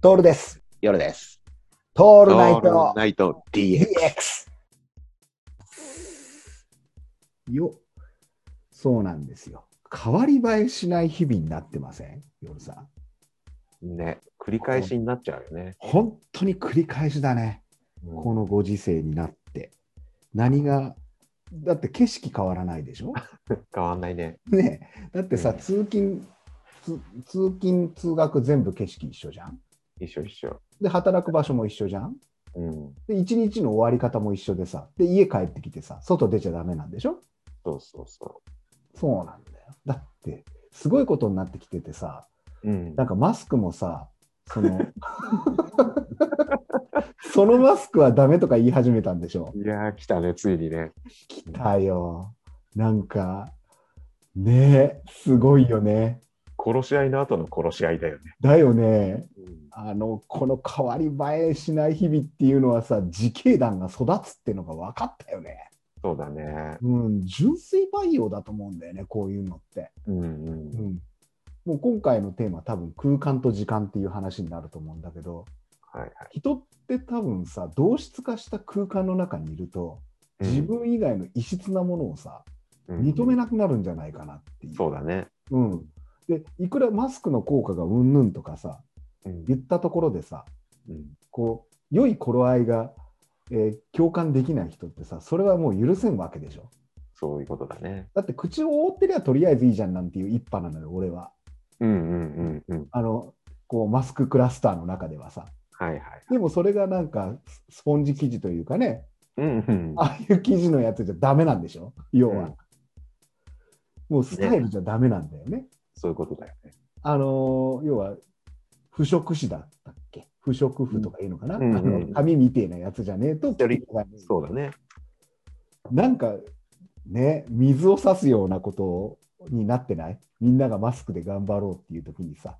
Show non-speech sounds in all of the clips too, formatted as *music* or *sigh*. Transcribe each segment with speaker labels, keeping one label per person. Speaker 1: トールです。
Speaker 2: 夜です。
Speaker 1: ト
Speaker 2: オ
Speaker 1: ールナイト
Speaker 2: ナイト DX。
Speaker 1: DX。よ。そうなんですよ。変わり映えしない日々になってません夜さん。
Speaker 2: ね、繰り返しになっちゃうよね。
Speaker 1: 本当に繰り返しだね。このご時世になって。何が、だって景色変わらないで *laughs* しょ
Speaker 2: 変わんないね。
Speaker 1: ねえだってさ、
Speaker 2: うん
Speaker 1: 通勤、つ通勤、通学全部景色一緒じゃん
Speaker 2: 一緒一緒。
Speaker 1: で、働く場所も一緒じゃん
Speaker 2: うん。
Speaker 1: で、一日の終わり方も一緒でさ、で、家帰ってきてさ、外出ちゃダメなんでしょ
Speaker 2: そうそうそ
Speaker 1: そうなんだよ。だって、すごいことになってきててさ、
Speaker 2: う。うん
Speaker 1: なんかマスクもさ、その、 *laughs* そのマスクはダメとか言い始めたんでしょ。
Speaker 2: いやー、来たね、ついにね。
Speaker 1: 来たよ。なんか、ねえ、すごいよね。
Speaker 2: 殺し合いの後の殺し合いだよね。
Speaker 1: だよね。あの、この変わり映えしない日々っていうのはさ、自警団が育つっていうのが分かったよね。
Speaker 2: そうだね。
Speaker 1: うん、純粋培養だと思うんだよね、こういうのって。
Speaker 2: うんうん。
Speaker 1: うん、もう今回のテーマ多分空間と時間っていう話になると思うんだけど
Speaker 2: はいはい。
Speaker 1: 人って多分さ同質化した空間の中にいると
Speaker 2: うん
Speaker 1: 自分以外の異質なものをさ、
Speaker 2: うん
Speaker 1: 認めなくなるんじゃないかなっていう。
Speaker 2: そうだね。
Speaker 1: うん、でいくらマスクの効果がうんぬんとかさ
Speaker 2: うん
Speaker 1: 言ったところでさ
Speaker 2: うん
Speaker 1: こう良い頃合いが、えー共感できない人ってさそれはもう許せんわけでしょ。
Speaker 2: そういうことだね。
Speaker 1: だって口を覆ってりゃとりあえずいいじゃんなんていう一派なのよ俺は。
Speaker 2: うんうんうんうん。
Speaker 1: あのこうマスククラスターの中ではさ
Speaker 2: はいはい。
Speaker 1: でもそれがなんかススポンジ生地というかね
Speaker 2: うんうん。
Speaker 1: ああいう生地のやつじゃダメなんでしょ要は、もうスタイルじゃダメなんだよね
Speaker 2: そういうことだよね。
Speaker 1: あのー要は不織紙だったっけ不織布とかいうのかな、
Speaker 2: うん
Speaker 1: あ
Speaker 2: うん
Speaker 1: の
Speaker 2: うん
Speaker 1: 紙みてえなやつじゃねえと
Speaker 2: よりそうだね。
Speaker 1: なんかね水を差すようなことになってないみんながマスクで頑張ろうっていう時にさ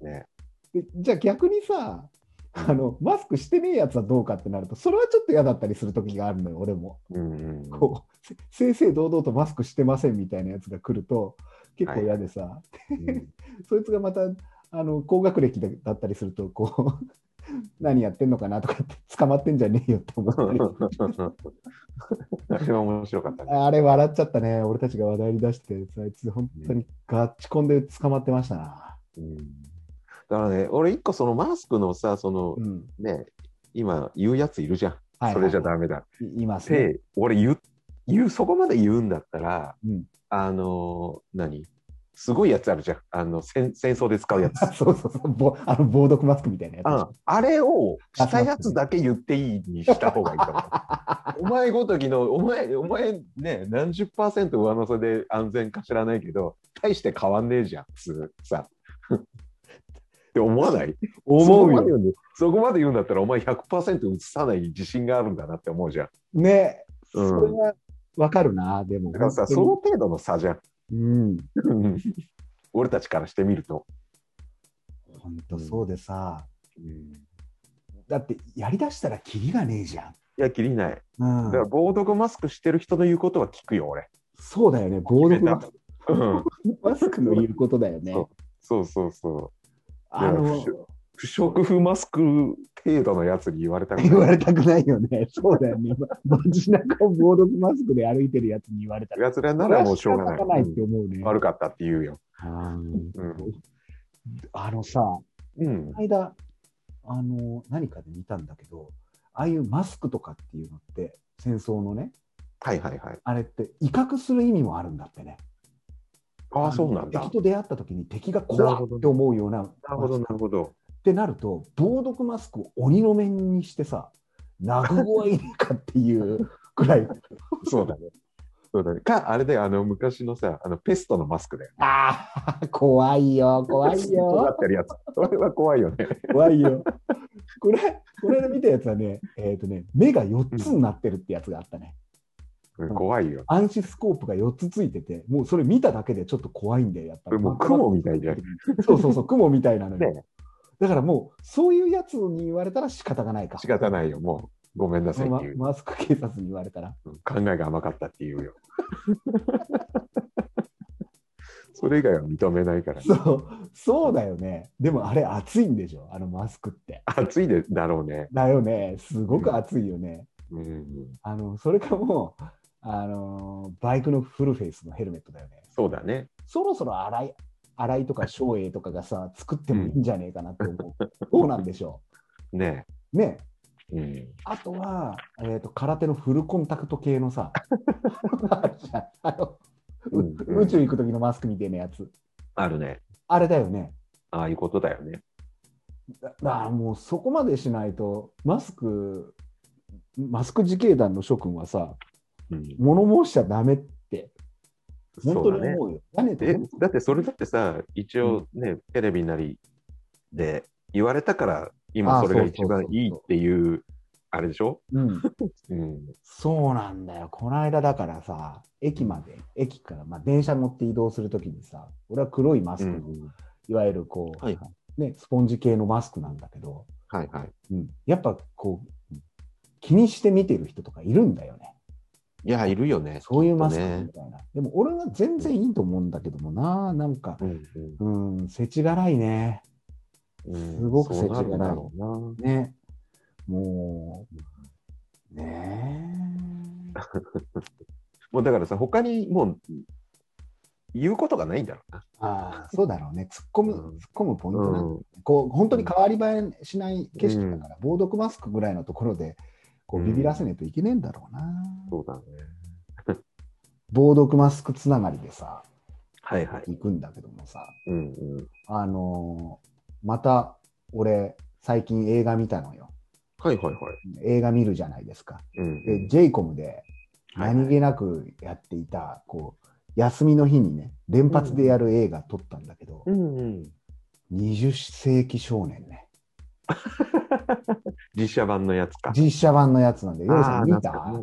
Speaker 2: ね。
Speaker 1: でじゃあ逆にさあのマスクしてねえやつはどうかってなるとそれはちょっと嫌だったりする時があるのよ俺も
Speaker 2: うんうんうん。
Speaker 1: こうせ正々堂々とマスクしてませんみたいなやつが来ると結構嫌でさ、
Speaker 2: うん *laughs*
Speaker 1: そいつがまたあの高学歴だだったりするとこう *laughs* 何やってんのかなとかって捕まってんじゃねえよって思ったり
Speaker 2: あれは面白かったね。
Speaker 1: あれ笑っちゃったね俺たちが話題に出してあいつ本当にガッチコンで捕まってましたな、
Speaker 2: うんだからね、俺一個そのマスクのさ、その
Speaker 1: うん
Speaker 2: ね、今言うやついるじゃん。
Speaker 1: はいはい
Speaker 2: それじゃダメだっ
Speaker 1: いいますね
Speaker 2: て、俺言う、言う、そこまで言うんだったら、
Speaker 1: うん
Speaker 2: あのー、何すごいやつあるじゃん。あの、戦戦争で使うやつ。
Speaker 1: *laughs* そうそうそうぼあの防毒マスクみたいなやつでし
Speaker 2: あ
Speaker 1: ょ
Speaker 2: あれをしたやつだけ言っていいにした方がいいか *laughs* も。お前ごときの、お前、お前ね、何十パーセント上乗せで安全か知らないけど、大して変わんねえじゃん、普通さ。 *laughs* って思わない
Speaker 1: 思う
Speaker 2: そこまで
Speaker 1: よ
Speaker 2: 言うんだそこまで言うんだったら、お前100%移さない自信があるんだなって思うじゃん。
Speaker 1: ね
Speaker 2: うん
Speaker 1: それはわかるな、でも。
Speaker 2: だからさ、その程度の差じゃん。
Speaker 1: うん。
Speaker 2: *laughs* 俺たちからしてみると。
Speaker 1: 本当そうでさ、だってやりだしたらキリがねえじゃ
Speaker 2: いや、きりない。
Speaker 1: ん。
Speaker 2: だ
Speaker 1: う
Speaker 2: から、
Speaker 1: ん、
Speaker 2: 防毒マスクしてる人の言うことは聞くよ、俺。
Speaker 1: そうだよね、防毒
Speaker 2: *laughs*
Speaker 1: マ
Speaker 2: うん、
Speaker 1: マスクの言うことだよね。
Speaker 2: そうそうそうそう。
Speaker 1: あ
Speaker 2: いや
Speaker 1: の
Speaker 2: 不織不織布マスク程度のやつに言われたく
Speaker 1: 言わ
Speaker 2: な
Speaker 1: れ
Speaker 2: い
Speaker 1: たくないよね。そうだよね。ま街中を防毒マスクで歩いてるやつに言われたら。
Speaker 2: やつらならもうしょうが
Speaker 1: そ
Speaker 2: な
Speaker 1: れは仕方
Speaker 2: い
Speaker 1: ないって思う
Speaker 2: う
Speaker 1: ね
Speaker 2: ん。悪かったって言うよ、
Speaker 1: うん
Speaker 2: うん
Speaker 1: あのさ、
Speaker 2: うん
Speaker 1: この、間あの何かで見たんだけどああいうマスクとかっていうのって戦争のね
Speaker 2: はいはいはい
Speaker 1: あれって威嚇する意味もあるんだってね
Speaker 2: ああ
Speaker 1: の
Speaker 2: そうなんだ
Speaker 1: 敵と出会った時に敵が怖いって思うような
Speaker 2: なるほどなるほど
Speaker 1: ってなると防毒マスクを鬼の面にしてさ殴るはいねえかっていうく
Speaker 2: *laughs*
Speaker 1: らい
Speaker 2: そうだねそうだねかあれであの昔のさあのペストのマスクだよ
Speaker 1: ああ怖いよ怖い
Speaker 2: 尖
Speaker 1: よ
Speaker 2: ってるやつそれは怖いよね
Speaker 1: 怖いよこれこれで見たやつはねえっ、とね目が4つになってるってやつがあったね
Speaker 2: うん怖いよ
Speaker 1: 暗視スコープが4つついてて、もうそれ見ただけでちょっと怖いんだよ、やっぱ
Speaker 2: これ
Speaker 1: り。
Speaker 2: もう雲みたいじゃん
Speaker 1: そうそうそう、雲みたいなのよ。
Speaker 2: ね
Speaker 1: だからもう、そういうやつに言われたら仕方がないか。
Speaker 2: 仕方ないよもうごめんなさいっ
Speaker 1: ま
Speaker 2: ていう、
Speaker 1: マスク警察に言われたら。
Speaker 2: うん考えが甘かったって言うよ *laughs* それ以外は認めないから。
Speaker 1: そう、そうだよね。でもあれ暑いんでしょあのマスクって。
Speaker 2: 暑いでだろうね。
Speaker 1: だよね。すごく暑いよね。
Speaker 2: うん。
Speaker 1: あの、それかもう、あのーバイクのフルフェイスのヘルメットだよね。
Speaker 2: そうだね。
Speaker 1: そろそろ新井、新井と
Speaker 2: *laughs*
Speaker 1: か松栄とかがさ、作ってもいいんじゃねえかなって思う。どうなんでしょ
Speaker 2: ね
Speaker 1: うね。
Speaker 2: え。うん。
Speaker 1: あとは、えーと、空手のフルコンタクト系の
Speaker 2: *laughs*
Speaker 1: さ、あるじゃんあのう
Speaker 2: うんうん
Speaker 1: 宇宙行く時のマスクみたいなやつ。
Speaker 2: あるね。
Speaker 1: あれだよね。
Speaker 2: ああいうことだよね。
Speaker 1: だだからもうそこまでしないと、マスク、マスク自警団の諸君はさ、
Speaker 2: うん。
Speaker 1: 物申しちゃダメって、本
Speaker 2: そ
Speaker 1: 当
Speaker 2: う
Speaker 1: に
Speaker 2: だね。
Speaker 1: 思うよ。屋根と
Speaker 2: え、だってそれだってさ、一応ね、テレビなりで言われたから、今
Speaker 1: あ
Speaker 2: それが
Speaker 1: そうそう
Speaker 2: 一
Speaker 1: そうそう
Speaker 2: 番いいっていう、あれでしょ
Speaker 1: うん、
Speaker 2: うん。
Speaker 1: そうなんだよ。この間だからさ、駅まで、駅から、まあ、電車乗って移動するときにさ、俺は黒いマス
Speaker 2: う
Speaker 1: ク、
Speaker 2: ん。
Speaker 1: いわゆるこう、
Speaker 2: はい
Speaker 1: ね、スポンジ系のマスクなんだけど、
Speaker 2: はいはい。
Speaker 1: うん、やっぱこう、気にして見てる人とかいるんだよね。
Speaker 2: いや、いるよね。
Speaker 1: そういうマスク
Speaker 2: きっとね
Speaker 1: みたいな。でも俺は全然いいと思うんだけどもな、なんか、
Speaker 2: うん
Speaker 1: うん、世知辛いね。
Speaker 2: うんうん
Speaker 1: すごく
Speaker 2: そうなる
Speaker 1: 世
Speaker 2: ん
Speaker 1: 知辛い
Speaker 2: だろうな。
Speaker 1: ね。もう、ねえ。
Speaker 2: もうだからさ、他にもう言うことがないんだろうな。
Speaker 1: ああ、そうだろうね。突っ込む、
Speaker 2: うん
Speaker 1: 突っ込むポイントなんだ
Speaker 2: うん
Speaker 1: こう本当に変わり映えしない景色だから、防毒マスクぐらいのところでこう
Speaker 2: うん
Speaker 1: ビビらせないといけねえんだろうな、
Speaker 2: そうだね。
Speaker 1: 防毒マスクつながりでさ
Speaker 2: はいは
Speaker 1: 行
Speaker 2: い。
Speaker 1: くんだけどもさ
Speaker 2: うんうん。
Speaker 1: あのーまた俺最近映画見たのよ
Speaker 2: はいはいはい。
Speaker 1: 映画見るじゃないですか
Speaker 2: うんう
Speaker 1: で
Speaker 2: ん
Speaker 1: j イコムで
Speaker 2: はいはい
Speaker 1: 何気なくやっていた、こう休みの日にね連発でやる映画撮ったんだけど、
Speaker 2: うんうん。
Speaker 1: 20世紀少年ね
Speaker 2: 実写版のやつか。
Speaker 1: 実写版のやつなんでヨウさ
Speaker 2: あ
Speaker 1: ん
Speaker 2: ー
Speaker 1: 見
Speaker 2: な
Speaker 1: た
Speaker 2: んか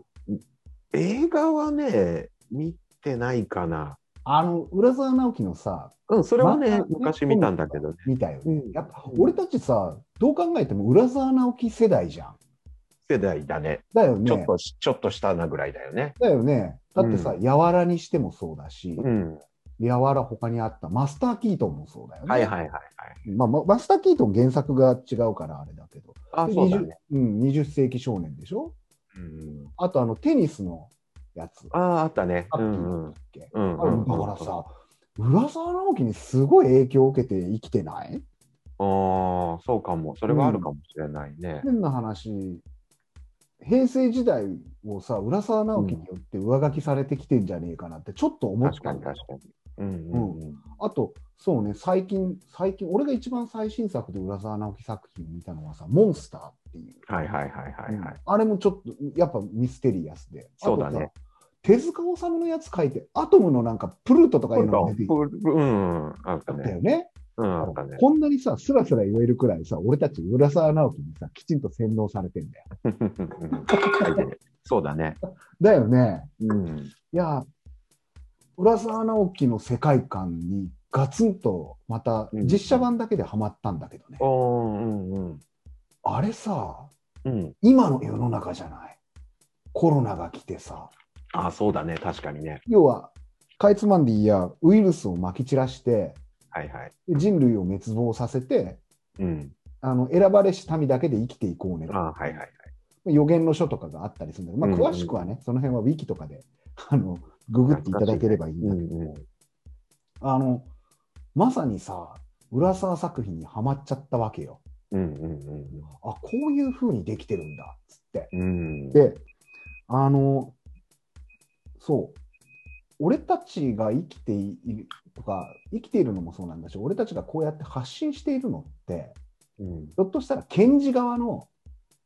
Speaker 2: 映画はね、見てないかな。
Speaker 1: あの浦沢直樹のさ
Speaker 2: うん、それは
Speaker 1: ま
Speaker 2: ね、
Speaker 1: た
Speaker 2: 昔見たんだけどね。
Speaker 1: 見たよね。
Speaker 2: うん
Speaker 1: やっぱ俺たちさ、どう考えても浦沢直樹世代じゃん。
Speaker 2: 世代だね。
Speaker 1: だよ
Speaker 2: ちょっ
Speaker 1: ね。
Speaker 2: と、ちょっとしたなぐらいだよね。
Speaker 1: だよね。だってさ、
Speaker 2: う
Speaker 1: やわらにしてもそうだし、
Speaker 2: うん。
Speaker 1: やわら他にあったマスター・キートンもそうだよね。
Speaker 2: はいはいはいはい。
Speaker 1: まあ、まマスター・キートン原作が違うからあれだけど。
Speaker 2: あ、
Speaker 1: で
Speaker 2: そうだね。
Speaker 1: 20うん、20世紀少年でしょ
Speaker 2: うん、
Speaker 1: あとあのテニスのやつ。
Speaker 2: ああ、あったね。うんうん。
Speaker 1: け
Speaker 2: うん
Speaker 1: あれ
Speaker 2: うん、
Speaker 1: だからさ、浦沢直樹にすごい影響を受けて生きてない
Speaker 2: ああ、そうかも。それはあるかもしれないね。
Speaker 1: 変な話平成時代をさ浦沢直樹によって上書きされてきてんじゃねえかなってちょっと思っ
Speaker 2: 確
Speaker 1: た
Speaker 2: かに
Speaker 1: んだよ
Speaker 2: 確かに。うんうんうん。
Speaker 1: あとそうね最近最近俺が一番最新作で浦沢直樹作品見たのはさ「モンスター」っていう、
Speaker 2: はいはいはいはいはい。
Speaker 1: うんあれもちょっとやっぱミステリアスであと
Speaker 2: そうだね
Speaker 1: さ手塚治虫のやつ書いてアトムのなんかプルートとかいうのが出てき
Speaker 2: うん、あった
Speaker 1: たんだ
Speaker 2: ね。
Speaker 1: よね
Speaker 2: うん、あったね。
Speaker 1: こんなにさスラスラ言えるくらいさ俺たち浦沢直樹にさきちんと洗脳されてんだよ
Speaker 2: そうだね。
Speaker 1: だよね
Speaker 2: うん。
Speaker 1: いや、浦沢直樹の世界観にガツンとまた
Speaker 2: うん
Speaker 1: 実写版だけでハマったんだけどね。
Speaker 2: おうんうん
Speaker 1: あれさ、
Speaker 2: うん。
Speaker 1: 今の世の中じゃない。コロナが来てさ、
Speaker 2: あ、そうだね。確かにね。
Speaker 1: 要はかいつまんでいいやウイルスをまき散らして
Speaker 2: はいはい。
Speaker 1: で人類を滅亡させて
Speaker 2: うん。
Speaker 1: あの選ばれし民だけで生きていこうね
Speaker 2: あ、はいはいはい。
Speaker 1: 予言の書とかがあったりするんだけど、まあ、
Speaker 2: うんうん
Speaker 1: 詳しくはね、その辺はウィキとかで *laughs* あのググっていただければいいんだけど、
Speaker 2: うん。
Speaker 1: あの、まさにさ、浦沢作品にはまっちゃったわけよ。
Speaker 2: うんうん
Speaker 1: あ、こういう風にできてるんだ、つって。
Speaker 2: うん。
Speaker 1: で、あの、そう、俺たちが生きているとか、生きているのもそうなんだし、俺たちがこうやって発信しているのって、
Speaker 2: うん。
Speaker 1: ひょっとしたら検事側の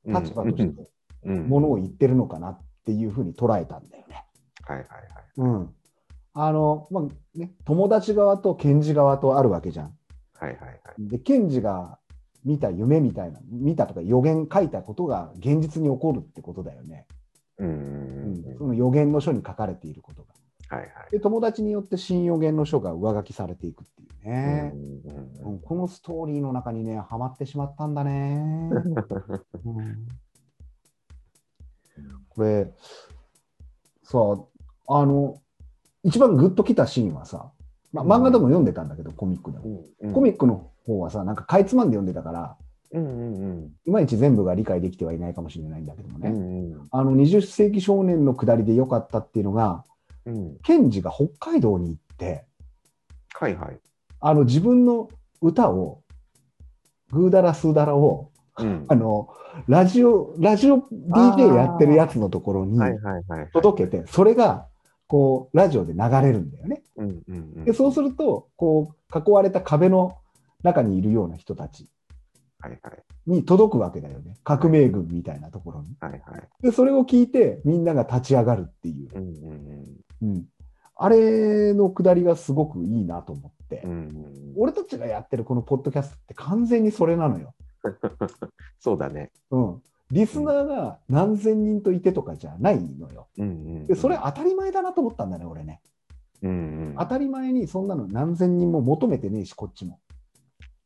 Speaker 1: 立場としてものを言ってるのかなっていう風に捉えたんだよね。
Speaker 2: はいはいはい。
Speaker 1: うん。あの、まあね、友達側と検事側とあるわけじゃん。
Speaker 2: はいはいはい。
Speaker 1: で、検事が見た夢みたいな、見たとか予言書いたことが現実に起こるってことだよね。
Speaker 2: うん
Speaker 1: う
Speaker 2: うん
Speaker 1: ん、
Speaker 2: う
Speaker 1: そ
Speaker 2: ん。
Speaker 1: の予言の書に書かれていることが。
Speaker 2: はいはい。
Speaker 1: で、友達によって新予言の書が上書きされていくっていうね。うんこのストーリーの中にね、はまってしまったんだ *laughs* ね。うんこれ、さあ、の、一番グッときたシーンはさ、まあ、漫画でも読んでたんだけど、コミックでも。コ
Speaker 2: ミ
Speaker 1: ミックの方はさ、なんかかいつまんで読んでたから、
Speaker 2: うんうん
Speaker 1: いまいち全部が理解できてはいないかもしれないんだけども
Speaker 2: うんう
Speaker 1: ね。
Speaker 2: ん
Speaker 1: あの、20世紀少年の下りで良かったっていうのが、
Speaker 2: うんうん
Speaker 1: ケンジが北海道に行って、
Speaker 2: はいはい
Speaker 1: あの、自分の歌を、グーダラスーダラを、
Speaker 2: うん
Speaker 1: あの、ラジオ、ラジオ DJ やってるやつのところに
Speaker 2: はいはいはいはい
Speaker 1: 届けて、それが、こう、ラジオで流れるんだよね。
Speaker 2: うんうんうん
Speaker 1: で、そうす
Speaker 2: る
Speaker 1: ると、こう、囲われた壁の中にいるような人たち
Speaker 2: はいはい
Speaker 1: に届くわけだよね。革命軍みたいなところに。
Speaker 2: はいはい
Speaker 1: で、それを聞いて、みんなが立ち上がるっていう。
Speaker 2: うんうん
Speaker 1: うん。あれのくだりがすごくいいなと思って
Speaker 2: うんう。んうん
Speaker 1: 俺たちがやってるこのポッドキャストって完全にそれなのよ。
Speaker 2: そうだね
Speaker 1: うん。リスナーが何千人といてとかじゃないのよ。
Speaker 2: うんうんうん
Speaker 1: でそれ当たり前だなと思ったんだね、俺ね。
Speaker 2: うんうん
Speaker 1: 当たり前にそんなの何千人も求めてねえし、こっちも。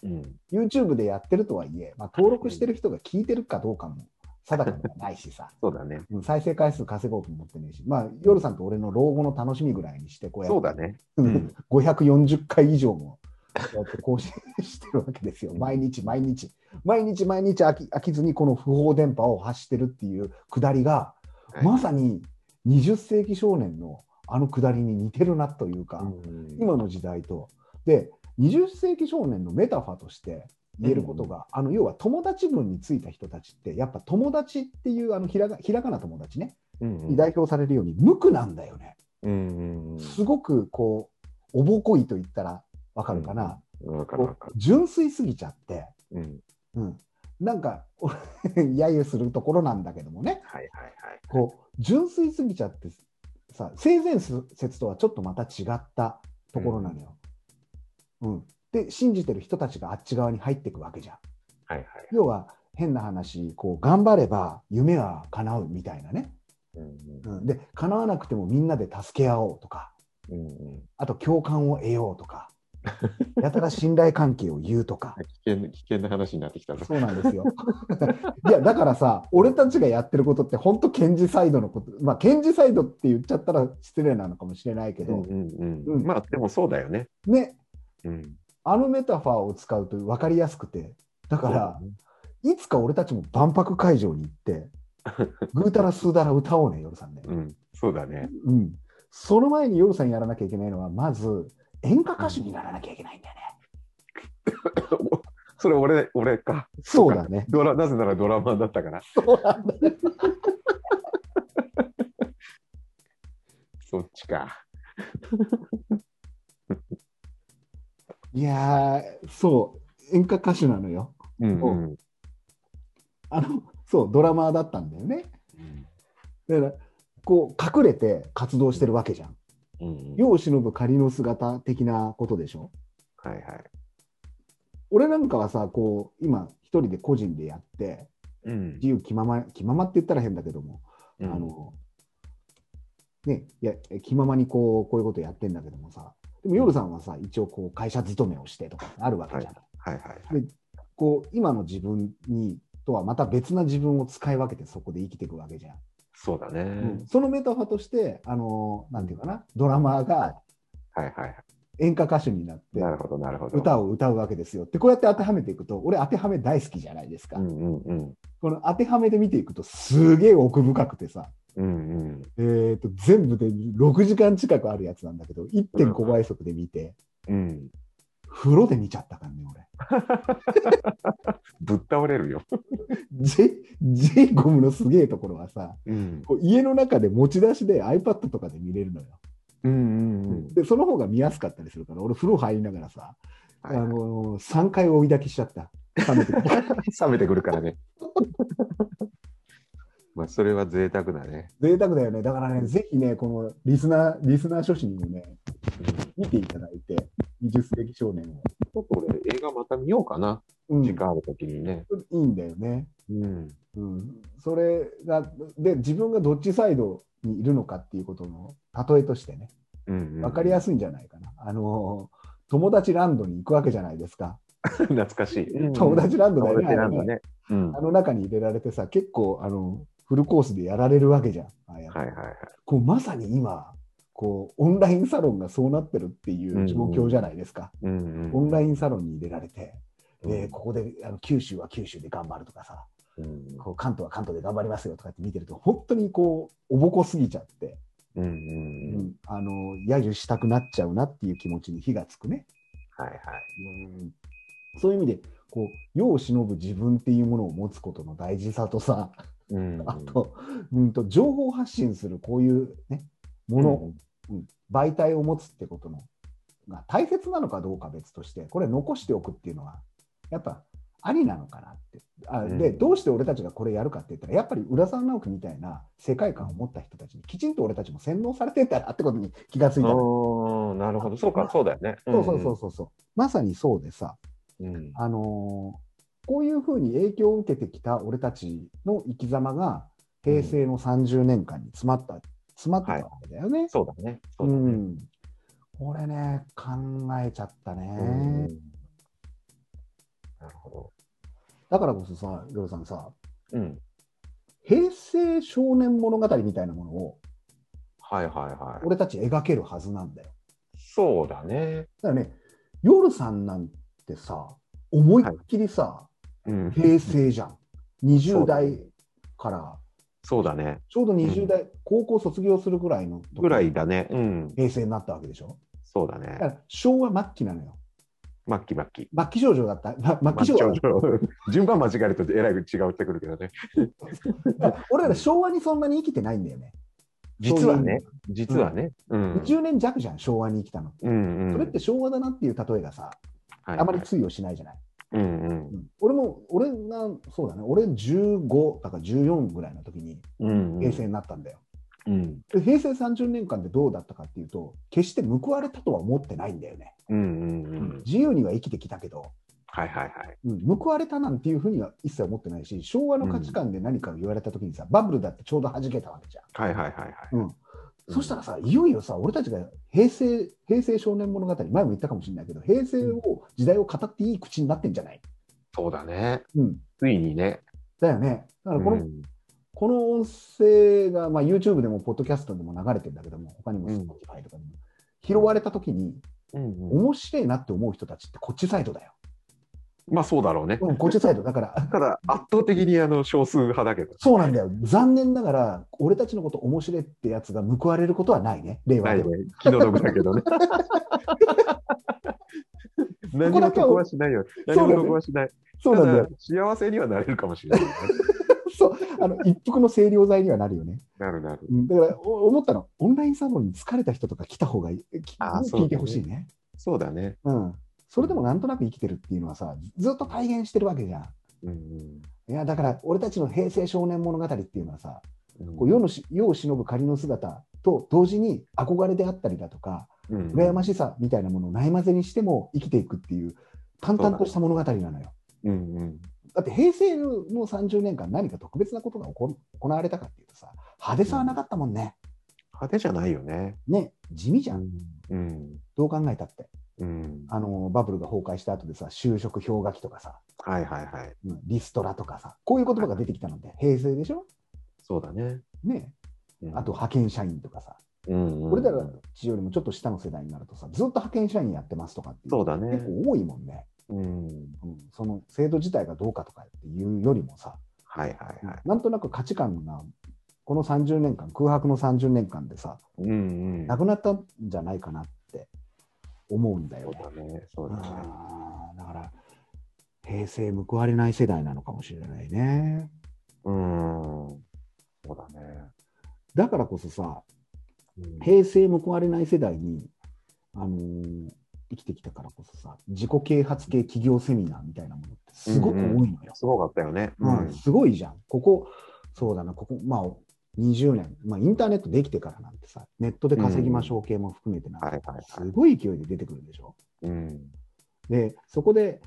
Speaker 2: うん、
Speaker 1: YouTube でやってるとはいえ、まあ、登録してる人が聞いてるかどうかも定かではないしさ、
Speaker 2: そうだね
Speaker 1: うん再生回数稼ごうと思ってねえし、まあ、夜さんと俺の老後の楽しみぐらいにして、こうやって
Speaker 2: そうだね
Speaker 1: うん540回以上もこうやって更新してるわけですよ、
Speaker 2: うん
Speaker 1: 毎日毎日、毎日毎日飽き飽きずにこの不法電波を発してるっていうくだりが、
Speaker 2: はい
Speaker 1: まさに20世紀少年のあのくだりに似てるなというか、
Speaker 2: うん
Speaker 1: 今の時代と。で、20世紀少年のメタファーとして言えることが、あの要は友達群についた人たちって、やっぱ友達っていうあのひらがひらがな友達ね、
Speaker 2: うんうん
Speaker 1: に代表されるように無垢なんだよね。
Speaker 2: うんうんうん
Speaker 1: すごくこう、おぼこいと言ったらわかるかな、
Speaker 2: わかるわか
Speaker 1: こ
Speaker 2: る
Speaker 1: う純粋すぎちゃって、
Speaker 2: うん
Speaker 1: うん、なんか、 *laughs* 俺揶揄するところなんだけどもね。
Speaker 2: はいはいはい
Speaker 1: こう純粋すぎちゃってさ性善説とはちょっとまた違ったところなのよ。うんで信じてる人たちがあっち側に入っていくわけじゃん。
Speaker 2: はいはい
Speaker 1: 要は変な話こう頑張れば夢は叶うみたいなね。
Speaker 2: うん
Speaker 1: うん、で叶わなくてもみんなで助け合おうとか
Speaker 2: うんうんうん
Speaker 1: あと共感を得ようと *laughs* かやたら信頼関係を言うとか。
Speaker 2: 危険危険な話になってきたぞ
Speaker 1: そうなんですよ。 *laughs* いや、だからさ、俺たちがやってることって、本当、検事サイドのこと、まあ、検事サイドって言っちゃったら失礼なのかもしれないけ
Speaker 2: う
Speaker 1: ど、
Speaker 2: んうん
Speaker 1: う
Speaker 2: うんんまあでもそうだよね
Speaker 1: ね、
Speaker 2: うん
Speaker 1: あのメタファーを使うと分かりやすくて、だ
Speaker 2: だ
Speaker 1: から、いつか俺たちも万博会場に行 *laughs* って、ぐうたらすうだら歌おうね、夜さんね。
Speaker 2: うんそうだね *laughs*
Speaker 1: うん。その前に夜さんやらなきゃいけないのは、まず、演歌歌手にならなきゃいけないんだよね。
Speaker 2: それ俺俺か
Speaker 1: そうだね。
Speaker 2: ドラなぜならドラマーだったから
Speaker 1: そうなんだよ。
Speaker 2: そっちか
Speaker 1: いやー、そう、演歌歌手なのよ。
Speaker 2: うんうん
Speaker 1: あの、そう、ドラマーだったんだよね。
Speaker 2: うん
Speaker 1: だからこう隠れて活動してるわけじゃん。
Speaker 2: うん
Speaker 1: 世を忍ぶ仮の姿的なことでしょ。
Speaker 2: はいはい
Speaker 1: 俺なんかはさこう今一人で個人でやって
Speaker 2: うん
Speaker 1: 自由気まま気ままって言ったら変だけども、
Speaker 2: うん
Speaker 1: あのねいや気ままにこうこういうことやってんだけどもさでも夜さんはさ一応こう会社勤めをしてとかあるわけじゃん。
Speaker 2: はいはい
Speaker 1: こう今の自分にとはまた別な自分を使い分けてそこで生きていくわけじゃん。
Speaker 2: そうだね
Speaker 1: うんそのメタファーとしてあのなんていうかなドラマーが
Speaker 2: はいはいは
Speaker 1: 演歌歌手になって
Speaker 2: いなるほどなるほど
Speaker 1: 歌を歌うわけですよってこうやって当てはめていくと俺当てはめ大好きじゃないですか、
Speaker 2: うんうんうん
Speaker 1: この当てはめで見ていくとすげえ奥深くてさ、
Speaker 2: うんうん
Speaker 1: えー、と全部で6時間近くあるやつなんだけど1.5倍速で見て、
Speaker 2: うん
Speaker 1: 風呂で見ちゃったからね俺
Speaker 2: ぶっ倒れるよ
Speaker 1: J, J コムのすげえところはさ
Speaker 2: うん
Speaker 1: こう家の中で持ち出しで iPad とかで見れるのよ、
Speaker 2: うんうんうん
Speaker 1: でその方が見やすかったりするから俺風呂入りながらさ、
Speaker 2: はい
Speaker 1: あ
Speaker 2: はい
Speaker 1: の3回追い抱きしちゃった冷めて
Speaker 2: *laughs* 冷めてくるから *laughs* ね。まあそれは贅沢だね。
Speaker 1: 贅沢だよね。だからね、ぜひね、このリスナー、リスナー初心にね、見ていただいて、20世紀少年を。
Speaker 2: ちょっと俺映画また見ようかな。
Speaker 1: うん、
Speaker 2: 時間あるときにね。
Speaker 1: いいんだよね。
Speaker 2: うん。
Speaker 1: うん。それが、で、自分がどっちサイドにいるのかっていうことの例えとしてね、
Speaker 2: うん
Speaker 1: わかりや
Speaker 2: す
Speaker 1: すいんじゃないかな。あのー、友達ランドに行くわけじゃないですか。
Speaker 2: い。懐かしい。
Speaker 1: 友達ランドだよ
Speaker 2: 友
Speaker 1: ね。
Speaker 2: 達なんだね。うん。
Speaker 1: あ
Speaker 2: は
Speaker 1: の中に入れられてさ、結構、あの、フルコースでやられるわけじゃん。ああやって
Speaker 2: いはいはい。
Speaker 1: こうまさに今、こうオンラインサロンがそうなってるっていう状況じゃないですか、
Speaker 2: うん
Speaker 1: オンライ
Speaker 2: ン
Speaker 1: ンサロンに入れられて、でここであの九州は九州で頑張るとかさ
Speaker 2: うん
Speaker 1: こう関東は関東で頑張りますよとかって見てると本当にこうおぼこすぎちゃって、
Speaker 2: うんうん
Speaker 1: う
Speaker 2: うん
Speaker 1: ん、あの揶揄したくなっちゃうなっていう気持ちに火がつくね、
Speaker 2: はいはい
Speaker 1: うん、そういう意味でこう世を忍ぶ自分っていうものを持つことの大事さとさ
Speaker 2: うん
Speaker 1: あと,、うん、と情報発信するこういう、ね、もの、うん媒体を持つってことのが大切なのかどうか別としてこれ残しておくっていうのはやっぱありなのかなってあ
Speaker 2: うん
Speaker 1: でどうして俺たちがこれやるかって言ったらやっぱり浦沢直樹みたいな世界観を持った人たちにきちんと俺たちも洗脳されてんだなってことに気がついたの
Speaker 2: ああなるほどそうかそうだよね
Speaker 1: そうそうそうそうそうまさにそうでさ
Speaker 2: うんうん
Speaker 1: あのーこういうふうに影響を受けてきた俺たちの生き様が平成の30年間に詰まった詰まってたわけだよね。
Speaker 2: そうだねそう
Speaker 1: う
Speaker 2: だね
Speaker 1: ん、これね考えちゃったね、
Speaker 2: うんなるほど
Speaker 1: だからこそさヨロさんさ
Speaker 2: うん
Speaker 1: 平成少年物語みたいなものを
Speaker 2: はいはいはい
Speaker 1: 俺たち描けるはずなんだよ
Speaker 2: そうだね
Speaker 1: だからねヨルさんなんてさ思いっきりさ、
Speaker 2: うん
Speaker 1: 平成じゃん20
Speaker 2: そうだね
Speaker 1: 代から
Speaker 2: そうだね
Speaker 1: ちょうど20代、高校卒業するぐらいの時
Speaker 2: ぐらいだねうん
Speaker 1: 平成になったわけでしょ
Speaker 2: そう
Speaker 1: だ
Speaker 2: だ
Speaker 1: か
Speaker 2: ね
Speaker 1: ら昭和末期なのよ
Speaker 2: マッキマッキ
Speaker 1: 末期少女だったま末期少
Speaker 2: マ
Speaker 1: 女
Speaker 2: ッキョウ順番間違えるとえらい違ってくるけどね
Speaker 1: だから *laughs* 俺ら昭和にそんなに生きてないんだよね
Speaker 2: 実はね実はねうん
Speaker 1: 20年弱じゃん昭和に生きたの
Speaker 2: うんうん
Speaker 1: それって昭和だなっていう例えがさ、
Speaker 2: はい
Speaker 1: あまり通用しないじゃない。
Speaker 2: うんうん
Speaker 1: うん俺も、俺が、そうだね、俺15だから14ぐらいの時に
Speaker 2: うんうん
Speaker 1: 平成になったんだよ。
Speaker 2: うん
Speaker 1: で平成30年間でどうだったかっていうと、決して報われたとは思ってないんだよね。
Speaker 2: うんうんうん
Speaker 1: 自由には生きてきたけど、
Speaker 2: はいはいはい
Speaker 1: うん報われたなんていうふうには一切思ってないし、昭和の価値観で何かを言われた時にさ、バブルだってちょうど弾けたわけじゃん。
Speaker 2: はいはいはいはいうん
Speaker 1: そしたらさ、いよいよさ、俺たちが平成、平成少年物語、前も言ったかもしれないけど、平成を、時代を語っていい口になってんじゃない
Speaker 2: そうだね
Speaker 1: うん。
Speaker 2: ついにね
Speaker 1: だよね。だからこの、
Speaker 2: うん
Speaker 1: この音声が、まあ、YouTube でも、ポッドキャストでも流れてるんだけども、他にも
Speaker 2: うん
Speaker 1: Spotify とかでも、拾われたときに、
Speaker 2: うんうん
Speaker 1: 面白いなって思う人たちってこっちサイドだよ。
Speaker 2: まあそうだろうね
Speaker 1: うん、こっちサイド。だから、
Speaker 2: ただ圧倒的にあの少数派だけど
Speaker 1: そうなんだよ。残念ながら、俺たちのこと面白いってやつが報われることはないね、令和
Speaker 2: ない
Speaker 1: で
Speaker 2: ね
Speaker 1: は。
Speaker 2: 気の毒だけど
Speaker 1: *laughs*
Speaker 2: ね何も得はしないよ
Speaker 1: だけ
Speaker 2: 何
Speaker 1: は
Speaker 2: も得はしない
Speaker 1: そうなんだ
Speaker 2: た
Speaker 1: よ。
Speaker 2: だ幸せにはなれるかもしれないね
Speaker 1: そう。あの、一服の清涼剤に *laughs* はなるよね。
Speaker 2: なるなる
Speaker 1: うんだから、お思ったの、オンラインサロンに疲れた人とか来た方がいい。き
Speaker 2: あーそうだね
Speaker 1: 聞いてほしいね。
Speaker 2: そうだね
Speaker 1: うん。それでもなんとなく生きてるっていうのはさ、ずっと体現してるわけじゃん。
Speaker 2: うん
Speaker 1: いやだから俺たちの平成少年物語っていうのはさ、
Speaker 2: うん
Speaker 1: こう世のし世を忍ぶ仮の姿と同時に憧れであったりだとか、
Speaker 2: うん
Speaker 1: 羨ましさみたいなものをないまぜにしても生きていくっていう淡々とした物語なのよ。
Speaker 2: うんうん
Speaker 1: だって平成の30年間何か特別なことが起こ行われたかっていうとさ派手さはなかったもんね。
Speaker 2: 派手じゃないよね
Speaker 1: ね地味じゃん、
Speaker 2: うん
Speaker 1: どう考えたって
Speaker 2: うん
Speaker 1: あのバブルが崩壊した後でさ就職氷河期とかさ、
Speaker 2: はいはいはい
Speaker 1: うんリストラとかさこういう言葉が出てきたので平成でしょ
Speaker 2: そうだね
Speaker 1: ね
Speaker 2: うん
Speaker 1: あと派遣社員とかさ
Speaker 2: うんうん
Speaker 1: 俺らたちよりもちょっと下の世代になるとさ、ずっと派遣社員やってますとかっていう
Speaker 2: そうだね
Speaker 1: 結構多いもんね、
Speaker 2: うん
Speaker 1: うん、その制度自体がどうかとかっていうよりもさ、
Speaker 2: はいはいはい
Speaker 1: なんとなく価値観がこの30年間、空白の30年間でさ、
Speaker 2: うんうん
Speaker 1: なくなったんじゃないかなって思うんだ
Speaker 2: そ
Speaker 1: よ
Speaker 2: う
Speaker 1: ね。
Speaker 2: だねそうだね
Speaker 1: あーだから、平成報われない世代なのかもしれないね。
Speaker 2: うんそうだね
Speaker 1: だからこそさ、
Speaker 2: うん
Speaker 1: 平成報われない世代に、あのー生きてきたからこそさ自己啓発系企業セミナーみたいなものってすごく多いのよ。
Speaker 2: すごかったよね。
Speaker 1: うんすごいじゃん。ここそうだなここまあ20年、まあ、インターネットできてからなんてさネットで稼ぎましょう系も含めてなんて
Speaker 2: はいはいはい
Speaker 1: すごい勢いで出てくるでしょ。
Speaker 2: うん。
Speaker 1: でそこで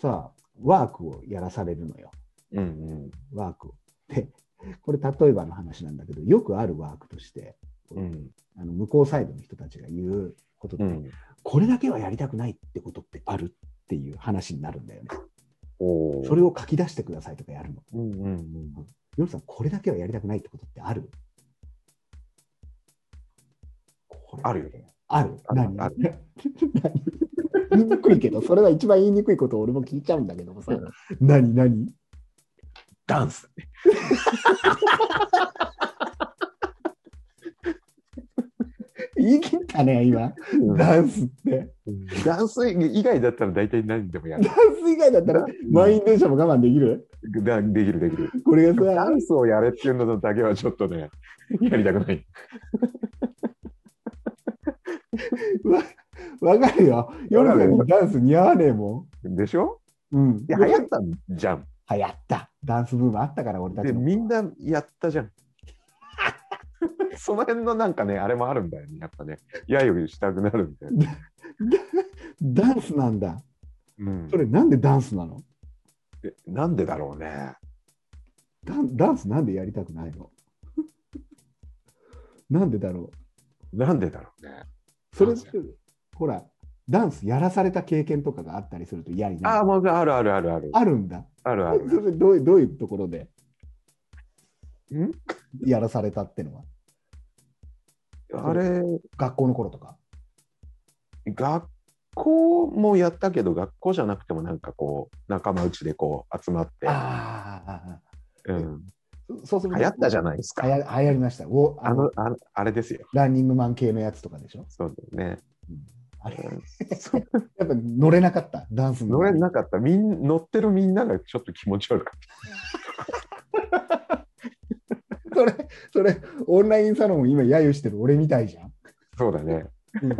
Speaker 1: さワークをやらされるのよ
Speaker 2: うんうん。
Speaker 1: ワークを。でこれ例えばの話なんだけどよくあるワークとして
Speaker 2: うん。
Speaker 1: あの向こうサイドの人たちが言うことで、
Speaker 2: うん。
Speaker 1: これだけはやりたくないってことってあるっていう話になるんだよね。
Speaker 2: おお。
Speaker 1: それを書き出してくださいとかやるの。
Speaker 2: うんうんうん。
Speaker 1: ヨルさん、これだけはやりたくないってことってあるこれ。
Speaker 2: あるよ。
Speaker 1: ある。
Speaker 2: ある
Speaker 1: 何 *laughs*
Speaker 2: あ
Speaker 1: 言いにくいけど、それは一番言いにくいことを俺も聞いちゃうんだけどもさ
Speaker 2: うん。
Speaker 1: 何何
Speaker 2: ダンス。
Speaker 1: *laughs* 言い切ったね、今。ダンスって。
Speaker 2: ダンス以外だったら大体何で
Speaker 1: *laughs*
Speaker 2: もやる。
Speaker 1: ダンス以外だったら満員電車も我慢できる
Speaker 2: だできるできる。
Speaker 1: これが
Speaker 2: ダ
Speaker 1: さ、
Speaker 2: ンスをやれっていうのだけはちょっと
Speaker 1: *laughs*
Speaker 2: ね、やりたくない。
Speaker 1: わわかるよ。夜のにダンス似合わねえも
Speaker 2: でしょ
Speaker 1: ん。うん。
Speaker 2: で流行ったんじゃん。
Speaker 1: 流行った。ダンスブームあったから俺たち
Speaker 2: で、
Speaker 1: の
Speaker 2: みんなやったじゃん。 *laughs* その辺のなんかね、あれもあるんだよね、やっぱね。やよりしたくなるんだよ。
Speaker 1: ダンスなんだ。
Speaker 2: うん
Speaker 1: そ、れなんでダンスなの
Speaker 2: えなんでだろうね。
Speaker 1: ダンダンスなんでやりたくないの *laughs* なんでだろ
Speaker 2: なんでだろうね。
Speaker 1: うそれっ
Speaker 2: ダンス
Speaker 1: てほら、ダンスやらされた経験とかがあったりすると嫌にな
Speaker 2: ああ、
Speaker 1: る。
Speaker 2: もうあるあるあるある。
Speaker 1: あるんだ。
Speaker 2: あるあ
Speaker 1: そ
Speaker 2: る。
Speaker 1: れどういうどういうところで
Speaker 2: ん
Speaker 1: やらされたってのは
Speaker 2: あれ、
Speaker 1: 学校の頃とか。
Speaker 2: 学校もやったけど、学校じゃなくてもなんかこう、仲間内でこう集まって、
Speaker 1: あ
Speaker 2: うん、
Speaker 1: あ、そうする
Speaker 2: 流行ったじゃ
Speaker 1: ん
Speaker 2: ないです
Speaker 1: 流
Speaker 2: か。
Speaker 1: 行流行りましたおあ
Speaker 2: あ
Speaker 1: の
Speaker 2: の、ああれですよ。
Speaker 1: ランニングマン系のやつとかでしょ。
Speaker 2: そうだよね。
Speaker 1: あれ
Speaker 2: うん
Speaker 1: やっぱ乗れなかった、ダンスの
Speaker 2: 乗れなかった。みん乗ってるみんながちょっと気持ち悪かっ
Speaker 1: それ、 *laughs* それ、オンラインサロンを今、揶揄してる俺みたいじゃん。
Speaker 2: た。そうだね。
Speaker 1: うん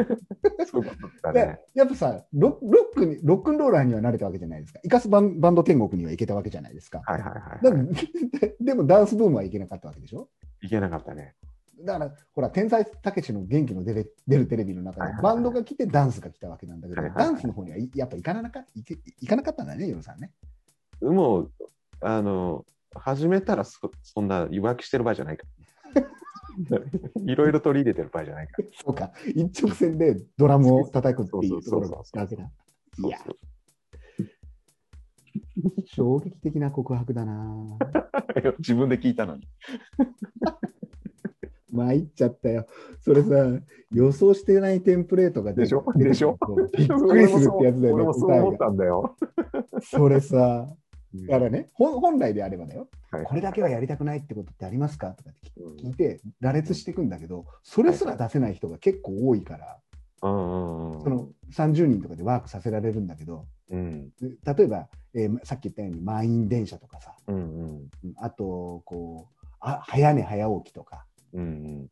Speaker 2: そういうことだ
Speaker 1: で
Speaker 2: ね。
Speaker 1: やっぱさロ、ロックに、ロックンローラーには慣れたわけじゃないですか。イカスバンバンド天国には行けたわけじゃないですか。
Speaker 2: はいはいはい、
Speaker 1: だ
Speaker 2: は
Speaker 1: で *laughs* でもダンスブームはいけなかったわけでしょ
Speaker 2: い。いけなかったね。
Speaker 1: だから、ほら、天才たけしの元気の出れ出るテレビの中
Speaker 2: はい
Speaker 1: で
Speaker 2: はいは、い
Speaker 1: バンドが来てダンスが来たわけなんだけど、
Speaker 2: はいはい
Speaker 1: ダ
Speaker 2: はい
Speaker 1: ンスの方にはいやっぱ行かなか行け行かなかったんだね、ヨルさんね。
Speaker 2: もう、あの、始めたらそそんな浮気してる場合じゃない *laughs* から。いろいろ取り入れてる場合じゃないから。
Speaker 1: そうか、一直線でドラムを叩くっていうところ
Speaker 2: そうそうそうそう
Speaker 1: だけだ。いや
Speaker 2: そうそう
Speaker 1: 衝撃的な告白だな。
Speaker 2: いや自分で聞いたのに。
Speaker 1: 参っちゃったよ。それさ、予想してないテンプレートが出て
Speaker 2: でしょでしょ
Speaker 1: びっくりするってやつだよね
Speaker 2: 俺もそう
Speaker 1: 答えが
Speaker 2: 思ったんだよ。
Speaker 1: それさ、
Speaker 2: うん
Speaker 1: だからね、本本来であればだよ、
Speaker 2: はい
Speaker 1: これだけはやりたくないってことってありますかとかって
Speaker 2: うん
Speaker 1: 聞いて、羅列していくんだけど、それすら出せない人が結構多いから、
Speaker 2: うんうんうん
Speaker 1: その30人とかでワークさせられるんだけど、
Speaker 2: うん
Speaker 1: で例えば、えーさっき言ったように満員電車とかさ、
Speaker 2: うんうん
Speaker 1: うんあと、こう、あ早寝早起きとか
Speaker 2: うん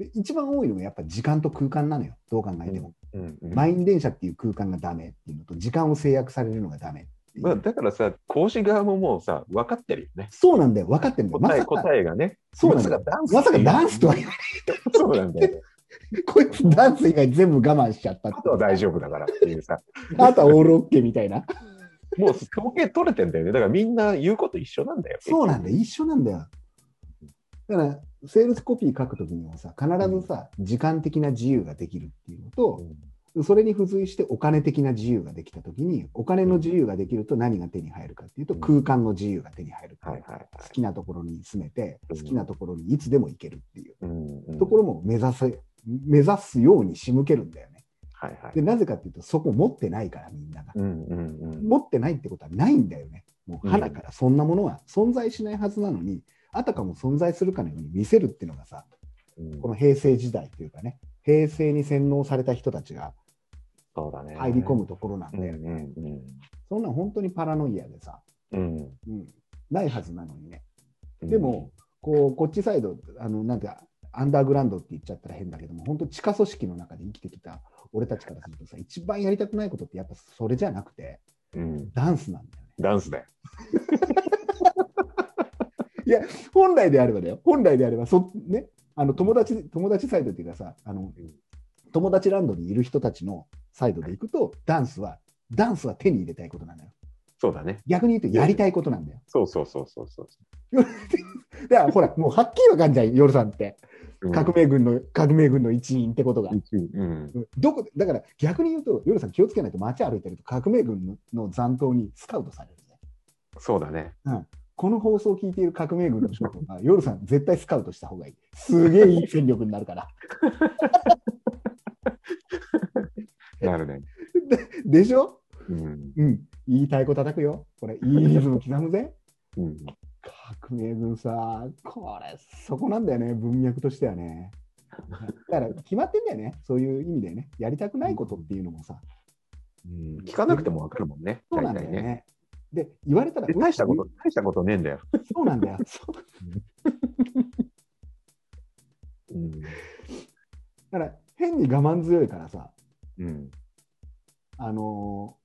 Speaker 1: で、一番多いのがやっぱ時間と空間なのよ、どう考えても。
Speaker 2: うんうん
Speaker 1: 満員電車っていう空間がダメっていうのと、時間を制約されるのがダメっていう
Speaker 2: まあ、だからさ、講師側ももうさ、分かってるよね。
Speaker 1: そうなんだよ、分かってるんだよ。
Speaker 2: 答
Speaker 1: ま
Speaker 2: え、
Speaker 1: さか
Speaker 2: 答えがね。
Speaker 1: そうなんだ
Speaker 2: まさかダンス。
Speaker 1: まさかダンスとは *laughs* 言わ
Speaker 2: そうなんだよ。
Speaker 1: ないこいつダンス以外全部我慢しちゃったって
Speaker 2: あとは大丈夫だからっていうさ、
Speaker 1: あとはオールオッケーみたいな。
Speaker 2: もう統計取れてんだよね。だからみんな言うこと一緒なんだよ。
Speaker 1: そうなんだよ、一緒なんだよ。だから、セールスコピー書くときにもさ、必ずさ、時間的な自由ができるっていうの
Speaker 2: う
Speaker 1: と、
Speaker 2: ん
Speaker 1: それに付随してお金的な自由ができたときに、お金の自由ができると何が手に入るかっていうと、
Speaker 2: うん
Speaker 1: 空間の自由が手に入る。
Speaker 2: はいはいはい。
Speaker 1: 好きなところに住めて、
Speaker 2: う
Speaker 1: 好
Speaker 2: ん
Speaker 1: きなところにいつでも行けるっていう
Speaker 2: うんうん
Speaker 1: ところも目指せ、目指すように仕向けるんだよね。
Speaker 2: はいはい
Speaker 1: で、。なぜかっていうと、そこ持ってないから、みんなが。
Speaker 2: うんうんうん。
Speaker 1: 持ってないってことはないんだよね。もう
Speaker 2: うん
Speaker 1: 花からそんなものは存在しないはずなのに、あたかも存在するかのように見せるっていうのがさ、
Speaker 2: うん
Speaker 1: この平成時代というかね、平成に洗脳された人たちが
Speaker 2: そうだね。
Speaker 1: 入り込むところなん
Speaker 2: うん
Speaker 1: だよ
Speaker 2: う
Speaker 1: ね。
Speaker 2: んうん。
Speaker 1: そんなん本当にパラノイアでさ、
Speaker 2: うん
Speaker 1: うん、ないはずなのにね。
Speaker 2: うん
Speaker 1: でも、こう、こっちサイド、あの、なんていうか、アンダーグラウンドって言っちゃったら変だけども、本当地下組織の中で生きてきた俺たちからするとさ、一番やりたくないことってやっぱそれじゃなくて、
Speaker 2: うん、
Speaker 1: ダンスなんだよね。
Speaker 2: ダンスだよ。
Speaker 1: 本来であればだよ、本来であればそ、ね、あの友達友達サイドっていうかさあの
Speaker 2: うん、
Speaker 1: 友達ランドにいる人たちのサイドで行くと、ダンスは、ダンスは手に入れたいことなんだよ。
Speaker 2: そうだね。
Speaker 1: 逆に言うと、やりたいことなんだよ。
Speaker 2: そうそうそうそうそう。
Speaker 1: だから、ほら、もうはっきりわかんじゃん、夜さんって。
Speaker 2: うん
Speaker 1: 革命軍の、革命軍の一員ってことが。
Speaker 2: うん。
Speaker 1: どこだから逆に言うと、夜さん気をつけないと街歩いてると革命軍のの残党にスカウトされるね。
Speaker 2: そうだね。
Speaker 1: この放送を聞いている革命軍の将校が、夜さん絶対スカウトした方がいい。すげえいい戦力になるから。
Speaker 2: なるね。
Speaker 1: でしょ
Speaker 2: うん。
Speaker 1: うん。いい太鼓叩くよ。これ、いいリズム刻むぜ。
Speaker 2: うん。
Speaker 1: 革命軍さ、これ、そこなんだよね、文脈としてはね。だから、決まってんだよね、そういう意味でね。やりたくないことっていうのもさ、
Speaker 2: うん、聞かなくてもわかるもんね。
Speaker 1: そうなんだよね。。で、言われたら、
Speaker 2: で大したこと、大したことねえんだよ。
Speaker 1: そうなんだよ。そう
Speaker 2: うん。
Speaker 1: だから、変に我慢強いからさ、
Speaker 2: うん。
Speaker 1: あのー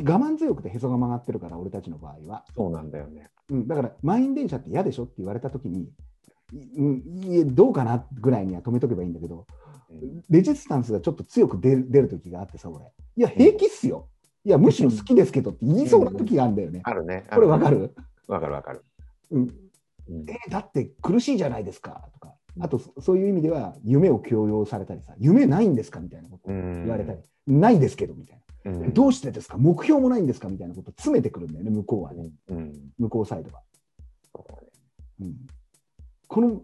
Speaker 1: 我慢強くてへそが曲がってるから、俺たちの場合は。
Speaker 2: そうなんだよね。
Speaker 1: うん、だから、満員電車って嫌でしょって言われたときに、いうん、いいえ、どうかなぐらいには止めとけばいいんだけど、レジスタンスがちょっと強く出る出る時があってさ、俺。いや、平気っすよ。いや、むしろ好きですけどって言いそうな時があるんだよね。
Speaker 2: あるね。
Speaker 1: これわか
Speaker 2: る。
Speaker 1: る、
Speaker 2: わかるわかる。
Speaker 1: うん、
Speaker 2: うん
Speaker 1: えだって苦しいじゃないですかとか。あと、そそういう意味では、夢を強要されたりさ、夢ないんですかみたいなこと
Speaker 2: うん
Speaker 1: 言われたり、ないですけどみたい
Speaker 2: うん
Speaker 1: な。どうしてですか目標もないんですかみたいなこと詰めてくるんだよね、向こうはね。
Speaker 2: うん。
Speaker 1: 向こうサイドは。うん、この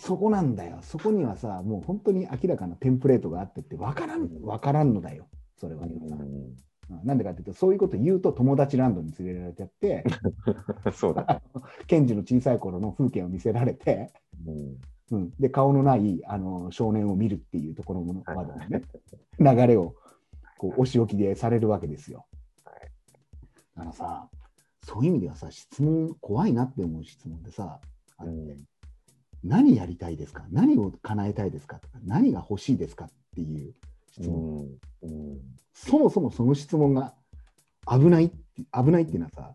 Speaker 1: そこなんだよそこにはさもう本当に明らかなテンプレートがあってって分からん分からんのだよそれは、
Speaker 2: うん
Speaker 1: うんなんでかっていうとそういうこと言うと友達ランドに連れられちゃって
Speaker 2: そうだ。
Speaker 1: ケンジの小さい頃の風景を見せられて、
Speaker 2: うん
Speaker 1: うん、で顔のないあの少年を見るっていうところのまで
Speaker 2: はい
Speaker 1: ね流れをこうお仕置きでされるわけですよ。
Speaker 2: はい
Speaker 1: だからさそういう意味ではさ質問怖いなって思う質問でさあって、
Speaker 2: うん
Speaker 1: 何やりたいですか何を叶えたいですかとか何が欲しいですかっていう質
Speaker 2: う
Speaker 1: 問、
Speaker 2: ん。うん。
Speaker 1: そもそもその質問が危ないって危ないっていうのはさ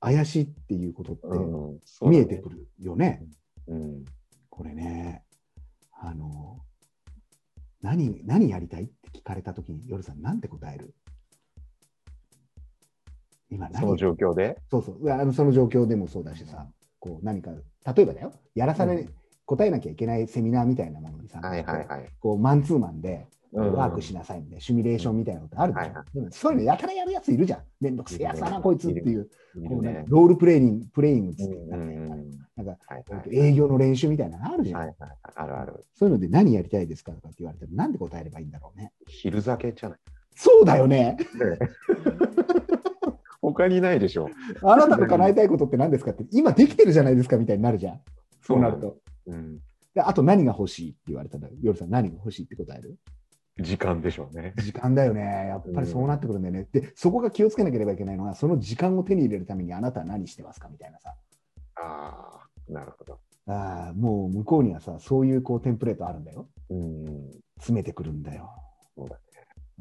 Speaker 1: 怪しいっていうことって
Speaker 2: うん
Speaker 1: 見えてくるよね。
Speaker 2: うん。
Speaker 1: これね、あの、何、何やりたいって聞かれたときに、夜さん、なんて答える今何
Speaker 2: その状況で。
Speaker 1: そうそうあの、その状況でもそうだしさ、こう何か、例えばだよ、やらされ、
Speaker 2: うん
Speaker 1: 答えなきゃいけないセミナーみたいなものにさ、
Speaker 2: はい。
Speaker 1: こうマンツーマンで
Speaker 2: うん
Speaker 1: ワークしなさいみたいな、シミュレーションみたいなことあるでしょ、
Speaker 2: はいは
Speaker 1: うんそういうのやたらやるやついるじゃん、めんどくせえやつだ
Speaker 2: いる
Speaker 1: な、
Speaker 2: ね
Speaker 1: こいつって
Speaker 2: い
Speaker 1: いう、
Speaker 2: い
Speaker 1: こ
Speaker 2: る
Speaker 1: うなんか
Speaker 2: ね。
Speaker 1: ロールプレイング、プレイングっつ
Speaker 2: う
Speaker 1: って、
Speaker 2: ん
Speaker 1: な
Speaker 2: うん
Speaker 1: か
Speaker 2: んうん。
Speaker 1: なんか
Speaker 2: はいはい
Speaker 1: 営業の練習みたいなのあるじゃん。
Speaker 2: はいはい。あるある。
Speaker 1: そういうので何やりたいですかとかって言われたら、なんで答えればいいんだろうね。
Speaker 2: 昼酒じ
Speaker 1: *laughs*
Speaker 2: ゃない。
Speaker 1: そうだよね。
Speaker 2: 他にないでしょ。
Speaker 1: あなたの叶えたいことって何ですかって、今できてるじゃないですかみたいになるじゃん。そうなると。
Speaker 2: うん。
Speaker 1: であと何が欲しいって言われたら、夜さん何が欲しいって答える
Speaker 2: 時間でしょうね。
Speaker 1: 時間だよね。やっぱりそうなってくるんだよね。で、そこが気をつけなければいけないのは、その時間を手に入れるためにあなたは何してますかみたいなさ。
Speaker 2: ああ、なるほど。
Speaker 1: ああ、もう向こうにはさ、そういうこうテンプレートあるんだよ。
Speaker 2: うん。
Speaker 1: 詰めてくるんだよ。
Speaker 2: そうだね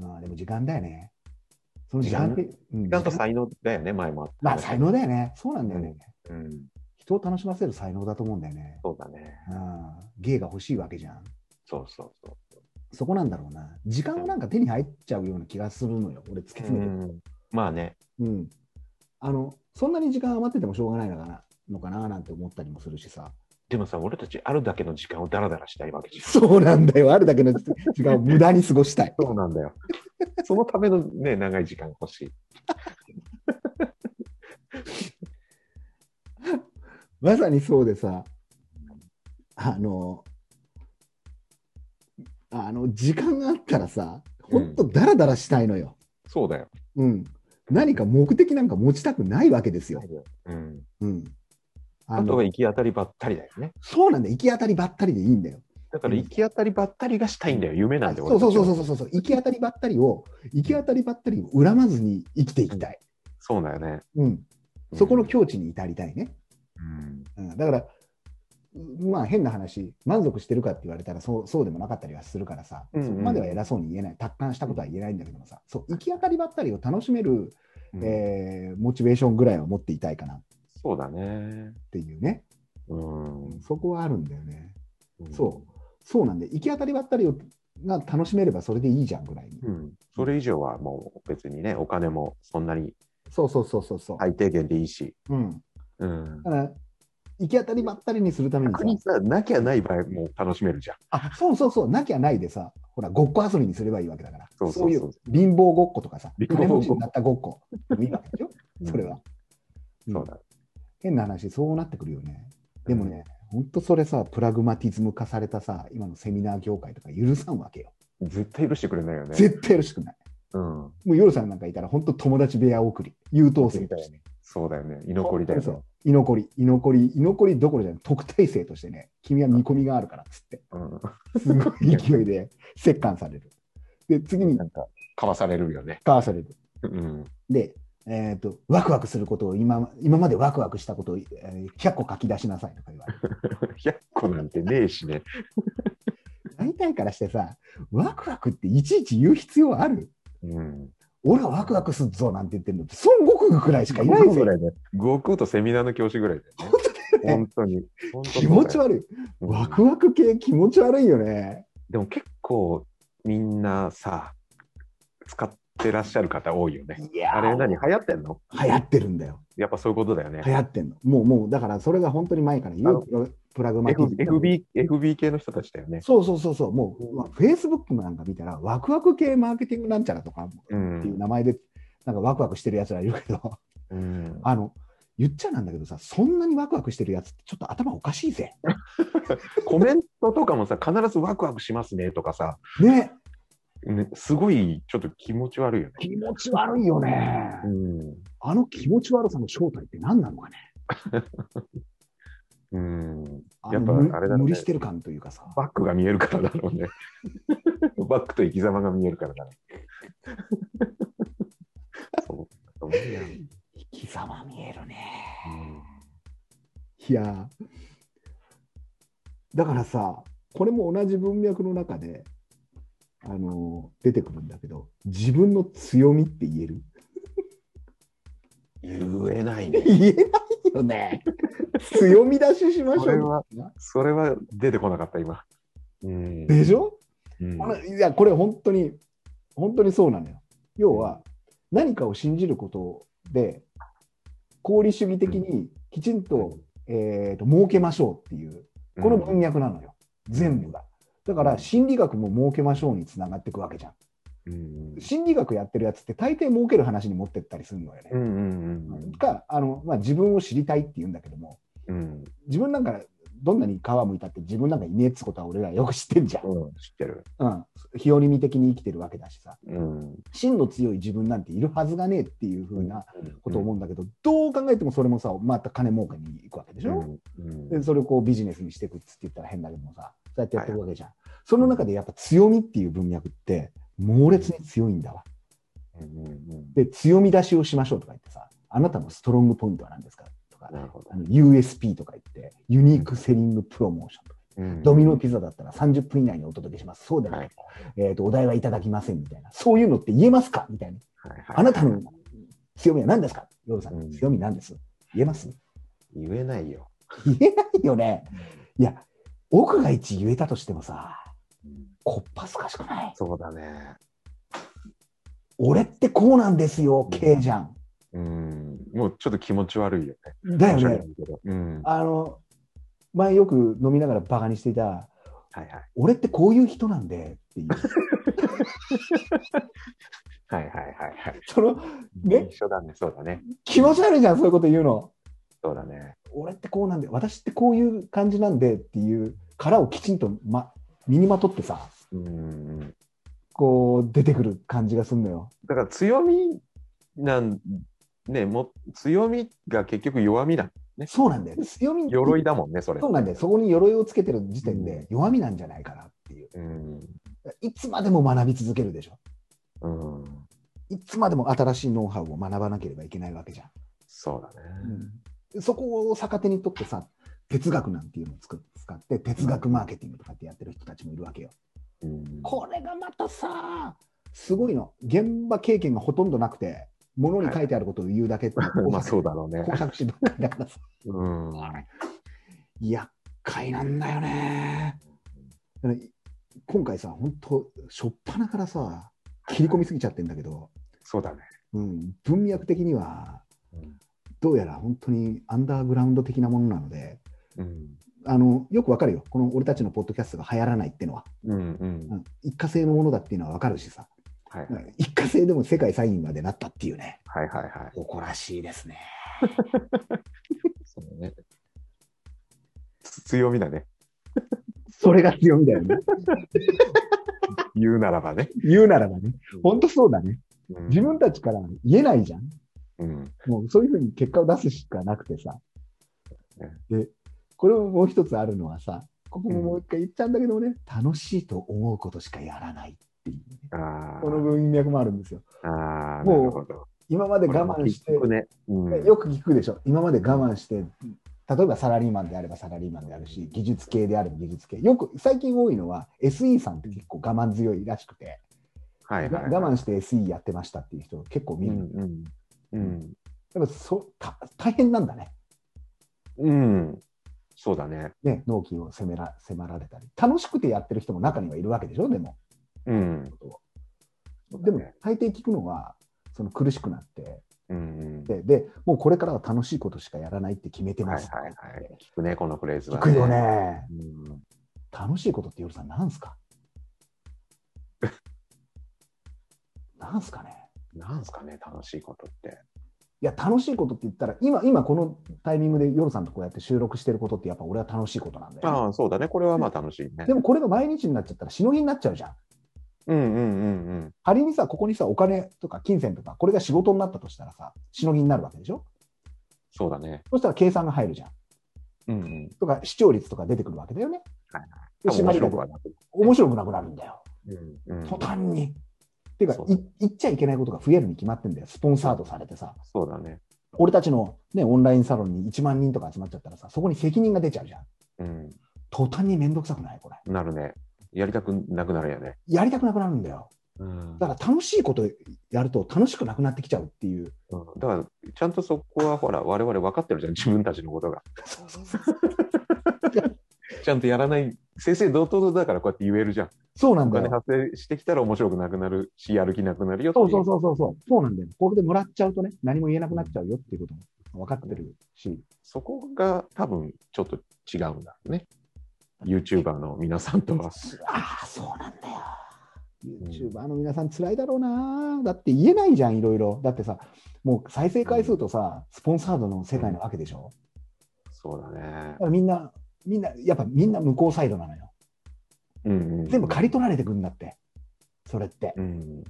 Speaker 1: ああでも時間だよね。その時間って、うん
Speaker 2: 時間と才能だよね、前もった
Speaker 1: まあ才能だよね。そうなんだよね。
Speaker 2: うん。
Speaker 1: 人を楽しませる才能だと思うんだよね。
Speaker 2: そうだね。
Speaker 1: うん、芸が欲しいわけじゃん。
Speaker 2: そうそうそ
Speaker 1: そこなんだろうな。時間がなんか手に入っちゃうような気がするのよ。俺突き
Speaker 2: う。
Speaker 1: 詰めてる
Speaker 2: うんまあね。
Speaker 1: と。うん、あの、そんなに時間余っててもしょうがないのかな。のかななんて思ったりもするしさ。
Speaker 2: でもさ、俺たちあるだけの時間をダラダラしたいわけじゃん。
Speaker 1: そうなんだよ。あるだけの時間を無駄に過ごした *laughs* い。
Speaker 2: そうなんだよ。そのためのね、長い時間欲しい。
Speaker 1: まさにそうでさ、あの、あの、時間があったらさ、ほんとダラダラしたいのよ。
Speaker 2: そうだよ。
Speaker 1: うん。何か目的なんか持ちたくないわけですよ。
Speaker 2: うん。
Speaker 1: うん。あ
Speaker 2: あ
Speaker 1: の
Speaker 2: とは行き当たりばったりだよね。
Speaker 1: そうなんだよ、行き当たりばったりでいいんだよ。
Speaker 2: だから行き当たりばったりがしたいんだよ。夢なんで。
Speaker 1: そうそうそうそううそうそう、行き当たりばったりを、行き当たりばったりを恨まずに生きていきたい。
Speaker 2: そうだよね。
Speaker 1: うん。そこの境地に至りたいね。
Speaker 2: うん。
Speaker 1: うん、だから、まあ変な話、満足してるかって言われたらそう、そうでもなかったりはするからさ、
Speaker 2: うんうん
Speaker 1: そこまでは偉そうに言えない、達観したことは言えないんだけどもさ、そう、行き当たりばったりを楽しめる、
Speaker 2: うん
Speaker 1: えーモチベーションぐらいは持っていたいかなっ
Speaker 2: そうだね。
Speaker 1: ていうね、
Speaker 2: うん。
Speaker 1: そこはあるんだよね。
Speaker 2: うん
Speaker 1: そう、そうなんで、行き当たりばったりをが楽しめればそれでいいじゃんぐらいに。
Speaker 2: うん。それ以上はもう別にね、お金もそんなに
Speaker 1: そうそうそうそうそう。
Speaker 2: 最低限でいいし。
Speaker 1: うん。
Speaker 2: うん。
Speaker 1: だから行き当たりばったりにするためにさ
Speaker 2: 逆、にさ、なきゃない場合も楽しめるじゃん。
Speaker 1: あそうそうそう、なきゃないでさ、ほら、ごっこ遊びにすればいいわけだから、
Speaker 2: そうそうそう
Speaker 1: いう貧乏ごっことかさ、
Speaker 2: 貧乏
Speaker 1: 金
Speaker 2: ごっこ
Speaker 1: 持ちになったごっこ、いいわけでしょ、それは。
Speaker 2: うん。そうだ。
Speaker 1: 変な話、そうなってくるよね。でもね、ほんとそれさ、プラグマティズム化されたさ、今のセミナー業界とか許さんわけよ。
Speaker 2: 絶対許してくれないよね。
Speaker 1: 絶対よろしくない。
Speaker 2: うん。
Speaker 1: もう夜さんなんかいたら、本当友達部屋送り、優等生としてね。
Speaker 2: そうだよね。居残りだよね
Speaker 1: そう。居残り、居残り、居残りどころじゃない、特待生としてね、君は見込みがあるからっつって、
Speaker 2: うん。
Speaker 1: すごい *laughs* 勢いで折檻される。で、次に
Speaker 2: なんか、かわされるよね。
Speaker 1: かわされる。
Speaker 2: うん。 *laughs*
Speaker 1: で、えっとワクワクすることを今今までワクワクしたことを、えー100個書き出しなさいとか言われる。
Speaker 2: 100個なんてねえしね。
Speaker 1: 大体からしてさ、ワクワクっていちいち言う必要ある
Speaker 2: うん。
Speaker 1: 俺はワクワクすっぞなんて言ってるの、孫悟空くらいしかいない
Speaker 2: ぐ
Speaker 1: ぜ。
Speaker 2: らいだよ悟空とセミナーの教師ぐらいだよね。本当に。本当
Speaker 1: 気持ち
Speaker 2: 悪
Speaker 1: 悪い。ワクワク系気持ち悪いよね。
Speaker 2: でも結構みんなさ、使ってらっしゃる方多いよね。
Speaker 1: いやー
Speaker 2: あれ何流行ってんの
Speaker 1: 流行ってるんだよ。
Speaker 2: やっぱそういうことだよね
Speaker 1: 流。行ってんの。もう、もう、だからそれが本当に前から言
Speaker 2: あ
Speaker 1: うプラ
Speaker 2: の
Speaker 1: プラグマティ
Speaker 2: F
Speaker 1: ズム。
Speaker 2: FB, FB 系の人たちだよね。
Speaker 1: そうそうそうそう、もう、フェイスブックなんか見たら、ワクワク系マーケティングなんちゃらとかって
Speaker 2: う。
Speaker 1: いうん名前で、なんかワクワクしてるやつらいるけど、 *laughs*
Speaker 2: うん、
Speaker 1: あの、言っちゃなんだけどさ、そんなにワクワクしてるやつってちょっと頭おかしいぜ。
Speaker 2: コメントとかもさ、必ずワクワクしますねとかさ、
Speaker 1: ね、
Speaker 2: ねすごいちょっと気持ち悪いよね。
Speaker 1: 気持ち悪いよね。
Speaker 2: う
Speaker 1: あの気持ち悪さの正体って何なのかね。
Speaker 2: ん。うん。
Speaker 1: あ
Speaker 2: やっぱ
Speaker 1: の
Speaker 2: あれだね
Speaker 1: 無理してる感というかさ。
Speaker 2: バックが見えるからだろう
Speaker 1: *laughs*
Speaker 2: ね。バックと生き様が見えるからだろう。そうだと思うよ
Speaker 1: 生き様見えるね。
Speaker 2: う
Speaker 1: い
Speaker 2: ん
Speaker 1: やーだからさこれも同じ文脈の中で、あのー出てくるんだけど自分の強みって言える
Speaker 2: 言えないね。
Speaker 1: 言えないよね強み出ししましょう
Speaker 2: これはそれは出てこなかった、今。うん
Speaker 1: でしょ、
Speaker 2: うん
Speaker 1: これいやこれ本当に本当にそうなのよ要は何かを信じることで功利主義的にきちんと,、えーと儲けましょうっていうこの文脈なのよ、全部が。だから心理学も儲けましょうにつながっていくわけじゃん。
Speaker 2: うん
Speaker 1: 心理学やってるやつって大抵儲ける話に持ってったりするのよ
Speaker 2: う
Speaker 1: ね。
Speaker 2: んうんうん
Speaker 1: かあの、まあ、自分を知りたいって言うんだけども
Speaker 2: うん
Speaker 1: 自分なんかどんなに皮むいたって自分なんかいねえっつことは俺らよく知ってんじゃん。
Speaker 2: うん知ってる。
Speaker 1: うん、日和見的に生きてるわけだしさ
Speaker 2: うん。
Speaker 1: 真の強い自分なんているはずがねえっていうふうなことを思うんだけど、どう考えてもそれもさまた金儲けに行くわけでしょ。
Speaker 2: うんうん
Speaker 1: でそれをこうビジネスにしていくっつって言ったら変だけどもさそうやってやってるわけじゃん、その中でやっぱ強みっていう文脈って猛烈に強いんだわ
Speaker 2: うんうん
Speaker 1: で強み出しをしましょうとか言ってさあなたのストロングポイントは何ですかとか
Speaker 2: なるほど
Speaker 1: あの USP とか言ってユニークセリングプロモーションとか、
Speaker 2: うん
Speaker 1: ドミノピザだったら30分以内にお届けしますそうでな、
Speaker 2: はいい
Speaker 1: えー、とお題はいただきませんみたいなそういうのって言えますかみたいな
Speaker 2: はいはい
Speaker 1: あなたの強みは何ですかヨルさん、
Speaker 2: うん
Speaker 1: 強み何です言えます
Speaker 2: 言えないよ。
Speaker 1: 言えないよね。いや、奥が一言えたとしてもさ、こっぱすかしくない。
Speaker 2: そうだね。
Speaker 1: 俺ってこうなんですよ、
Speaker 2: うん
Speaker 1: K じゃん。
Speaker 2: うん。もうちょっと気持ち悪いよね。
Speaker 1: だよ
Speaker 2: 申し訳
Speaker 1: ね
Speaker 2: な。いけどうん。は
Speaker 1: あの、前よく飲みながらバカにしていた、
Speaker 2: いはい。
Speaker 1: 俺ってこういう人なんでっていう、 *laughs*
Speaker 2: はいはいはいはい。
Speaker 1: そのね
Speaker 2: 一緒だね。そうだね。
Speaker 1: 気持ち悪いじゃん、そういうこと言うの。
Speaker 2: そうだね。
Speaker 1: 俺ってこうなんで、私ってこういう感じなんでっていう殻をきちんと、ま、身にまとってさ、
Speaker 2: うん。
Speaker 1: こう出てくる感じがすんのよ。
Speaker 2: だから強みなん、ね、も強みが結局弱みだ。
Speaker 1: そうなんだよ。強み
Speaker 2: 鎧だもんね、それ。
Speaker 1: そうなんだよ。そこに鎧をつけてる時点で弱みなんじゃないかなっていう。
Speaker 2: うん。
Speaker 1: いつまでも学び続けるでしょ。
Speaker 2: うん。
Speaker 1: いつまでも新しいノウハウを学ばなければいけないわけじゃん。
Speaker 2: そうだね。
Speaker 1: そこを逆手にとってさ、哲学なんていうのをつく使って、哲学マーケティングとかってやってる人たちもいるわけよ。
Speaker 2: うん。
Speaker 1: これがまたさ、すごいの。現場経験がほとんどなくて、ものに書いてあることを言うだけって、
Speaker 2: まあそうだろうね。
Speaker 1: 工作しばっかりだからさ、
Speaker 2: うん。
Speaker 1: 厄介なんだよね。だから今回さ、本当、しょっぱなからさ、切り込みすぎちゃってんだけど、
Speaker 2: そうだね。
Speaker 1: うん、文脈的には、
Speaker 2: うん
Speaker 1: どうやら本当にアンダーグラウンド的なものなので、
Speaker 2: うん。
Speaker 1: あのよくわかるよ、この俺たちのポッドキャストが流行らないってのは、
Speaker 2: うんうん
Speaker 1: う。ん一過性のものだっていうのはわかるしさ、
Speaker 2: はい
Speaker 1: だから一過性でも世界3位までなったっていうね、
Speaker 2: はいはいはい。
Speaker 1: 誇らしいですね。
Speaker 2: そうね。つ強みだね。
Speaker 1: それが強みだよね。
Speaker 2: 言うならばね。
Speaker 1: 言うならばね。本当そうだね。
Speaker 2: うん
Speaker 1: 自分たちから言えないじゃん。
Speaker 2: うん。
Speaker 1: もうそういうふうに結果を出すしかなくてさ
Speaker 2: ね。
Speaker 1: で、これももう一つあるのはさ、ここももう一回言っちゃうんだけどもね、楽しいと思うことしかやらないっていう、ね、
Speaker 2: あ
Speaker 1: この文脈もあるんですよ。
Speaker 2: あ。ああ、な
Speaker 1: もう
Speaker 2: るほど。
Speaker 1: 今まで我慢して、
Speaker 2: これも結局ね。うん。
Speaker 1: よく聞くでしょ、今まで我慢して、例えばサラリーマンであればサラリーマンであるし、技術系であれば技術系、よく最近多いのは、SE さんって結構我慢強いらしくて、
Speaker 2: はい
Speaker 1: が
Speaker 2: はい。
Speaker 1: 我慢して SE やってましたっていう人結構
Speaker 2: う
Speaker 1: 見る。
Speaker 2: ん。うん。
Speaker 1: やっぱそた大変なんだね。
Speaker 2: うん。うん。そうだね。
Speaker 1: ね、納期を迫ら迫られたり、楽しくてやってる人も中にはいるわけでしょ、でも。
Speaker 2: うん。
Speaker 1: でも、大抵聞くのは、その苦しくなって
Speaker 2: うんうん。
Speaker 1: で、で、もうこれからは楽しいことしかやらないって決めてます。
Speaker 2: はいはいはい。聞くね、このフレーズ
Speaker 1: 聞
Speaker 2: は、
Speaker 1: くよ。ね。
Speaker 2: うん、
Speaker 1: 楽しいことって、夜さん、なんすか *laughs* なんすかね。
Speaker 2: なんすかね、楽しいことって。
Speaker 1: いや、楽しいことって言ったら、今、今このタイミングで夜さんとこうやって収録してることって、やっぱ俺は楽しいことなんだよね、
Speaker 2: ああ、そうだね。これはまあ楽しいね
Speaker 1: で。もこれが毎日になっちゃったら、しのぎになっちゃうじゃん。
Speaker 2: うんうんうんうん。
Speaker 1: 仮にさ、ここにさ、お金とか金銭とか、これが仕事になったとしたらさ、しのぎになるわけでしょ
Speaker 2: そうだね。
Speaker 1: そしたら計算が入るじゃん。
Speaker 2: うんうん。
Speaker 1: とか、視聴率とか出てくるわけだよね。
Speaker 2: はい
Speaker 1: で締ま
Speaker 2: 面
Speaker 1: りが
Speaker 2: 白くはなく。
Speaker 1: 面白くなくなるんだよ。
Speaker 2: うんうん
Speaker 1: 途端に。ていうか
Speaker 2: そう
Speaker 1: い、言っちゃいけないことが増えるに決まってんだよ。スポンサードされてさ。
Speaker 2: そうだね。
Speaker 1: 俺たちのね、オンラインサロンに1万人とか集まっちゃったらさ、そこに責任が出ちゃうじゃん。
Speaker 2: うん。
Speaker 1: 途端にめんどくさくないこれ。
Speaker 2: なるね。やりたくなくなるよね。
Speaker 1: やりたくなくなるんだよ。
Speaker 2: うん
Speaker 1: だから楽しいことやると楽しくなくなってきちゃうっていう。
Speaker 2: うんだから、ちゃんとそこはほら、我々分かってるじゃん、自分たちのことが。
Speaker 1: そうそうそう。
Speaker 2: ちゃんとやらない、正々堂々だからこうやって言えるじゃん。
Speaker 1: *laughs* そうな
Speaker 2: お
Speaker 1: んだ
Speaker 2: 金
Speaker 1: よ。
Speaker 2: 発生してきたら面白くなくなるし、やる気なくなるよってい
Speaker 1: そうそうそうそうそう。そうなんだよ。これでもらっちゃうとね、何も言えなくなっちゃうよっていうことも分かってるし。
Speaker 2: そこが多分ちょっと違うんだろうね。YouTuber の皆さんとは。
Speaker 1: ああ、そうなんだよ。YouTuber の皆さん、辛いだろうな。だって言えないじゃん、いろいろ。だってさ、もう再生回数とさ、スポンサードの世界なわけでしょ。
Speaker 2: そうだね
Speaker 1: だか。らみんな、みんな、やっぱみんな向こうサイドなのよ。
Speaker 2: うんうん、
Speaker 1: 全部刈り取られてくんだって、それって。
Speaker 2: うん、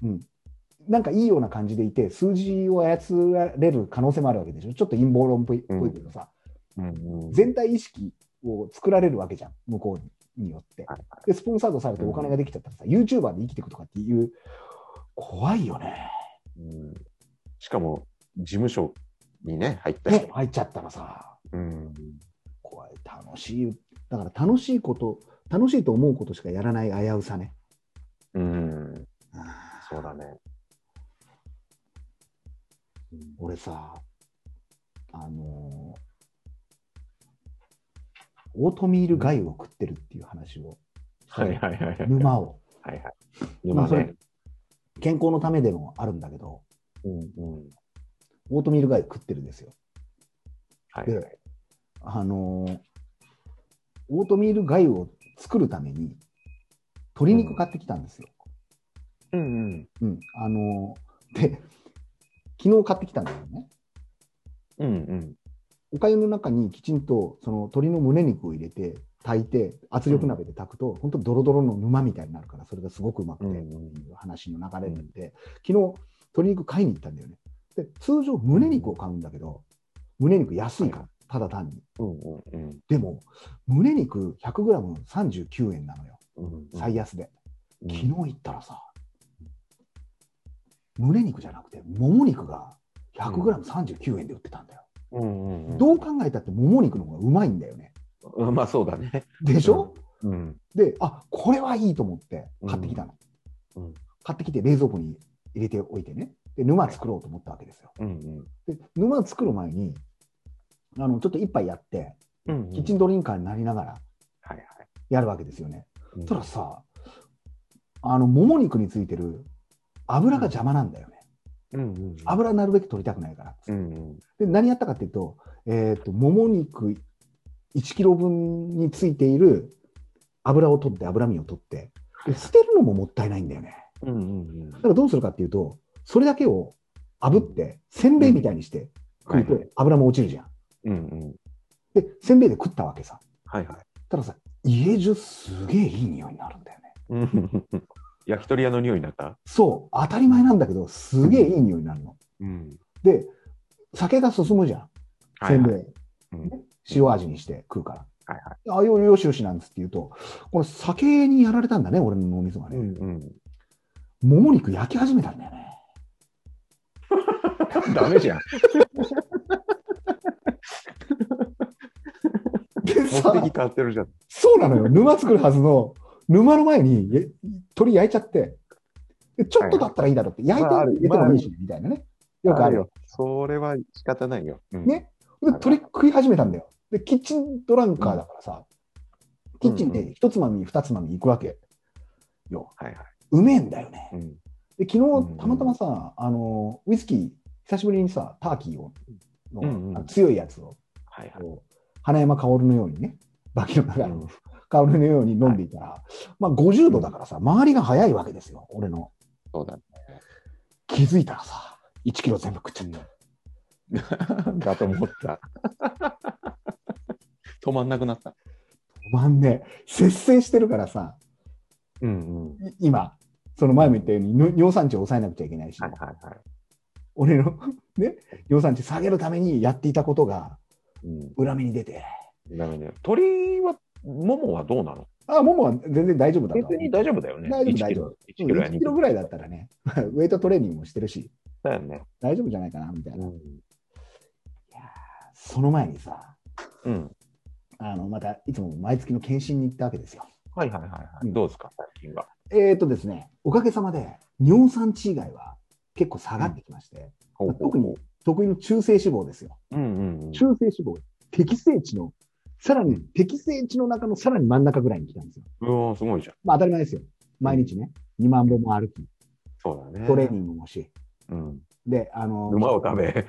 Speaker 1: なんかいいような感じでいて、数字を操られる可能性もあるわけでしょ。ちょっと陰謀論っぽいっぽいけどさ、
Speaker 2: うんうん。
Speaker 1: 全体意識を作られるわけじゃん、向こうによって。
Speaker 2: はい
Speaker 1: で、スポンサードされてお金ができちゃったらさ、YouTuber で生きていくとかっていう、怖いよね。
Speaker 2: うんしかも、事務所にね、入ったり、
Speaker 1: ね、入っちゃったらさ、
Speaker 2: うん。
Speaker 1: 怖い、楽しい。だから楽しいこと、楽しいと思うことしかやらない危うさね。
Speaker 2: うん。そうだね。
Speaker 1: 俺さ、あのーオートミール貝を食ってるっていう話を、
Speaker 2: はいはいはいはい。
Speaker 1: 沼を。
Speaker 2: はいはい。
Speaker 1: まあ
Speaker 2: 今
Speaker 1: それ
Speaker 2: ね。
Speaker 1: 健康のためでもあるんだけど、
Speaker 2: うんうん。
Speaker 1: オートミール貝食ってるんですよ。
Speaker 2: はいはい。
Speaker 1: で、あのーオートミール貝を作るために、鶏肉買ってきたんですよ。
Speaker 2: うんうん。
Speaker 1: うん。あのーで、昨日買ってきたんだよね。
Speaker 2: うんうん。
Speaker 1: おかゆの中にきちんとその鶏の胸肉を入れて炊いて圧力鍋で炊くと、本当ドロドロの沼みたいになるからそれがすごくうまくてっ
Speaker 2: うん
Speaker 1: てい
Speaker 2: うん
Speaker 1: う話の流れなんで、昨日鶏肉買いに行ったんだよねで通常胸肉を買うんだけど胸肉安いから、ただ単に
Speaker 2: うんうんうん
Speaker 1: でも胸肉 100g39 円なのよ
Speaker 2: うん。
Speaker 1: 最安で、
Speaker 2: うん
Speaker 1: 昨日行ったらさ胸肉じゃなくてもも肉が 100g39 円で売ってたんだよ、
Speaker 2: うんうんうん。
Speaker 1: どう考えたってもも肉の方がうまいんだよね
Speaker 2: うんまあそうだね。
Speaker 1: でしょ、
Speaker 2: うん。
Speaker 1: で、あこれはいいと思って買ってきたの。
Speaker 2: うんうん
Speaker 1: 買ってきて冷蔵庫に入れておいてね。で、沼作ろうと思ったわけですよ。
Speaker 2: うんうん。
Speaker 1: で、沼作る前に、あのちょっと一杯やって、
Speaker 2: うんうん
Speaker 1: キッチンドリンカーになりながら
Speaker 2: はいはい。
Speaker 1: やるわけですよね。
Speaker 2: うん
Speaker 1: たださ、あの、もも肉についてる油が邪魔なんだよね。
Speaker 2: うんうんうん。
Speaker 1: 油なるべく取りたくないから。
Speaker 2: うんうん。
Speaker 1: で、何やったかっていうと、えっ、と、もも肉1キロ分についている油を取って、脂身を取って、で捨てるのももったいないんだよね。
Speaker 2: うんうんうん
Speaker 1: だからどうするかっていうと、それだけを炙って、せんべいみたいにして食う
Speaker 2: はいは
Speaker 1: と油も落ちるじゃん。
Speaker 2: うんうん。
Speaker 1: で、せんべいで食ったわけさ。 *laughs*
Speaker 2: はいはい。
Speaker 1: たださ、家中すげえいい匂いになるんだよね。
Speaker 2: うん焼き鳥屋の匂いになった
Speaker 1: そう、当たり前なんだけど、すげえいい匂いになるの。
Speaker 2: うん。
Speaker 1: で、酒が進むじゃん。
Speaker 2: は
Speaker 1: せ
Speaker 2: い
Speaker 1: ん
Speaker 2: はい。
Speaker 1: べい、
Speaker 2: うん
Speaker 1: 塩味にして食うから。
Speaker 2: はい
Speaker 1: あよよしよしなんつって言うと、これ酒にやられたんだね、俺の脳みそが
Speaker 2: う
Speaker 1: ね。
Speaker 2: んうん。
Speaker 1: もも肉焼き始めたんだよね。
Speaker 2: ダメじゃ
Speaker 1: *laughs*
Speaker 2: ん。
Speaker 1: で
Speaker 2: 目
Speaker 1: さ、
Speaker 2: 的変わってるじゃん。
Speaker 1: そうなのよ。沼作るはずの、沼の前にえ鳥焼いちゃって、でちょっとだったらいいだろうって、焼いて
Speaker 2: まあある
Speaker 1: 入れてもいいしね、みたいなね。よくあるよ。。
Speaker 2: それは仕方ないよ。うん
Speaker 1: ね。で、鳥食い始めたんだよ。で、キッチンドランカーだからさ、キッチン
Speaker 2: うん
Speaker 1: で一つまみ、二つまみいくわけよ。
Speaker 2: はいは
Speaker 1: うめえんだよね
Speaker 2: い。。うん。
Speaker 1: で、昨
Speaker 2: うん
Speaker 1: 日たまたまさ、あの、ウイスキー、久しぶりにさ、ターキーを、の
Speaker 2: うんうん
Speaker 1: あの強いやつを、
Speaker 2: はいはい。
Speaker 1: こう花山薫のようにね、バキの中の薫のように飲んでいたら、まあ50度だからさ、周りが早いわけですよ、俺の。
Speaker 2: そうだね。
Speaker 1: 気づいたらさ、1キロ全部食っちゃった。
Speaker 2: だと
Speaker 1: *laughs*
Speaker 2: 思った。止まんなくなった。
Speaker 1: 止まんねえ、節制してるからさ、
Speaker 2: うんうん。
Speaker 1: い今、その前も言ったように、の尿酸値を抑えなくちゃいけないし、
Speaker 2: はいはいはい。
Speaker 1: 俺のね、尿酸値下げるためにやっていたことが
Speaker 2: うん。
Speaker 1: 裏目に出て、
Speaker 2: ダメね。鳥は、ももはどうなの
Speaker 1: あ、ももは全然大丈夫だと。
Speaker 2: 別に大丈夫だよね。
Speaker 1: 大丈夫
Speaker 2: 1キロ。1キロや
Speaker 1: 1
Speaker 2: 2
Speaker 1: キロぐらいだったらね、 *laughs* ウェイトトレーニングもしてるし、
Speaker 2: だよね。
Speaker 1: 大丈夫じゃないかな、みたいな。
Speaker 2: ん。
Speaker 1: その前にさ、
Speaker 2: うん。
Speaker 1: あの、またいつも毎月の検診に行ったわけですよ。
Speaker 2: はいはいはいは
Speaker 1: うん
Speaker 2: い。どうですか、最近は。
Speaker 1: えー、とですね、おかげさまで尿酸値以外は結構下がってきまして、
Speaker 2: ほうほう
Speaker 1: 特に得意の中性脂肪ですよ。
Speaker 2: うんうんうん。
Speaker 1: 中性脂肪、適正値の、さらに適正値の中のさらに真ん中ぐらいに来たんですよ。
Speaker 2: うわーすごいじゃん。
Speaker 1: まあ当たり前ですよ。毎日ね、2万歩も歩き、
Speaker 2: そうだね。
Speaker 1: トレーニングもし、
Speaker 2: うん。
Speaker 1: で、あの、
Speaker 2: 馬を食べ。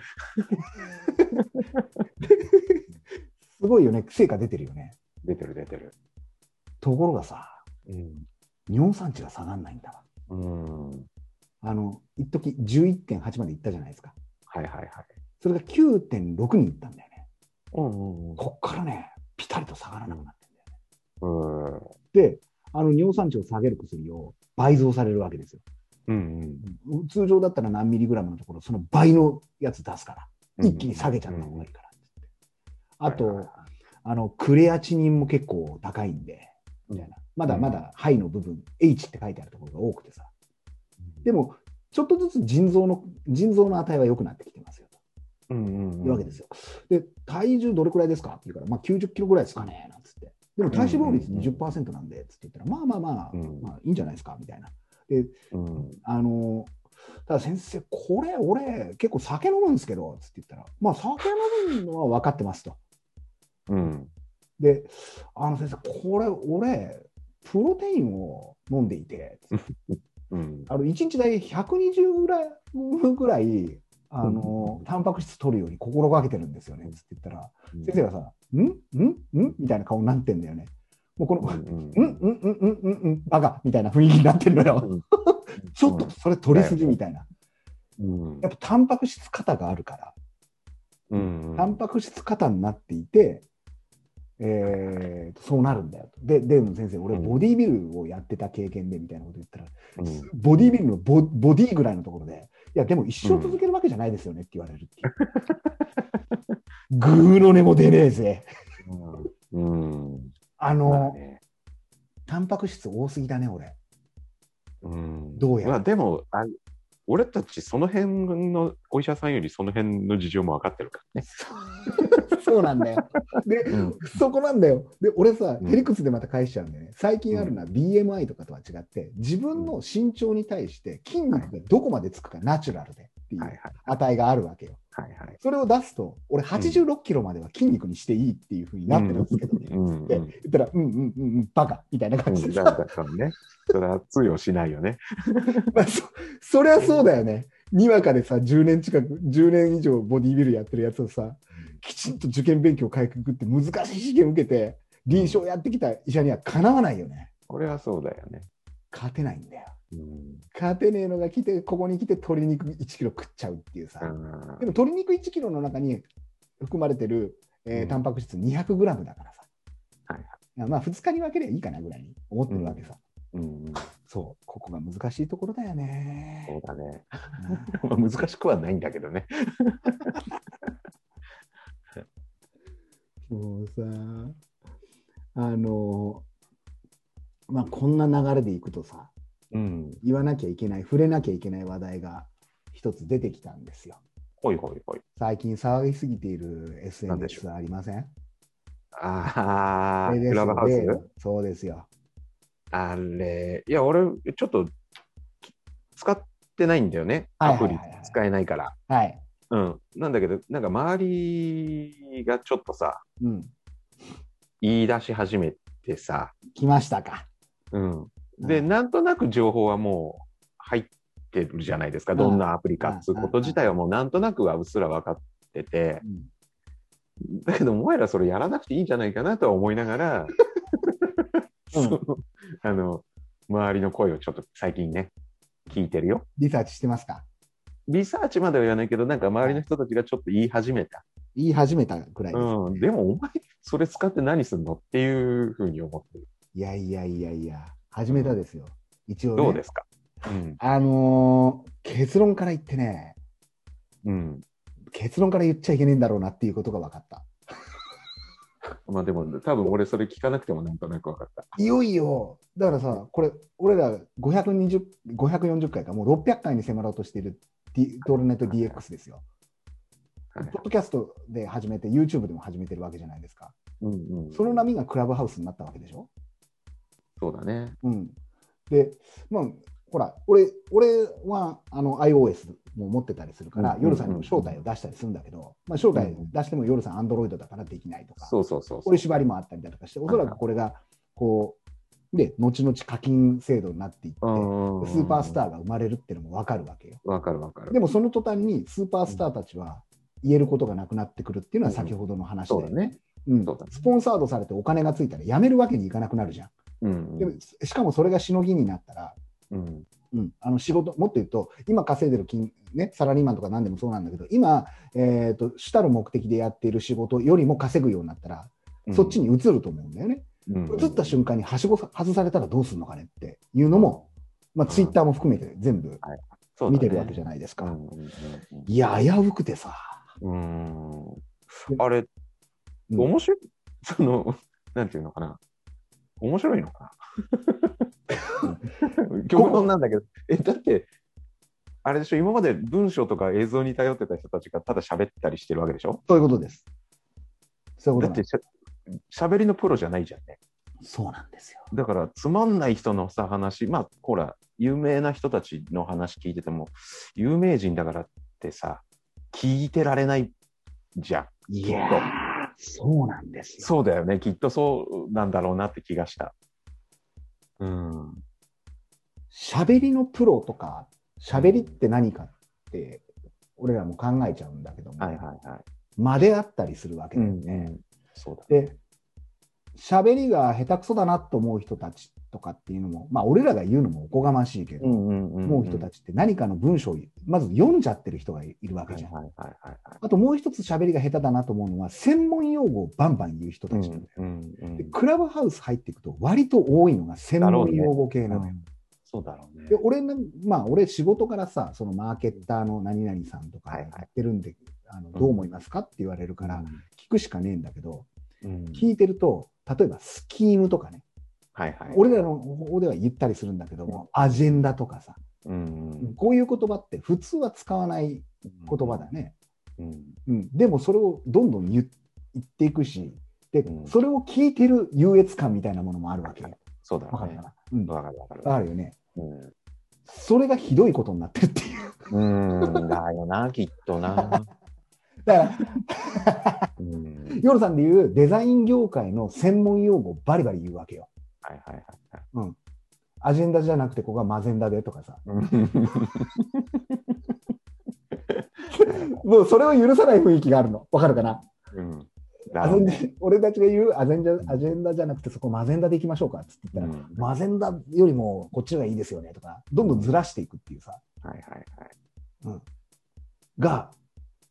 Speaker 1: すごいよね、成果出てるよね。
Speaker 2: 出てる出てる。
Speaker 1: ところがさ、
Speaker 2: うん。
Speaker 1: 尿酸値が下がんないんだわ。
Speaker 2: うん。
Speaker 1: あの、一時11.8まで行ったじゃないですか。
Speaker 2: はいはいはい。
Speaker 1: それが9.6に行ったんだよね。
Speaker 2: うんうん
Speaker 1: こっからね、ピタリと下がらなくなってんだよ。
Speaker 2: うん。うん
Speaker 1: で、あの尿酸値を下げる薬を倍増されるわけですよ。
Speaker 2: うん
Speaker 1: 通常だったら何ミリグラムのところ、その倍のやつ出すか
Speaker 2: うん。
Speaker 1: ら、一気に下げちゃった方がいいからって言って。
Speaker 2: はい
Speaker 1: あ
Speaker 2: はい
Speaker 1: と、あの、クレアチニンも結構高いんで、みたいな。まだまだ肺の部分、H って書いてあるところが多くてさ。でも、ちょっとずつ腎臓の、腎臓の値は良くなってきてますよ。
Speaker 2: うんうん
Speaker 1: と
Speaker 2: うん。
Speaker 1: いうわけですよ。で、体重どれくらいですかって言うから、まあ90キロぐらいですかね、なんつって。でも体脂肪率
Speaker 2: うんうんうん
Speaker 1: 20%なんで、つって言ったら、まあまあまあ、
Speaker 2: うん
Speaker 1: まあいいんじゃないですか、みたいな。
Speaker 2: うん。
Speaker 1: あのただ先生、これ、俺、結構酒飲むんですけど、つって言ったら、まあ、酒飲むのは分かってますと。
Speaker 2: うん。
Speaker 1: で、あの先生、これ、俺、プロテインを飲んでいて、つって
Speaker 2: うん。
Speaker 1: あの1日大体120ぐらいぐらい、あのタンパク質取るように心がけてるんですよね、つって言ったら、先生がさ、んんんみたいな顔になってんだよね。もうこの、
Speaker 2: うんん
Speaker 1: うんうんうんうんうん、バカみたいな雰囲気になってるのよ。ちょっとそれ取りすぎみたいな。
Speaker 2: うん。
Speaker 1: やっぱタンパク質過多があるから、
Speaker 2: うん。
Speaker 1: タンパク質過多になっていて、えー、そうなるんだよと。で、デーブの先生、俺、
Speaker 2: うん
Speaker 1: ボディービルをやってた経験でみたいなこと言ったら、
Speaker 2: うん
Speaker 1: ボディービルのボボディぐらいのところで、いや、でも一生続けるわけじゃないですよねって言われるっていう。
Speaker 2: *laughs*
Speaker 1: ぐーの音も出ねえぜ。
Speaker 2: うん。うん。
Speaker 1: あ
Speaker 2: まあ
Speaker 1: の、
Speaker 2: ね
Speaker 1: タンパク質多すぎだね、
Speaker 2: *laughs*
Speaker 1: 俺。
Speaker 2: うん
Speaker 1: どうやら
Speaker 2: まあでも、あ俺たちその辺のお医者さんよりその辺の事情も分かってるからね。
Speaker 1: そうなんだよ。で、
Speaker 2: うん
Speaker 1: そこなんだよ。で、俺さ、
Speaker 2: うん
Speaker 1: へりくつでまた返しちゃうんだよね。最近あるのは BMI とかとは違って、自分の身長に対して筋肉がどこまでつくか、ナチュラルでってい
Speaker 2: はいはいう
Speaker 1: 値があるわけよ。
Speaker 2: はいはい。
Speaker 1: それを出すと、俺86キロまでは筋肉にしていいっていうふうになってるんですけどね。
Speaker 2: うん
Speaker 1: で言ったら、うんうんうんうん、バカみたいな
Speaker 2: う
Speaker 1: 感じ
Speaker 2: ん、
Speaker 1: で
Speaker 2: だ
Speaker 1: さ、
Speaker 2: だから *laughs* ね、それは通用しないよね。
Speaker 1: まあそそりゃそうだよね。にわかでさ、10年近く、10年以上ボディービルやってるやつをさ、きちんと受験勉強をかいくぐって難しい試験受けて、臨床やってきた医者にはかなわないよね。
Speaker 2: これはそうだよね。
Speaker 1: 勝てないんだよ。
Speaker 2: うん、
Speaker 1: 勝てねえのが来て、ここに来て鶏肉1キロ食っちゃうっていうさ。
Speaker 2: あ
Speaker 1: でも鶏肉1キロの中に含まれてる、えー
Speaker 2: うん
Speaker 1: タンパク質200グラムだからさ。
Speaker 2: はい
Speaker 1: まあ2日に分ければいいかなぐらいに思ってるわけさ。
Speaker 2: うんうん、
Speaker 1: そう、ここが難しいところだよね。
Speaker 2: そうだね。 *laughs* まあ難しくはないんだけどね。
Speaker 1: もうさ、あの、まあ、こんな流れでいくとさ、
Speaker 2: うん。
Speaker 1: 言わなきゃいけない、触れなきゃいけない話題が一つ出てきたんですよ。
Speaker 2: ほいほいほい。
Speaker 1: 最近騒ぎすぎている
Speaker 2: なんでし
Speaker 1: SNS ありません
Speaker 2: ああ、
Speaker 1: で
Speaker 2: クラブハウス
Speaker 1: でそうですよ。
Speaker 2: あれ、いや、俺、ちょっとき使ってないんだよね。
Speaker 1: はい
Speaker 2: ア
Speaker 1: はい
Speaker 2: プ
Speaker 1: はい
Speaker 2: リ使えないから。
Speaker 1: はい。
Speaker 2: うん。なんだけど、なんか周りがちょっとさ、
Speaker 1: うん。
Speaker 2: 言い出し始めてさ、
Speaker 1: 来ましたか。
Speaker 2: うん。で、
Speaker 1: うん
Speaker 2: なんとなく情報はもう入ってるじゃないですか。
Speaker 1: うん
Speaker 2: どんなアプリかっつうこと自体はもうなんとなくはうっすら分かってて
Speaker 1: う。ん
Speaker 2: だけど、お前らそれやらなくていいんじゃないかなとは思いながら、
Speaker 1: うん
Speaker 2: *laughs* そのあの、周りの声をちょっと最近ね、聞いてるよ。
Speaker 1: リサーチしてますか
Speaker 2: リサーチまでは言わないけど、なんか周りの人たちがちょっと言い始めた。
Speaker 1: 言い始めたぐらいです。
Speaker 2: うん。でも、お前、それ使って何すんのっていうふうに思ってる。
Speaker 1: いやいやいやいや、始めたですよ。一応ね。
Speaker 2: どうですかうん。
Speaker 1: あのー結論から言ってね、
Speaker 2: うん。
Speaker 1: 結論から言っちゃいけねえんだろうなっていうことが分かった。
Speaker 2: まあでも、多分俺それ聞かなくてもなんとなく分かった。
Speaker 1: いよいよ、だからさ、これ、俺ら520 540回か、もう600回に迫ろうとしている、D、トールネット DX ですよ。
Speaker 2: はい
Speaker 1: ポッドキャストで始めて、YouTube でも始めてるわけじゃないですか。
Speaker 2: うんうん。
Speaker 1: その波がクラブハウスになったわけでしょ。
Speaker 2: そうだね。
Speaker 1: うん、で、まあ、ほら、俺俺はあの iOS も持ってたりするから、
Speaker 2: うん
Speaker 1: 夜さんにも招待を出したりするんだけど、まあ、招待出しても夜さん、Android だからできないとか、
Speaker 2: そうそうそう
Speaker 1: こ
Speaker 2: そう。
Speaker 1: いうう縛りもあったりだとかして、おそらくこれが、こう、で、後々課金制度になっていって、
Speaker 2: うん
Speaker 1: スーパースターが生まれるっていうのも分かるわけよ。
Speaker 2: わかるわかる。
Speaker 1: でも、その途端にスーパースターたちは言えることがなくなってくるっていうのは先ほどの話で、
Speaker 2: そうだね。
Speaker 1: うん
Speaker 2: そうだね
Speaker 1: スポンサードされてお金がついたらやめるわけにいかなくなるじゃん。
Speaker 2: うん
Speaker 1: でもしかもそれがしのぎになったら、
Speaker 2: うん。
Speaker 1: うん、あの仕事、もっと言うと、今稼いでる金、ね、サラリーマンとか何でもそうなんだけど、今、えー、と主たる目的でやっている仕事よりも稼ぐようになったら、
Speaker 2: うん。
Speaker 1: そっちに移ると思うんだよね。
Speaker 2: うん
Speaker 1: 移った瞬間にはしごさ外されたらどうするのかねっていうのも、まあ、
Speaker 2: うん
Speaker 1: ツイッターも含めて全部
Speaker 2: そうだね
Speaker 1: 見てるわけじゃないですか。
Speaker 2: うんうん
Speaker 1: いや、危うくてさ、
Speaker 2: うんうん。あれ、
Speaker 1: うん
Speaker 2: 面白い、 *laughs* その、なんていうのかな。面白いのか *laughs* な。極論なんだけど、え、だって、あれでしょ、今まで文章とか映像に頼ってた人たちがただ喋ったりしてるわけでしょ
Speaker 1: そういうことです。そういうこ
Speaker 2: だ
Speaker 1: と
Speaker 2: っ
Speaker 1: なん
Speaker 2: てしゃ、喋りのプロじゃないじゃんね。
Speaker 1: そうなんですよ。
Speaker 2: だから、つまんない人のさ、話、まあ、ほら、有名な人たちの話聞いてても、有名人だからってさ、聞いてられないじゃん。
Speaker 1: い
Speaker 2: きっ
Speaker 1: や
Speaker 2: と
Speaker 1: ー、そうなんですよ。
Speaker 2: そうだよね。きっとそうなんだろうなって気がした。うん。
Speaker 1: 喋りのプロとか喋りって何かって俺らも考えちゃうんだけども、
Speaker 2: はいはいはい。
Speaker 1: 間であったりするわけだよ
Speaker 2: う
Speaker 1: ね。
Speaker 2: んそうだ。
Speaker 1: で喋りが下手くそだなと思う人たちとかっていうのもまあ俺らが言うのもおこがましいけど、
Speaker 2: うんう
Speaker 1: 思う人たちって何かの文章をまず読んじゃってる人がいるわけ
Speaker 2: はい
Speaker 1: じゃん。
Speaker 2: はいはいはい。
Speaker 1: あともう一つ喋りが下手だなと思うのは専門用語をバンバン言う人たちなんだよ。
Speaker 2: うんうん
Speaker 1: でクラブハウス入っていくと割と多いのが専門用語系なのよ。
Speaker 2: そうだろうね
Speaker 1: で。俺なんまあ、俺仕事からさそのマーケッターの何々さんとか
Speaker 2: はい
Speaker 1: や
Speaker 2: はい
Speaker 1: ってるんで、あのどう思いますかって言われるから聞くしかねえんだけど、
Speaker 2: うん、
Speaker 1: 聞いてると例えばスキームとかね、
Speaker 2: はいはい。
Speaker 1: 俺らの方では言ったりするんだけども、アジェンダとかさ
Speaker 2: うん
Speaker 1: こういう言葉って普通は使わない言葉だね、
Speaker 2: うん。
Speaker 1: うん、でもそれをどんどん言言っていくしで、
Speaker 2: うん
Speaker 1: それを聞いてる優越感みたいなものもあるわけよ
Speaker 2: そうだ
Speaker 1: わ
Speaker 2: ろ
Speaker 1: か
Speaker 2: う
Speaker 1: る
Speaker 2: ね
Speaker 1: か。な、うん、わ
Speaker 2: わかるわかる。
Speaker 1: かるよね
Speaker 2: うん
Speaker 1: それがひどいことになってるっていう
Speaker 2: うん。だよな、きっと *laughs* な。
Speaker 1: だから
Speaker 2: うん。
Speaker 1: 夜さんで言うデザイン業界の専門用語をバリバリ言うわけよ。
Speaker 2: はいはいはいはい。
Speaker 1: アジェンダじゃなくてここがマゼンダでとかさ。もうそれを許さない雰囲気があるの。わかるかな、
Speaker 2: うん。だ
Speaker 1: アジェ
Speaker 2: ろう
Speaker 1: ン
Speaker 2: ね
Speaker 1: ダ俺たちが言うアジェンダアジェンダじゃなくてそこマゼンダでいきましょうかっつって
Speaker 2: う
Speaker 1: 言ったら、
Speaker 2: ん
Speaker 1: マゼンダよりもこっちの方がいいですよねとか、どんどんずらしていくっていうさ、
Speaker 2: はいはいはい。
Speaker 1: が、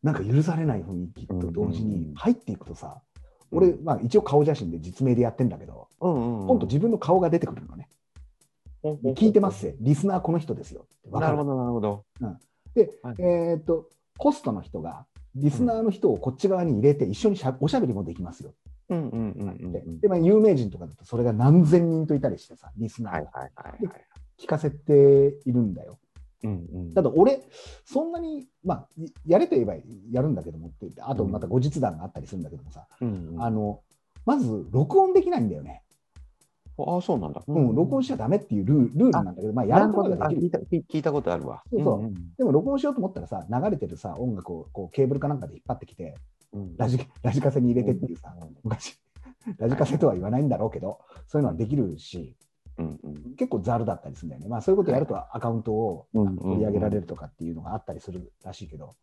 Speaker 1: なんか許されない雰囲気と同時
Speaker 2: うんうんう
Speaker 1: に
Speaker 2: ん
Speaker 1: 入っていくとさ、俺、まあ一応顔写真で実名でやってんだけど、
Speaker 2: うんうんうん
Speaker 1: 今度自分の顔が出てくるのね。聞いてます。せ、リスナーこの人ですよってわ
Speaker 2: な
Speaker 1: か
Speaker 2: る
Speaker 1: る
Speaker 2: ほど、なるほど。
Speaker 1: で、
Speaker 2: はい
Speaker 1: えーっと、ホストの人が、リスナーの人をこっち側に入れて、一緒にしゃおしゃべりもできますよ
Speaker 2: うんうんうん
Speaker 1: って
Speaker 2: うん
Speaker 1: なって、で、まあ、有名人とかだと、それが何千人といたりしてさ、リスナ
Speaker 2: はい
Speaker 1: ー
Speaker 2: はい
Speaker 1: を
Speaker 2: はいはい。
Speaker 1: 聞かせているんだよ。
Speaker 2: うんうん
Speaker 1: ただ、俺、そんなに、まあ、いやれと言えばやるんだけどもって言って、あとまた後日談があったりするんだけどもさ、
Speaker 2: うんうん
Speaker 1: あの、まず、録音できないんだよね。
Speaker 2: ああ、そうなんだ。う
Speaker 1: うん、録音しちゃダメっていうルールールなんだけど、まあ、やることが
Speaker 2: あ
Speaker 1: できる
Speaker 2: 聞いた聞聞いたことあるわ。
Speaker 1: そうそうん
Speaker 2: ん
Speaker 1: でも録音しようと思ったらさ、流れてるさ、音楽をこうケーブルかなんかで引っ張ってきて、
Speaker 2: うん
Speaker 1: ラジラジカセに入れてっていうさ、昔、ラジカセとは言わないんだろうけど、そういうのはできるし、
Speaker 2: うんうん
Speaker 1: 結構ザルだったりするんだよね。まあ、そういうことやるとアカウントを
Speaker 2: うん
Speaker 1: 取り上げられるとかっていうのがあったりするらしいけど、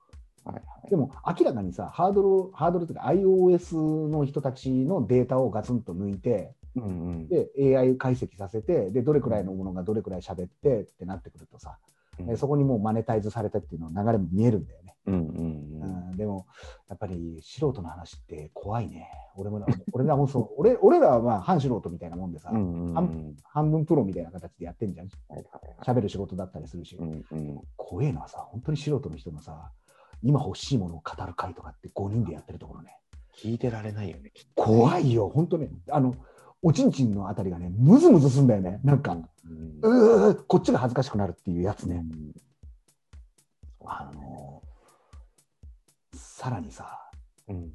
Speaker 2: はいはい
Speaker 1: でも明らかにさ、ハードルを、ハードルというか iOS の人たちのデータをガツンと抜いて、
Speaker 2: うんうん
Speaker 1: で、AI 解析させて、で、どれくらいのものがどれくらい喋ってってなってくるとさ、
Speaker 2: うん
Speaker 1: えそこにもうマネタイズされたっていうの流れも見えるんだよね。
Speaker 2: うんうんうん
Speaker 1: うんでも、やっぱり素人の話って怖いね。俺もな *laughs* 俺らもそう、俺俺らはまあ半素人みたいなもんでさ、
Speaker 2: うんうんうん
Speaker 1: あん半分プロみたいな形でやってんじゃん。
Speaker 2: はいはいはい
Speaker 1: 喋る仕事だったりするし、
Speaker 2: うんうん
Speaker 1: 怖えのはさ、本当に素人の人のさ、今欲しいものを語る会とかって5人でやってるところね。
Speaker 2: 聞いてられないよね。
Speaker 1: 怖いよ、本当ね。あの、おちんちんのあたりがね、ムズムズすんだよね。なんか、
Speaker 2: うん
Speaker 1: うーこっちが恥ずかしくなるっていうやつね。
Speaker 2: うん
Speaker 1: あのーさらにさ、
Speaker 2: うん、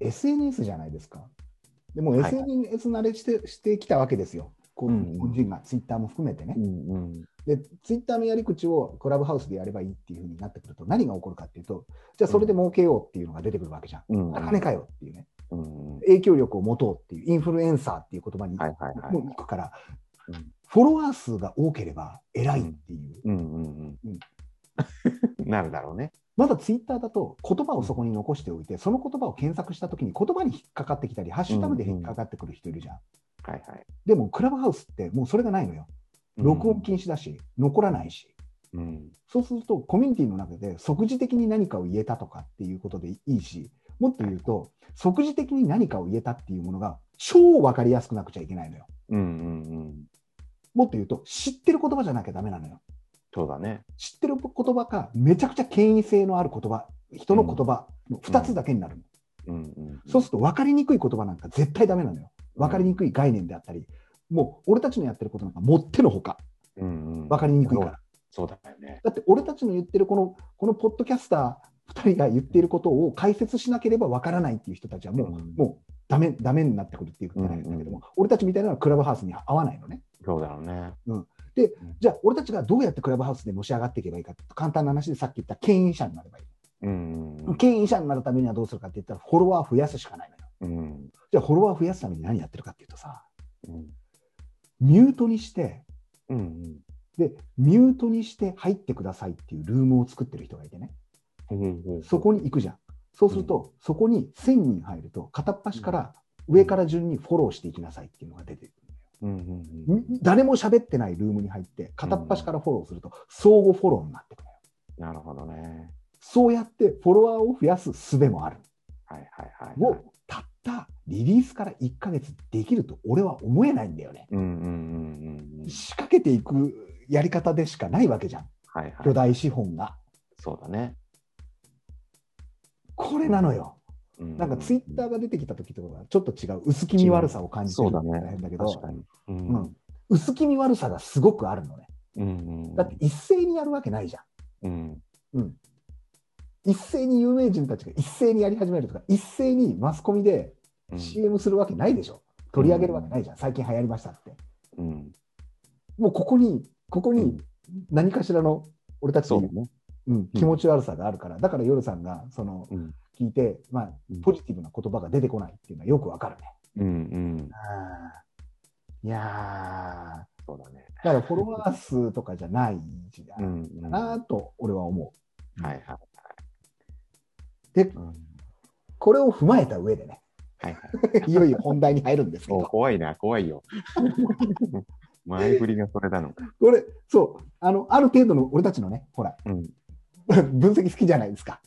Speaker 1: SNS じゃないですか。でもう
Speaker 2: はいはい
Speaker 1: SNS 慣れして,、してきたわけですよ。こう
Speaker 2: うんうん
Speaker 1: 日本人が、ツイッターも含めてね
Speaker 2: う。んうん
Speaker 1: で、ツイッターのやり口をクラブハウスでやればいいっていうふうになってくると、何が起こるかっていうと、じゃあそれで儲けようっていうのが出てくるわけじゃん。
Speaker 2: うんうん
Speaker 1: 金かよっていうね。
Speaker 2: うんうん
Speaker 1: 影響力を持とうっていう、インフルエンサーっていう言葉に
Speaker 2: はいはいはい
Speaker 1: もう行くから
Speaker 2: うん、
Speaker 1: フォロワー数が多ければ偉いっていう。
Speaker 2: うんうんうん *laughs* なるだろうね。
Speaker 1: まだツイッターだと言葉をそこに残しておいて、その言葉を検索したときに言葉に引っかかってきたり、ハッシュタグで引っかかってくる人いるじゃん。
Speaker 2: はいはい。
Speaker 1: でも、クラブハウスってもうそれがないのよ。録音禁止だし、残らないし。
Speaker 2: うん
Speaker 1: そうすると、コミュニティの中で即時的に何かを言えたとかっていうことでいいし、もっと言うと、即時的に何かを言えたっていうものが超わかりやすくなくちゃいけないのよ。
Speaker 2: うんうんうん。
Speaker 1: もっと言うと、知ってる言葉じゃなきゃダメなのよ。
Speaker 2: そうだね。
Speaker 1: 知ってる言葉か、めちゃくちゃ権威性のある言葉、人の言葉の2つだけになるの。
Speaker 2: うんうん、
Speaker 1: そうすると、分かりにくい言葉なんか絶対ダメなのよ。分かりにくい概念であったり、もう俺たちのやってることなんかもってのほか、
Speaker 2: うんうん、
Speaker 1: 分かりにくいから。
Speaker 2: そうだよね。
Speaker 1: だって俺たちの言ってるこの、このポッドキャスター2人が言っていることを解説しなければわからないっていう人たちはもう、
Speaker 2: うん
Speaker 1: もうダメ、ダメになってくるっていうことなんだけども、
Speaker 2: うんうん
Speaker 1: 俺たちみたいなのはクラブハウスに合わないのね。
Speaker 2: そうだろうね。
Speaker 1: じゃあ俺たちがどうやってクラブハウスでのし上がっていけばいいかって簡単な話でさっき言った権威者になればいい。
Speaker 2: うんうん
Speaker 1: 権威者になるためにはどうするかって言ったらフォロワー増やすしかないのよ。
Speaker 2: うん
Speaker 1: じゃあフォロワー増やすために何やってるかっていうとさ、
Speaker 2: うん
Speaker 1: ミュートにして、
Speaker 2: うんうん
Speaker 1: で、ミュートにして入ってくださいっていうルームを作ってる人がいてね。
Speaker 2: うん
Speaker 1: そこに行くじゃん。そうすると、そこに1000人入ると、片っ端から、上から順にフォローしていきなさいっていうのが出てく
Speaker 2: うんうんう
Speaker 1: る。
Speaker 2: ん
Speaker 1: ん誰も喋ってないルームに入って、片っ端からフォローすると、相互フォローになってくるよ。
Speaker 2: なるほどね。
Speaker 1: そうやってフォロワーを増やす術もある。
Speaker 2: はいはいはい、
Speaker 1: を
Speaker 2: はい。、
Speaker 1: たったリリースから1ヶ月できると俺は思えないんだよね。
Speaker 2: うんうんうんうんうん。
Speaker 1: 仕掛けていくやり方でしかないわけじゃん。
Speaker 2: はいは
Speaker 1: 巨
Speaker 2: い。
Speaker 1: 大資本が。
Speaker 2: そうだね。
Speaker 1: これなのよ。な
Speaker 2: な
Speaker 1: んかツイッターが出てきた時とかはちょっと違う薄気味悪さを感じて
Speaker 2: そう
Speaker 1: る
Speaker 2: だ
Speaker 1: みたい
Speaker 2: ね
Speaker 1: なんだけ。ど、
Speaker 2: 確かに。うん
Speaker 1: う
Speaker 2: うん
Speaker 1: ん、薄気味悪さがすごくあるのね。
Speaker 2: うん
Speaker 1: だって一斉にやるわけないじゃ
Speaker 2: うん
Speaker 1: ん。うん、一斉に有名人たちが一斉にやり始めるとか、一斉にマスコミで
Speaker 2: うん
Speaker 1: CM するわけないでしょ。取り上げるわけないじゃん。最近流行りましたって。
Speaker 2: うん
Speaker 1: もうここに、ここ
Speaker 2: う
Speaker 1: に
Speaker 2: ん
Speaker 1: 何かしらの俺たち
Speaker 2: そ
Speaker 1: の
Speaker 2: うだね。
Speaker 1: うん、気持ち悪さがあるから、だから夜さんがその、
Speaker 2: うん
Speaker 1: 聞いて、まあ、
Speaker 2: うん
Speaker 1: ポジティブな言葉が出てこないっていうのはよくわかるね。
Speaker 2: うんうん。
Speaker 1: いや
Speaker 2: そうだね。
Speaker 1: ー、だからフォロワー数とかじゃない時代
Speaker 2: うんう
Speaker 1: だ
Speaker 2: ん。
Speaker 1: な
Speaker 2: は
Speaker 1: と俺は思う。
Speaker 2: いはい。
Speaker 1: で
Speaker 2: うん
Speaker 1: これを踏まえた上でね、 *laughs*
Speaker 2: はいはい。
Speaker 1: いよいよ本題に入るんですけ
Speaker 2: お
Speaker 1: ど、
Speaker 2: 怖いな、怖
Speaker 1: *laughs*
Speaker 2: いよ。前振りがそれなのか。
Speaker 1: これ、そう、あの、ある程度の俺たちのね、ほら、 *laughs*
Speaker 2: うん
Speaker 1: 分析好きじゃないですか。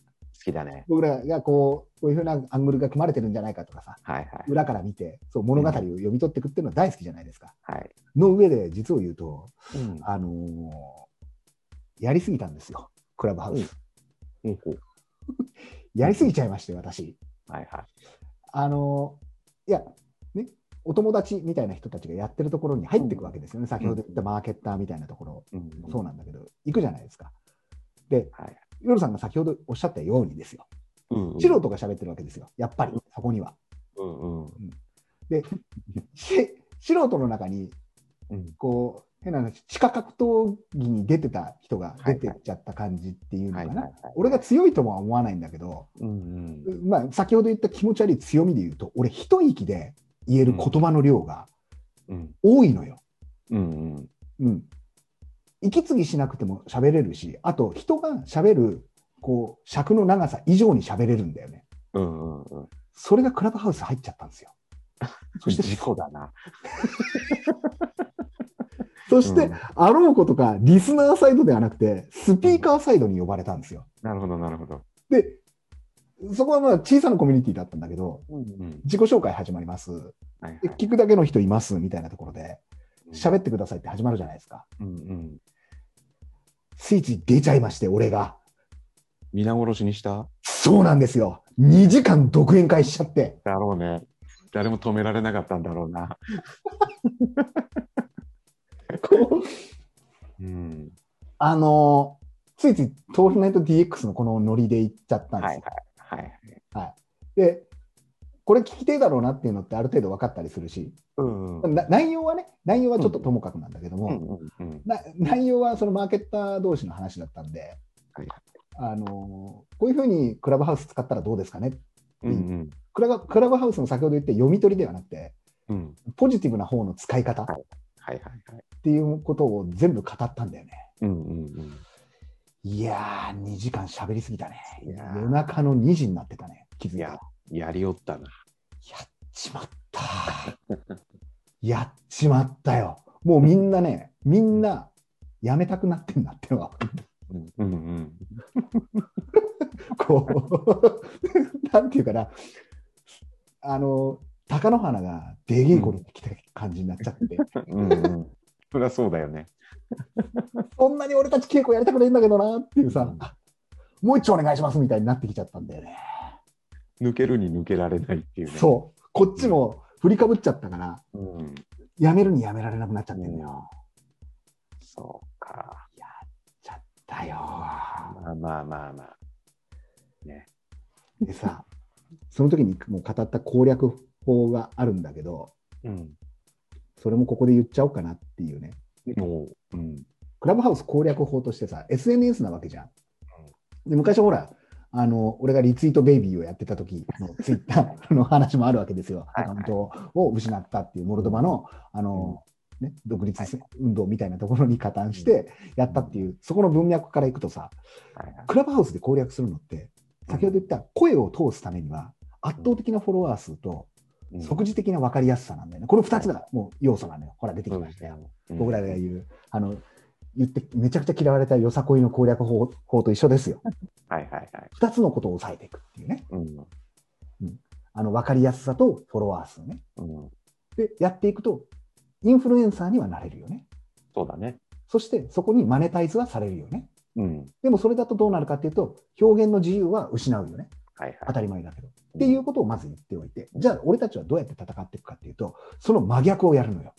Speaker 2: きだね。
Speaker 1: 僕らがこうこういうふうなアングルが組まれてるんじゃないかとかさ
Speaker 2: はいはい。
Speaker 1: 裏から見てそう物語を読み取っていくっていうのは大好きじゃないですか。
Speaker 2: はい。
Speaker 1: の上で実を言うと、
Speaker 2: うん。
Speaker 1: あのーやりすぎたんですよクラブハウス。
Speaker 2: うんこ
Speaker 1: やりすぎちゃいまして私。
Speaker 2: はいは
Speaker 1: あのーいやねお友達みたいな人たちがやってるところに入っていくわけですよね、先ほど言ったマーケッターみたいなところ、
Speaker 2: い。うん
Speaker 1: そうなんだけど行くじゃないですか。で
Speaker 2: はい。
Speaker 1: 夜さんが先ほどおっしゃったようにですよ
Speaker 2: うん
Speaker 1: 素人が喋ってるわけですよやっぱりそこには。
Speaker 2: うんうん
Speaker 1: し素人の中に
Speaker 2: うん。
Speaker 1: こう変な話地下格闘技に出てた人が
Speaker 2: はいは
Speaker 1: 出
Speaker 2: い
Speaker 1: てっちゃった感じっていうのか
Speaker 2: は
Speaker 1: な、
Speaker 2: いはいはい。
Speaker 1: 俺が強いとは思わないんだけど、
Speaker 2: うん
Speaker 1: まあ、先ほど言った気持ち悪い強みで言うと俺一息で言える言葉の量が
Speaker 2: うんうん
Speaker 1: 多いのよ。
Speaker 2: うんうん
Speaker 1: うん、息継ぎしなくても喋れるしあと人が喋るこう尺の長さ以上に喋れるんだよね。
Speaker 2: うんうんうん。
Speaker 1: それがクラブハウス入っちゃったんですよ。そして
Speaker 2: 事故だな。
Speaker 1: そして、
Speaker 2: うん
Speaker 1: あろうことかリスナーサイドではなくてスピーカーサイドに呼ばれたんですよ。
Speaker 2: なるほどなるほど。
Speaker 1: でそこはまあ小さなコミュニティだったんだけど
Speaker 2: うんうん。
Speaker 1: 自己紹介始まります
Speaker 2: はいはい
Speaker 1: で聞くだけの人いますみたいなところで喋ってくださいって始まるじゃないですか
Speaker 2: うんうん。
Speaker 1: スイッチ出ちゃいまして俺が
Speaker 2: 皆殺しにした
Speaker 1: そうなんですよ2時間独演会しちゃって
Speaker 2: だろうね。誰も止められなかったんだろうな。
Speaker 1: こう
Speaker 2: うん。
Speaker 1: あのーついつい「トールナイト DX」のこのノリで行っちゃったんで
Speaker 2: は
Speaker 1: す
Speaker 2: い
Speaker 1: よ、
Speaker 2: はいはい。
Speaker 1: でこれ聞きてえだろうなっていうのってある程度分かったりするし
Speaker 2: うんうん
Speaker 1: な内容はね内容はちょっとともかくなんだけども、
Speaker 2: うんうんうん。
Speaker 1: な内容はそのマーケッター同士の話だったんで、
Speaker 2: はい
Speaker 1: あのーこういうふうにクラブハウス使ったらどうですかね
Speaker 2: うんうん
Speaker 1: クラブクラブハウスの先ほど言って読み取りではなくて
Speaker 2: うん。
Speaker 1: ポジティブな方の使い方っ
Speaker 2: はいはいはいはい。
Speaker 1: ていうことを全部語ったんだよね。
Speaker 2: うんうん
Speaker 1: いやー、2時間喋りすぎたね。
Speaker 2: いやー
Speaker 1: 夜中の2時になってたね、気づいたら。
Speaker 2: い
Speaker 1: やっ
Speaker 2: うん。やりおったな。
Speaker 1: ちまった。やっちまったよ。もうみんなね、みんなやめたくなってんなってのが分かった
Speaker 2: うんうん
Speaker 1: こう、なんていうかな、あの、貴乃花が出稽古に来た感じになっちゃって、
Speaker 2: うん。うんうん。そりゃそうだよね。
Speaker 1: そんなに俺たち稽古やりたくないんだけどなっていうさ、
Speaker 2: うん
Speaker 1: あもう一丁お願いしますみたいになってきちゃったんだよね。
Speaker 2: 抜けるに抜けられないっていうね。
Speaker 1: そう、こっちも振りかぶっちゃったから、
Speaker 2: う。うん。
Speaker 1: やめるにやめられなくなっちゃってんだよ。
Speaker 2: そうか。
Speaker 1: だよ
Speaker 2: まあまあまあまあ。
Speaker 1: ー。でさ、その時にもう語った攻略法があるんだけど、
Speaker 2: うん。
Speaker 1: それもここで言っちゃおうかなっていうね。
Speaker 2: もう。うん。
Speaker 1: クラブハウス攻略法としてさ、SNS なわけじゃん。で昔ほら、あの俺がリツイートベイビーをやってた時
Speaker 2: *laughs*
Speaker 1: のツイッターの話もあるわけですよ。
Speaker 2: は
Speaker 1: ア
Speaker 2: いは
Speaker 1: カウ
Speaker 2: い
Speaker 1: ントを失ったっていうモルドバのあの、ね、独立運動みたいなところに加担してやったっていう、そこの文脈からいくとさ、
Speaker 2: はいはい。
Speaker 1: クラブハウスで攻略するのって、先ほど言った声を通すためには、圧倒的なフォロワー数と
Speaker 2: うん
Speaker 1: 即時的な分かりやすさなんだよね。この2つがもう要素なんだよ。ほら、出てきましたよ。僕らが
Speaker 2: うん
Speaker 1: 言う、あの、言ってめちゃくちゃ嫌われたよさこいの攻略法法と一緒ですよ。
Speaker 2: はいはいはい。
Speaker 1: 2つのことを抑えていくっていうね。
Speaker 2: うん。
Speaker 1: あの、分かりやすさとフォロワー数ね。
Speaker 2: うん。
Speaker 1: で、やっていくと、インフルエンサーにはなれるよね。
Speaker 2: そうだね。
Speaker 1: そして、そこにマネタイズはされるよね。
Speaker 2: うん。
Speaker 1: でも、それだとどうなるかっていうと、表現の自由は失うよね。
Speaker 2: はいはい。
Speaker 1: 当たり前だけど。っていうことをまず言っておいて、じゃあ、俺たちはどうやって戦っていくかっていうと、その真逆をやるのよ。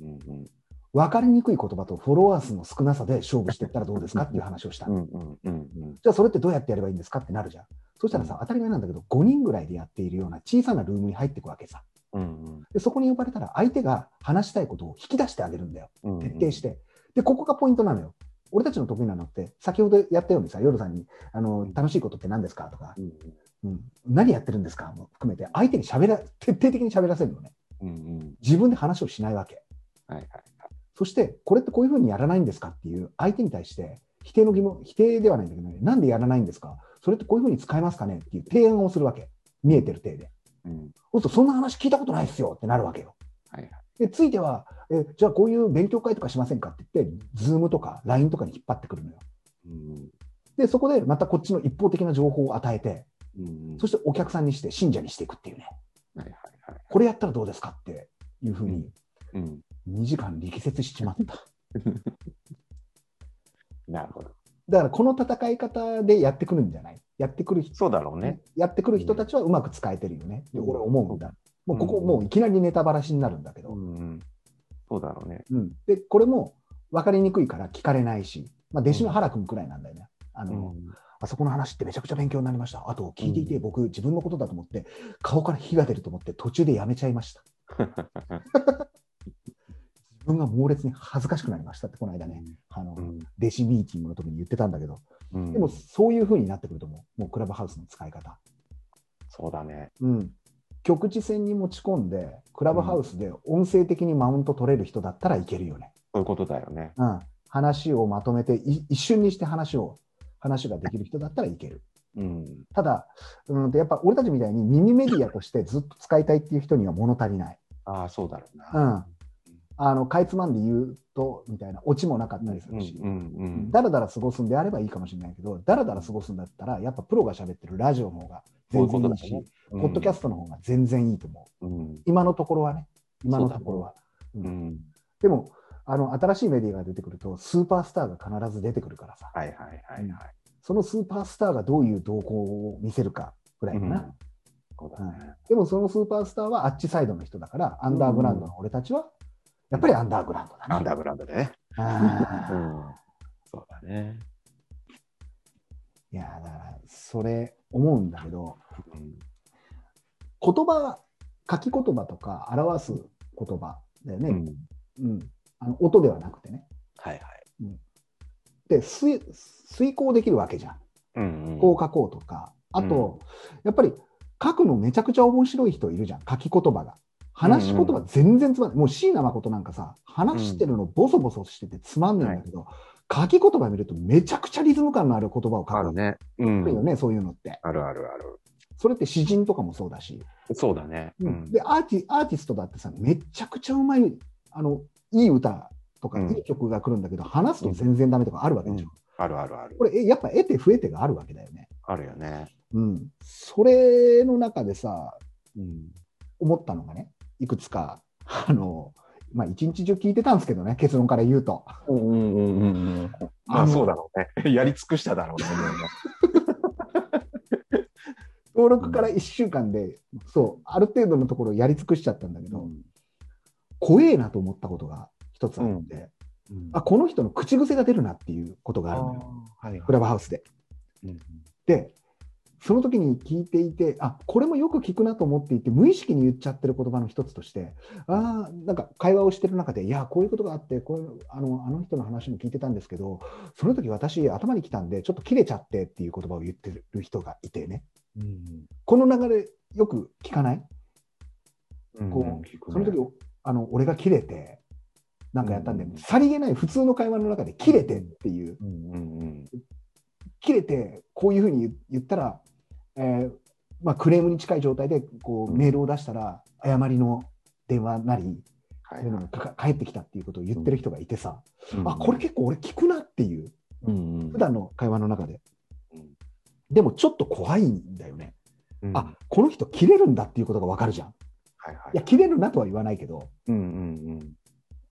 Speaker 2: うんうんうん。
Speaker 1: 分かりにくい言葉とフォロワー数の少なさで勝負していったらどうですかっていう話をした
Speaker 2: う。んうんうんうん。
Speaker 1: じゃあそれってどうやってやればいいんですかってなるじゃん。そしたらさ、
Speaker 2: うん
Speaker 1: 当たり前なんだけど、5人ぐらいでやっているような小さなルームに入っていくわけさ。
Speaker 2: うん
Speaker 1: で、そこに呼ばれたら、相手が話したいことを引き出してあげるんだよ。
Speaker 2: うん。
Speaker 1: 徹底して。で、ここがポイントなのよ。俺たちの得意なのって、先ほどやったようにさ、夜さんに、あの、楽しいことって何ですかとか
Speaker 2: う、ん
Speaker 1: うん、何やってるんですかも含めて、相手に喋ら、徹底的に喋らせるのね。
Speaker 2: うんうん。
Speaker 1: 自分で話をしないわけ。
Speaker 2: はいはい。
Speaker 1: そして、これってこういうふうにやらないんですかっていう、相手に対して、否定の疑問、否定ではないんだけどね、なんでやらないんですかそれってこういうふうに使えますかねっていう提案をするわけ。見えてる体で。
Speaker 2: うん。
Speaker 1: そうすると、そんな話聞いたことないですよってなるわけよ。
Speaker 2: はいはい。
Speaker 1: で、ついては、え、じゃあこういう勉強会とかしませんかって言って、ズームとか LINE とかに引っ張ってくるのよ。
Speaker 2: うん。
Speaker 1: で、そこでまたこっちの一方的な情報を与えて、
Speaker 2: うん
Speaker 1: そしてお客さんにして信者にしていくっていうね、
Speaker 2: はいはいはい。
Speaker 1: これやったらどうですかっていうふうに、
Speaker 2: うん。
Speaker 1: 2時間力説しちまった。
Speaker 2: なるほど。
Speaker 1: だからこの戦い方でやってくるんじゃないやってくる人、
Speaker 2: そうだろうね。
Speaker 1: やってくる人たちはうまく使えてるよねって
Speaker 2: うん
Speaker 1: 俺は思うんだ。もうここ
Speaker 2: うん
Speaker 1: もういきなりネタバラシになるんだけど、
Speaker 2: うん。そうだろうね。
Speaker 1: うんで、これも分かりにくいから聞かれないし、まあ、弟子の原君くらいなんだよね。あのあそこの話ってめちゃくちゃ勉強になりました。あと聞いていて僕自分のことだと思って顔から火が出ると思って途中でやめちゃいました。自分が猛烈に恥ずかしくなりましたってこの間ね、あの、
Speaker 2: うん。
Speaker 1: 弟子ミーティングの時に言ってたんだけど、
Speaker 2: うん。
Speaker 1: でもそういう風になってくると思う。もうクラブハウスの使い方。
Speaker 2: そうだね。
Speaker 1: うん。局地戦に持ち込んでクラブハウスで音声的にマウント取れる人だったらいけるよね。
Speaker 2: そういうことだよね。
Speaker 1: うん。話をまとめてい一瞬にして話を話ができる人だったらいける。
Speaker 2: うん。
Speaker 1: ただ、うんと、やっぱ俺たちみたいに耳メディアとしてずっと使いたいっていう人には物足りない。
Speaker 2: ああ、そうだろう
Speaker 1: う
Speaker 2: な。
Speaker 1: ん。あの、かいつまんで言うと、みたいな、オチもなかったりす
Speaker 2: うん
Speaker 1: るし
Speaker 2: う、んうん。
Speaker 1: だらだら過ごすんであればいいかもしれないけど、だらだら過ごすんだったら、やっぱプロが喋ってるラジオの方が全然いいし、
Speaker 2: そういうことだね
Speaker 1: ポッドキャ
Speaker 2: ス
Speaker 1: ストの方が全然いいと思う。
Speaker 2: ト。うん。
Speaker 1: 今のところはね、今のところは。
Speaker 2: う
Speaker 1: うん
Speaker 2: ん。
Speaker 1: でも、あの、新しいメディアが出てくると、スーパースターが必ず出てくるからさ、
Speaker 2: はいはいはいはい。
Speaker 1: そのスーパースターがどういう動向を見せるかぐらいかな。
Speaker 2: うんそうだね。
Speaker 1: でもそのスーパースターはあっちサイドの人だから、アンダーグラウンドの俺たちは、やっぱりアンダーグラウンドだな。
Speaker 2: アンダーグラウンドでね。う
Speaker 1: あー
Speaker 2: ん。そうだね。
Speaker 1: いやー、だから、それ思うんだけど、
Speaker 2: うん
Speaker 1: 言葉、書き言葉とか表す言葉だよ
Speaker 2: う
Speaker 1: ね。
Speaker 2: ん。
Speaker 1: うん。あの音ではなくてね。
Speaker 2: はいはい。
Speaker 1: で、遂遂行できるわけじゃん。
Speaker 2: うんうん。
Speaker 1: こう書こうとか。あと、やっぱり書くのめちゃくちゃ面白い人いるじゃん。書き言葉が。話し言葉全然つまんない。もう椎名誠なんかさ、話してるのボソボソしててつまんないんだけど、書き言葉見るとめちゃくちゃリズム感のある言葉を書
Speaker 2: あ
Speaker 1: く
Speaker 2: る
Speaker 1: ん
Speaker 2: ね。う
Speaker 1: よ
Speaker 2: ん。
Speaker 1: ね、そういうのって。
Speaker 2: あるあるある。
Speaker 1: それって詩人とかもそうだし。
Speaker 2: そうだね。うん。
Speaker 1: でアーティ、アーティストだってさ、めちゃくちゃうまい、あの、いい歌とか、
Speaker 2: うん
Speaker 1: いい曲が来るんだけど、話すと全然ダメとかあるわけでしょ。
Speaker 2: あるあるある。
Speaker 1: これ、えやっぱ得て増えてがあるわけだよね。
Speaker 2: あるよね。
Speaker 1: うん。それの中でさ、
Speaker 2: うん。
Speaker 1: 思ったのがね、いくつか、あの、まあ、一日中聞いてたんですけどね、結論から言うと。
Speaker 2: うんうんうんうんうん。まあそうだろうね。や *laughs* り尽くしただろうね。
Speaker 1: 登録から1週間で、そう、ある程度のところやり尽くしちゃったんだけど、怖えなと思ったことが一つあって、あ、この人の口癖が出るなっていうことがあるのよ、
Speaker 2: はい
Speaker 1: クラブハウスで。で、その時に聞いていて、あこれもよく聞くなと思っていて、無意識に言っちゃってる言葉の一つとして、あーなんか会話をしてる中で、いや、こういうことがあって、こういうあのあの人の話も聞いてたんですけど、その時私、頭に来たんで、ちょっと切れちゃってっていう言葉を言ってる人がいてね、この流れ、よく聞かない、こうその時あの俺が切れて、なんかやったんで、
Speaker 2: うん
Speaker 1: さりげない普通の会話の中で、切れてっていう
Speaker 2: うんうんうん。
Speaker 1: 切れてこういうふうに言言ったら、えーまあ、クレームに近い状態でこう
Speaker 2: うん
Speaker 1: メールを出したら誤りの電話なり
Speaker 2: は
Speaker 1: そういうのがか返ってきたっていうことを言ってる人がいてさ、あこれ結構俺聞くなっていう
Speaker 2: うん
Speaker 1: 普段の会話の中で
Speaker 2: うん。
Speaker 1: でもちょっと怖いんだよね、
Speaker 2: うん
Speaker 1: あこの人切れるんだっていうことが分かるじゃんい
Speaker 2: はいはい。
Speaker 1: や切れるなとは言わないけど
Speaker 2: うんうんうん。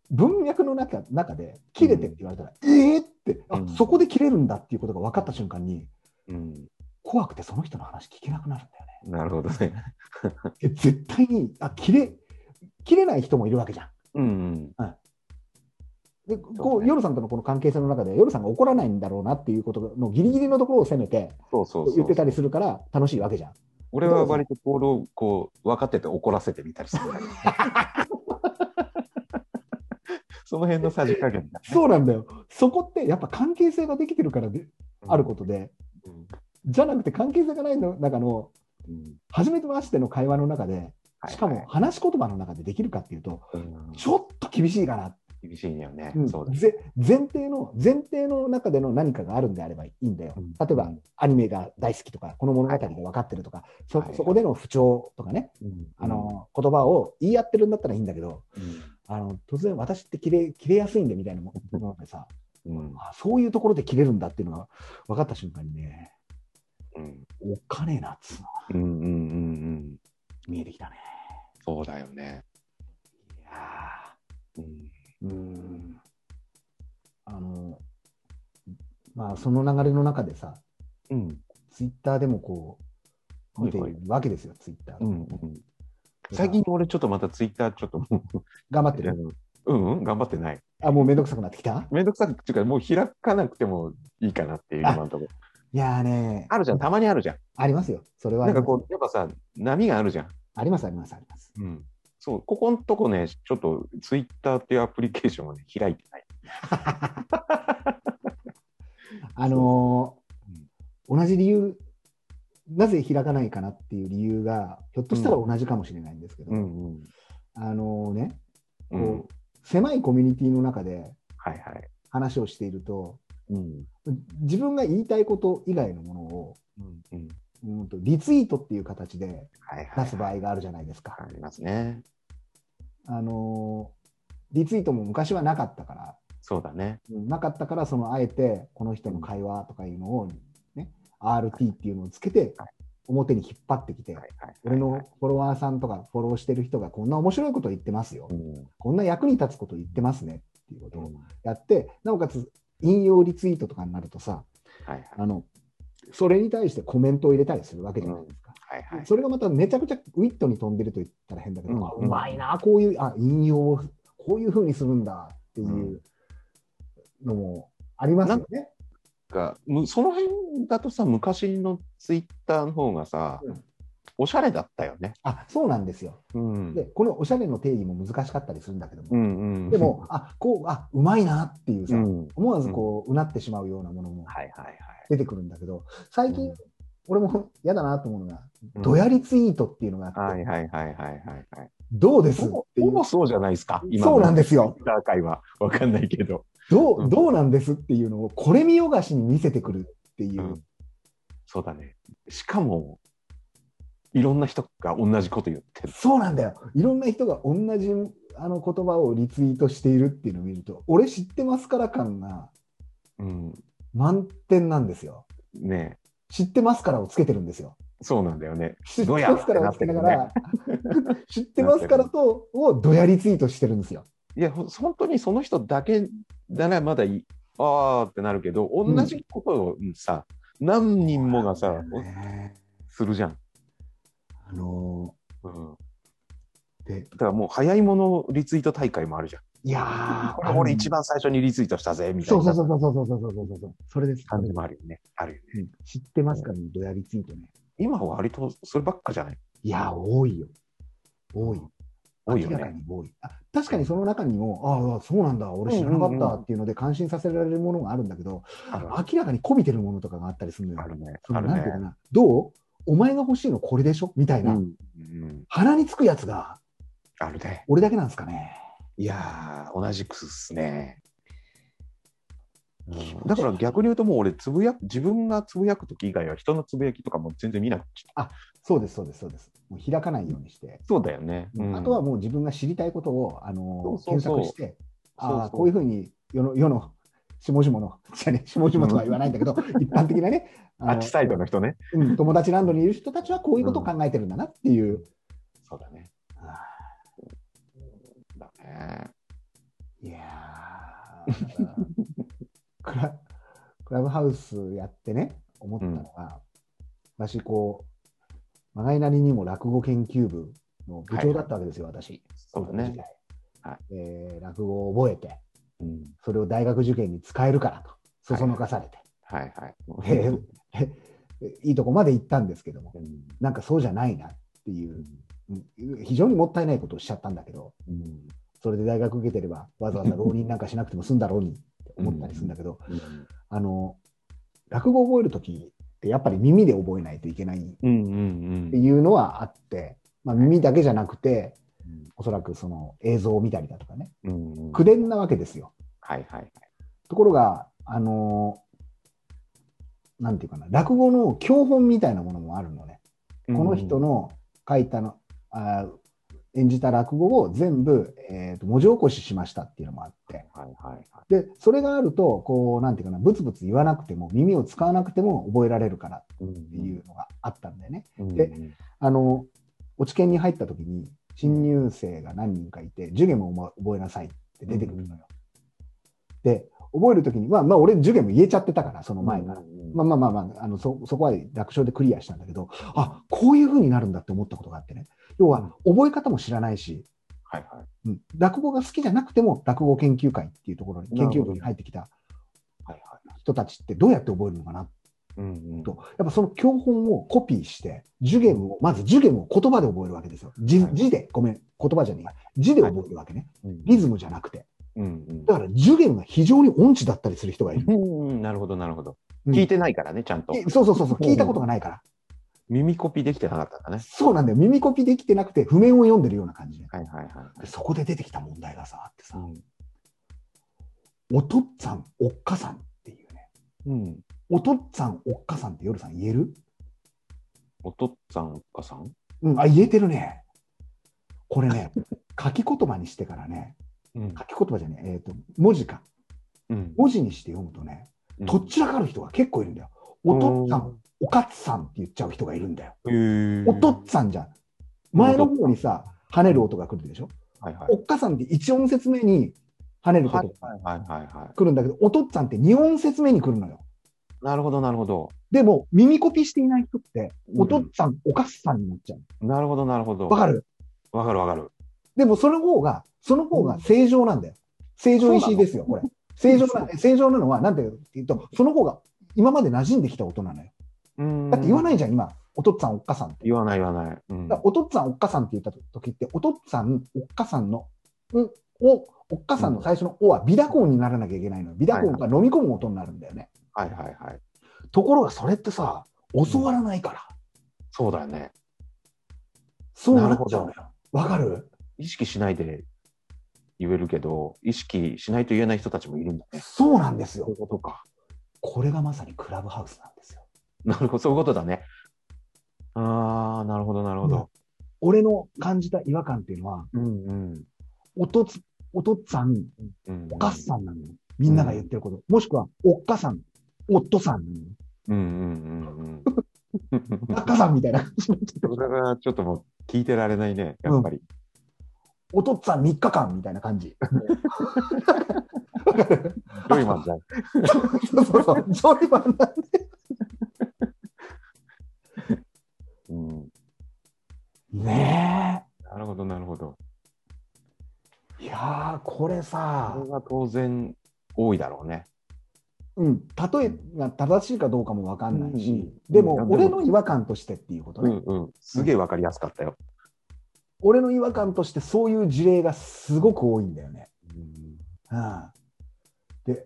Speaker 1: 文脈の中中で切れてって言われたら、えーってあ、
Speaker 2: うん
Speaker 1: そこで切れるんだっていうことが分かった瞬間に
Speaker 2: うん。
Speaker 1: 怖くてその人の話聞けなくなるんだよね
Speaker 2: なるほどね。 *laughs*
Speaker 1: え絶対にあ切れ切れない人もいるわけじゃん。
Speaker 2: うん
Speaker 1: で
Speaker 2: そ
Speaker 1: こ
Speaker 2: う
Speaker 1: う
Speaker 2: ね
Speaker 1: ヨルさんとのこの関係性の中でヨルさんが怒らないんだろうなっていうことのギリギリのところを攻めて
Speaker 2: そうそうそう。
Speaker 1: 言ってたりするから楽しいわけじゃん。
Speaker 2: 俺は割とボールをこう分かってて怒らせてみたりするんだけど。
Speaker 1: *laughs*
Speaker 2: その辺のさじ加減だね。
Speaker 1: そうなんだよ。そこってやっぱ関係性ができてるからであることで、
Speaker 2: と。
Speaker 1: じゃなくて関係性がないの中の
Speaker 2: うん
Speaker 1: 初めてましての会話の中で、しか、
Speaker 2: はい
Speaker 1: も話し言葉の中でできるかっていうと、
Speaker 2: はいうん
Speaker 1: ちょっと厳しいかな。
Speaker 2: 厳しいんだよね。
Speaker 1: うん
Speaker 2: そうだね。
Speaker 1: ぜ前提の前提の中での何かがあるんであればいいんだよ。
Speaker 2: うん
Speaker 1: 例えば、アニメが大好きとか、この物語が分かってるとか、そ
Speaker 2: はい
Speaker 1: そこでの不調とかね、
Speaker 2: うん
Speaker 1: あ、の言葉を言い合ってるんだったらいいんだけど、
Speaker 2: うん
Speaker 1: あの突然、私って切れ切れやすいんでみたいなものでさ、
Speaker 2: うん。
Speaker 1: あそういうところで切れるんだっていうのが分かった瞬間にね、
Speaker 2: うん。
Speaker 1: おっかねえなっつうのが
Speaker 2: うん。うん。うん。
Speaker 1: 見えてきたね。
Speaker 2: そうだよね。
Speaker 1: いや
Speaker 2: うん。
Speaker 1: ーうーん。あの、まあ、その流れの中でさ、
Speaker 2: うん。
Speaker 1: ツイッターでもこう、見ているわけですよ、ツイッター。
Speaker 2: うん。最近俺ちょっとまたツイッターちょっとも
Speaker 1: 頑張っ
Speaker 2: う
Speaker 1: てる。
Speaker 2: うん、うん、頑張ってない。
Speaker 1: あ、もうめんどくさくなってきた
Speaker 2: めんどくさくっていうか、もう開かなくてもいいかなっていう今のところ。
Speaker 1: いやーね
Speaker 2: あるじゃん、たまにあるじゃん。
Speaker 1: ありますよ。それはあ
Speaker 2: な
Speaker 1: り
Speaker 2: ん
Speaker 1: ま
Speaker 2: か
Speaker 1: す
Speaker 2: こう、やっぱさ、波があるじゃん。
Speaker 1: あります、あります、あります。
Speaker 2: うん。そう、ここのとこね、ちょっとツイッターっていうアプリケーションをね、開いてない。
Speaker 1: あのー同じ理由、なぜ開かないかなっていう理由が、ひょっとしたら同じかもしれないんですけど、
Speaker 2: んうん。
Speaker 1: あのね、こう、
Speaker 2: うん、
Speaker 1: 狭いコミュニティの中で
Speaker 2: はいはい。
Speaker 1: 話をしていると、
Speaker 2: うん。
Speaker 1: 自分が言いたいこと以外のものを、
Speaker 2: うん。うん。
Speaker 1: うんとリツイートっていう形で
Speaker 2: はいはい。
Speaker 1: 出す場合があるじゃないですか。
Speaker 2: ありますね。
Speaker 1: あのーリツイートも昔はなかったから、
Speaker 2: そうだね。
Speaker 1: うんなかったから、そのあえてこの人の会話とかいうのを、ね、RT っていうのをつけて
Speaker 2: はい、
Speaker 1: 表に引っ張ってきて、
Speaker 2: はいはい、はい。
Speaker 1: 俺のフォロワーさんとかフォローしてる人がこんな面白いこと言ってますよ
Speaker 2: う、ん。
Speaker 1: こんな役に立つこと言ってますねっていうこと
Speaker 2: う
Speaker 1: を
Speaker 2: ん。
Speaker 1: やって、なおかつ引用リツイートとかになるとさ、
Speaker 2: はいはい。
Speaker 1: あのそれに対してコメントを入れたりするわけじゃないですか。
Speaker 2: はいはい。
Speaker 1: それがまためちゃくちゃウィットに飛んでると言ったら変だけど、
Speaker 2: うん
Speaker 1: あうまいな、こういう、あ引用をこういうふうにするんだっていうのもありますよね。
Speaker 2: かむその辺だとさ昔のツイッターの方がさ、
Speaker 1: うん
Speaker 2: おしゃれだったよね。
Speaker 1: あそうなんですよ。
Speaker 2: うん
Speaker 1: で、このおしゃれの定義も難しかったりするんだけど
Speaker 2: う
Speaker 1: も、
Speaker 2: んうん、
Speaker 1: でも、あこう、あうまいなっていう
Speaker 2: う
Speaker 1: さ、
Speaker 2: ん、はい
Speaker 1: 思わずこううなってしまうようなものも
Speaker 2: はいはい。
Speaker 1: 出てくるんだけど、最近
Speaker 2: うん、
Speaker 1: 俺も嫌だなと思うのが、
Speaker 2: うん
Speaker 1: どやりツイートっていうのがあっ
Speaker 2: は
Speaker 1: て、
Speaker 2: いはいはいはいはいはい。
Speaker 1: どうですっ
Speaker 2: ほぼ
Speaker 1: てい
Speaker 2: ほ
Speaker 1: う、
Speaker 2: ぼそうじゃないですか。今の
Speaker 1: そうなんですよ
Speaker 2: ツイッター界はわかんないけど。
Speaker 1: ど
Speaker 2: う
Speaker 1: うんどうなんですっていうのを、これ見よがしに見せてくるっていうう、
Speaker 2: んそうだね。しかもいろんな人が同じこと言ってる。
Speaker 1: そうなんだよ、いろんな人が同じあの言葉をリツイートしているっていうのを見ると、俺知ってますから感が
Speaker 2: うん、
Speaker 1: 満点なんですよ。
Speaker 2: ね
Speaker 1: 知ってますからをつけてるんですよ。
Speaker 2: えそうなんだよね。
Speaker 1: 知って
Speaker 2: どや
Speaker 1: ま
Speaker 2: っ
Speaker 1: すか
Speaker 2: て
Speaker 1: ら
Speaker 2: な
Speaker 1: を
Speaker 2: っ
Speaker 1: つ
Speaker 2: て
Speaker 1: けな
Speaker 2: る
Speaker 1: が
Speaker 2: ね
Speaker 1: ら、。知ってますから *laughs* と、をどやりツイートしてるんですよ。
Speaker 2: いやほ本当にその人だけならまだいいあーってなるけど
Speaker 1: ん
Speaker 2: 同じことをさ、何人もがさ、
Speaker 1: ね
Speaker 2: するじゃん、
Speaker 1: あの
Speaker 2: うん、
Speaker 1: ーで、
Speaker 2: だからもう早いものリツイート大会もあるじゃん
Speaker 1: いやー、
Speaker 2: これ俺一番最初にリツイートしたぜみた
Speaker 1: そ
Speaker 2: いう
Speaker 1: そう
Speaker 2: な
Speaker 1: そうそうそうそうそうそうそう。それです。
Speaker 2: 感じもあるよねあるよね
Speaker 1: うん知ってますからね、どやりツイートね。
Speaker 2: 今は割とそればっかじゃない
Speaker 1: いやー、多いよ。多い。
Speaker 2: 多いよ
Speaker 1: 明らか
Speaker 2: ね
Speaker 1: に多い。あ確かにその中にも、ああ、そうなんだ、俺知らなかったっていうので感心させられるものがあるんだけど、
Speaker 2: ある
Speaker 1: 明らかにこびてるものとかがあったりするの
Speaker 2: あ
Speaker 1: よ。
Speaker 2: るね
Speaker 1: そ
Speaker 2: あ
Speaker 1: の
Speaker 2: る
Speaker 1: なんていうか
Speaker 2: ね
Speaker 1: な、どうお前が欲しいのこれでしょみたいうな、
Speaker 2: んうん
Speaker 1: 鼻につくやつが
Speaker 2: あるね
Speaker 1: 俺だけなんですかね。
Speaker 2: いやー同じくっすねだから逆に言うともう俺つぶや自分がつぶやく時以外は人のつぶやきとかも全然見なくなっちゃった
Speaker 1: そうです、そうです、そうです。もう開かないようにして、
Speaker 2: そうだよね、うん
Speaker 1: あとはもう自分が知りたいことを、あの
Speaker 2: そうそうそう
Speaker 1: 検索して、あ
Speaker 2: そうそ
Speaker 1: あ、
Speaker 2: う
Speaker 1: こういうふうに世の世の下々の、じゃね、下々とは言わないんだけ
Speaker 2: *laughs*
Speaker 1: ど、一般的なね、
Speaker 2: あ
Speaker 1: あ
Speaker 2: っ
Speaker 1: の
Speaker 2: ちサイドの人ね
Speaker 1: うん友達ランドにいる人たちはこういうことを考えてるんだなっていう。
Speaker 2: そうだね
Speaker 1: あ
Speaker 2: だね
Speaker 1: ーいやー
Speaker 2: *laughs*
Speaker 1: クラ、クラブハウスやってね、思ったのが、私、こう、まがいなりにも落語研究部の部長だったわけですよ、私。
Speaker 2: そうだね、は
Speaker 1: えー落語を覚えて、
Speaker 2: うん、
Speaker 1: それを大学受験に使えるからと、そそのかされて、
Speaker 2: はいはい
Speaker 1: い *laughs* いいとこまで行ったんですけども、
Speaker 2: うん
Speaker 1: なんかそうじゃないなっていう、うん非常にもったいないことをしちゃったんだけど、
Speaker 2: うん
Speaker 1: それで大学受けてれば、わざわざ浪人なんかしなくても済んだろうにって思ったりするんだけど、
Speaker 2: うん
Speaker 1: あの落語を覚えるときって、やっぱり耳で覚えないといけないっ
Speaker 2: うん
Speaker 1: て
Speaker 2: うん
Speaker 1: いうのはあって、まあ、耳だけじゃなくて、
Speaker 2: うん
Speaker 1: おそらくその映像を見たりだとかね、
Speaker 2: うんうん
Speaker 1: 口伝なわけですよ。
Speaker 2: はいはいはい
Speaker 1: ところが、あのーなんていうかな、落語の教本みたいなものもあるのね。この人の書いたの、あー演じた落語を全部、えーと文字起こししましたっていうのもあって。
Speaker 2: はいはいはい。
Speaker 1: で、それがあると、こう、なんていうかな、ブツブツ言わなくても、耳を使わなくても覚えられるからっ
Speaker 2: うん
Speaker 1: ていうのがあったんだよね。
Speaker 2: うん
Speaker 1: であの、落ち研に入った時に、新入生が何人かいて、授業も覚えなさいって出てくるのよ。で、覚える時に、まあまあ俺授業も言えちゃってたから、その前から。まあまあまあまあ、あのそそこは楽勝でクリアしたんだけど、あこういうふうになるんだって思ったことがあってね。要は、覚え方も知らないし、
Speaker 2: はいは
Speaker 1: うん、落語が好きじゃなくても、落語研究会っていうところに、研
Speaker 2: なる
Speaker 1: 究
Speaker 2: ほど
Speaker 1: 部に入ってきた
Speaker 2: い。はいはい。
Speaker 1: 人たちってどうやって覚えるのかな
Speaker 2: うんうん。
Speaker 1: と、やっぱその教本をコピーして、ジュゲムを、まずジュゲムを言葉で覚えるわけですよ。字
Speaker 2: はい
Speaker 1: 字で、ごめん、言葉じゃねえや。字で覚えるわけね。
Speaker 2: うん
Speaker 1: リズムじゃなくて。
Speaker 2: うんうん
Speaker 1: だから、ジュゲムが非常に音痴だったりする人がいる。
Speaker 2: うんうんなるほどなるほど。
Speaker 1: うん
Speaker 2: 聞いてないからね、ちゃんと。
Speaker 1: えそうそうそうそう、聞いたことがないから。
Speaker 2: 耳コピーできてなかったんだね。
Speaker 1: そうなんだよ。耳コピーできてなくて、譜面を読んでるような感じで。
Speaker 2: はいはいはい。
Speaker 1: でそこで出てきた問題がさ、あってさ、
Speaker 2: うん
Speaker 1: おとっつぁん、おっかさんっていうね。
Speaker 2: うん。
Speaker 1: おとっつぁん、おっかさんって夜さん言える
Speaker 2: お父さん、お母さん。
Speaker 1: うん、あ、言えてるね。これ
Speaker 2: *laughs*
Speaker 1: ね、書き言葉にしてからね、
Speaker 2: うん
Speaker 1: 書き言葉じゃねえ、えーと、文字か。
Speaker 2: うん。
Speaker 1: 文字にして読むとね、
Speaker 2: うん
Speaker 1: とっちらかる人が結構いるんだよ。おとっつぁん、おかつさんって言っちゃう人がいるんだよ。
Speaker 2: へー
Speaker 1: おとっつぁんじゃん。前の方にさ、跳ねる音が来るでしょ。
Speaker 2: はいはい
Speaker 1: おっかさんって1音節目に跳ねることが
Speaker 2: はいはいは
Speaker 1: 来るんだけど、おとっつぁんって2音節目に来るのよ。
Speaker 2: い。なるほどなるほど。
Speaker 1: でも、耳コピしていない人って、
Speaker 2: うん
Speaker 1: おとっつぁん、おかつさんになっちゃう。
Speaker 2: なるほどなるほど。
Speaker 1: わかる
Speaker 2: わかるわかる。
Speaker 1: でもその方が、その方が正常なんだよ。正常石井ですよ、これ。正常な、正常なのは、なんていうと、その方が今まで馴染んできた音なのよ。だ
Speaker 2: だ
Speaker 1: って言わ
Speaker 2: い。
Speaker 1: ないじゃん、今。おとっつぁん、おっかさんって。
Speaker 2: 言わない言わない。うん
Speaker 1: だからおとっつぁん、おっかさんって言った時って、おとっつぁん、おっかさんの、ん、お、おっかさんの最初のおは、微濁音にならなきゃいけないのよ。微濁音が飲み込む音になるんだよね。
Speaker 2: はいはいはい。
Speaker 1: ところが、それってさ、教わらないから。
Speaker 2: そうだよね。
Speaker 1: そうなっちゃうのよ。わかる
Speaker 2: 意識しないで言えるけど、意識しないと言えない人たちもいるんだね。
Speaker 1: そうなんです
Speaker 2: そうい
Speaker 1: よ
Speaker 2: う。ことか。
Speaker 1: これがまさにクラブハウスなんですよ。
Speaker 2: なるほど、そういうことだね。ああ、なるほどなるほど。
Speaker 1: 俺の感じた違和感っていうのは、
Speaker 2: うんうん。
Speaker 1: おとつ、おとっつぁん、
Speaker 2: うん
Speaker 1: おかっさんなのよ。みんなが言ってること。もしくは、おっかさん、おっとさんなのよ。
Speaker 2: うん *laughs* うんうんうん。
Speaker 1: おっかさんみたいな感じになっちゃって
Speaker 2: それはちょっともう聞いてられないね、やっぱり。
Speaker 1: おとっつぁん3日間みたいな感じ。
Speaker 2: どういう漫才
Speaker 1: そうそうそう。ジョイマンだ。
Speaker 2: うん。
Speaker 1: ね
Speaker 2: なるほど、なるほど。
Speaker 1: え。いやー、これさ
Speaker 2: そ、れは当然多いだろうね。
Speaker 1: うん、例えが正しいかどうかもわかんないし、
Speaker 2: うんうん
Speaker 1: でも
Speaker 2: う、ん
Speaker 1: 俺の違和感としてっていうこと
Speaker 2: う
Speaker 1: ね、
Speaker 2: んうん。すげえわかりやすかったよ。
Speaker 1: 俺の違和感としてそういう事例がすごく多いんだよね。うん、で、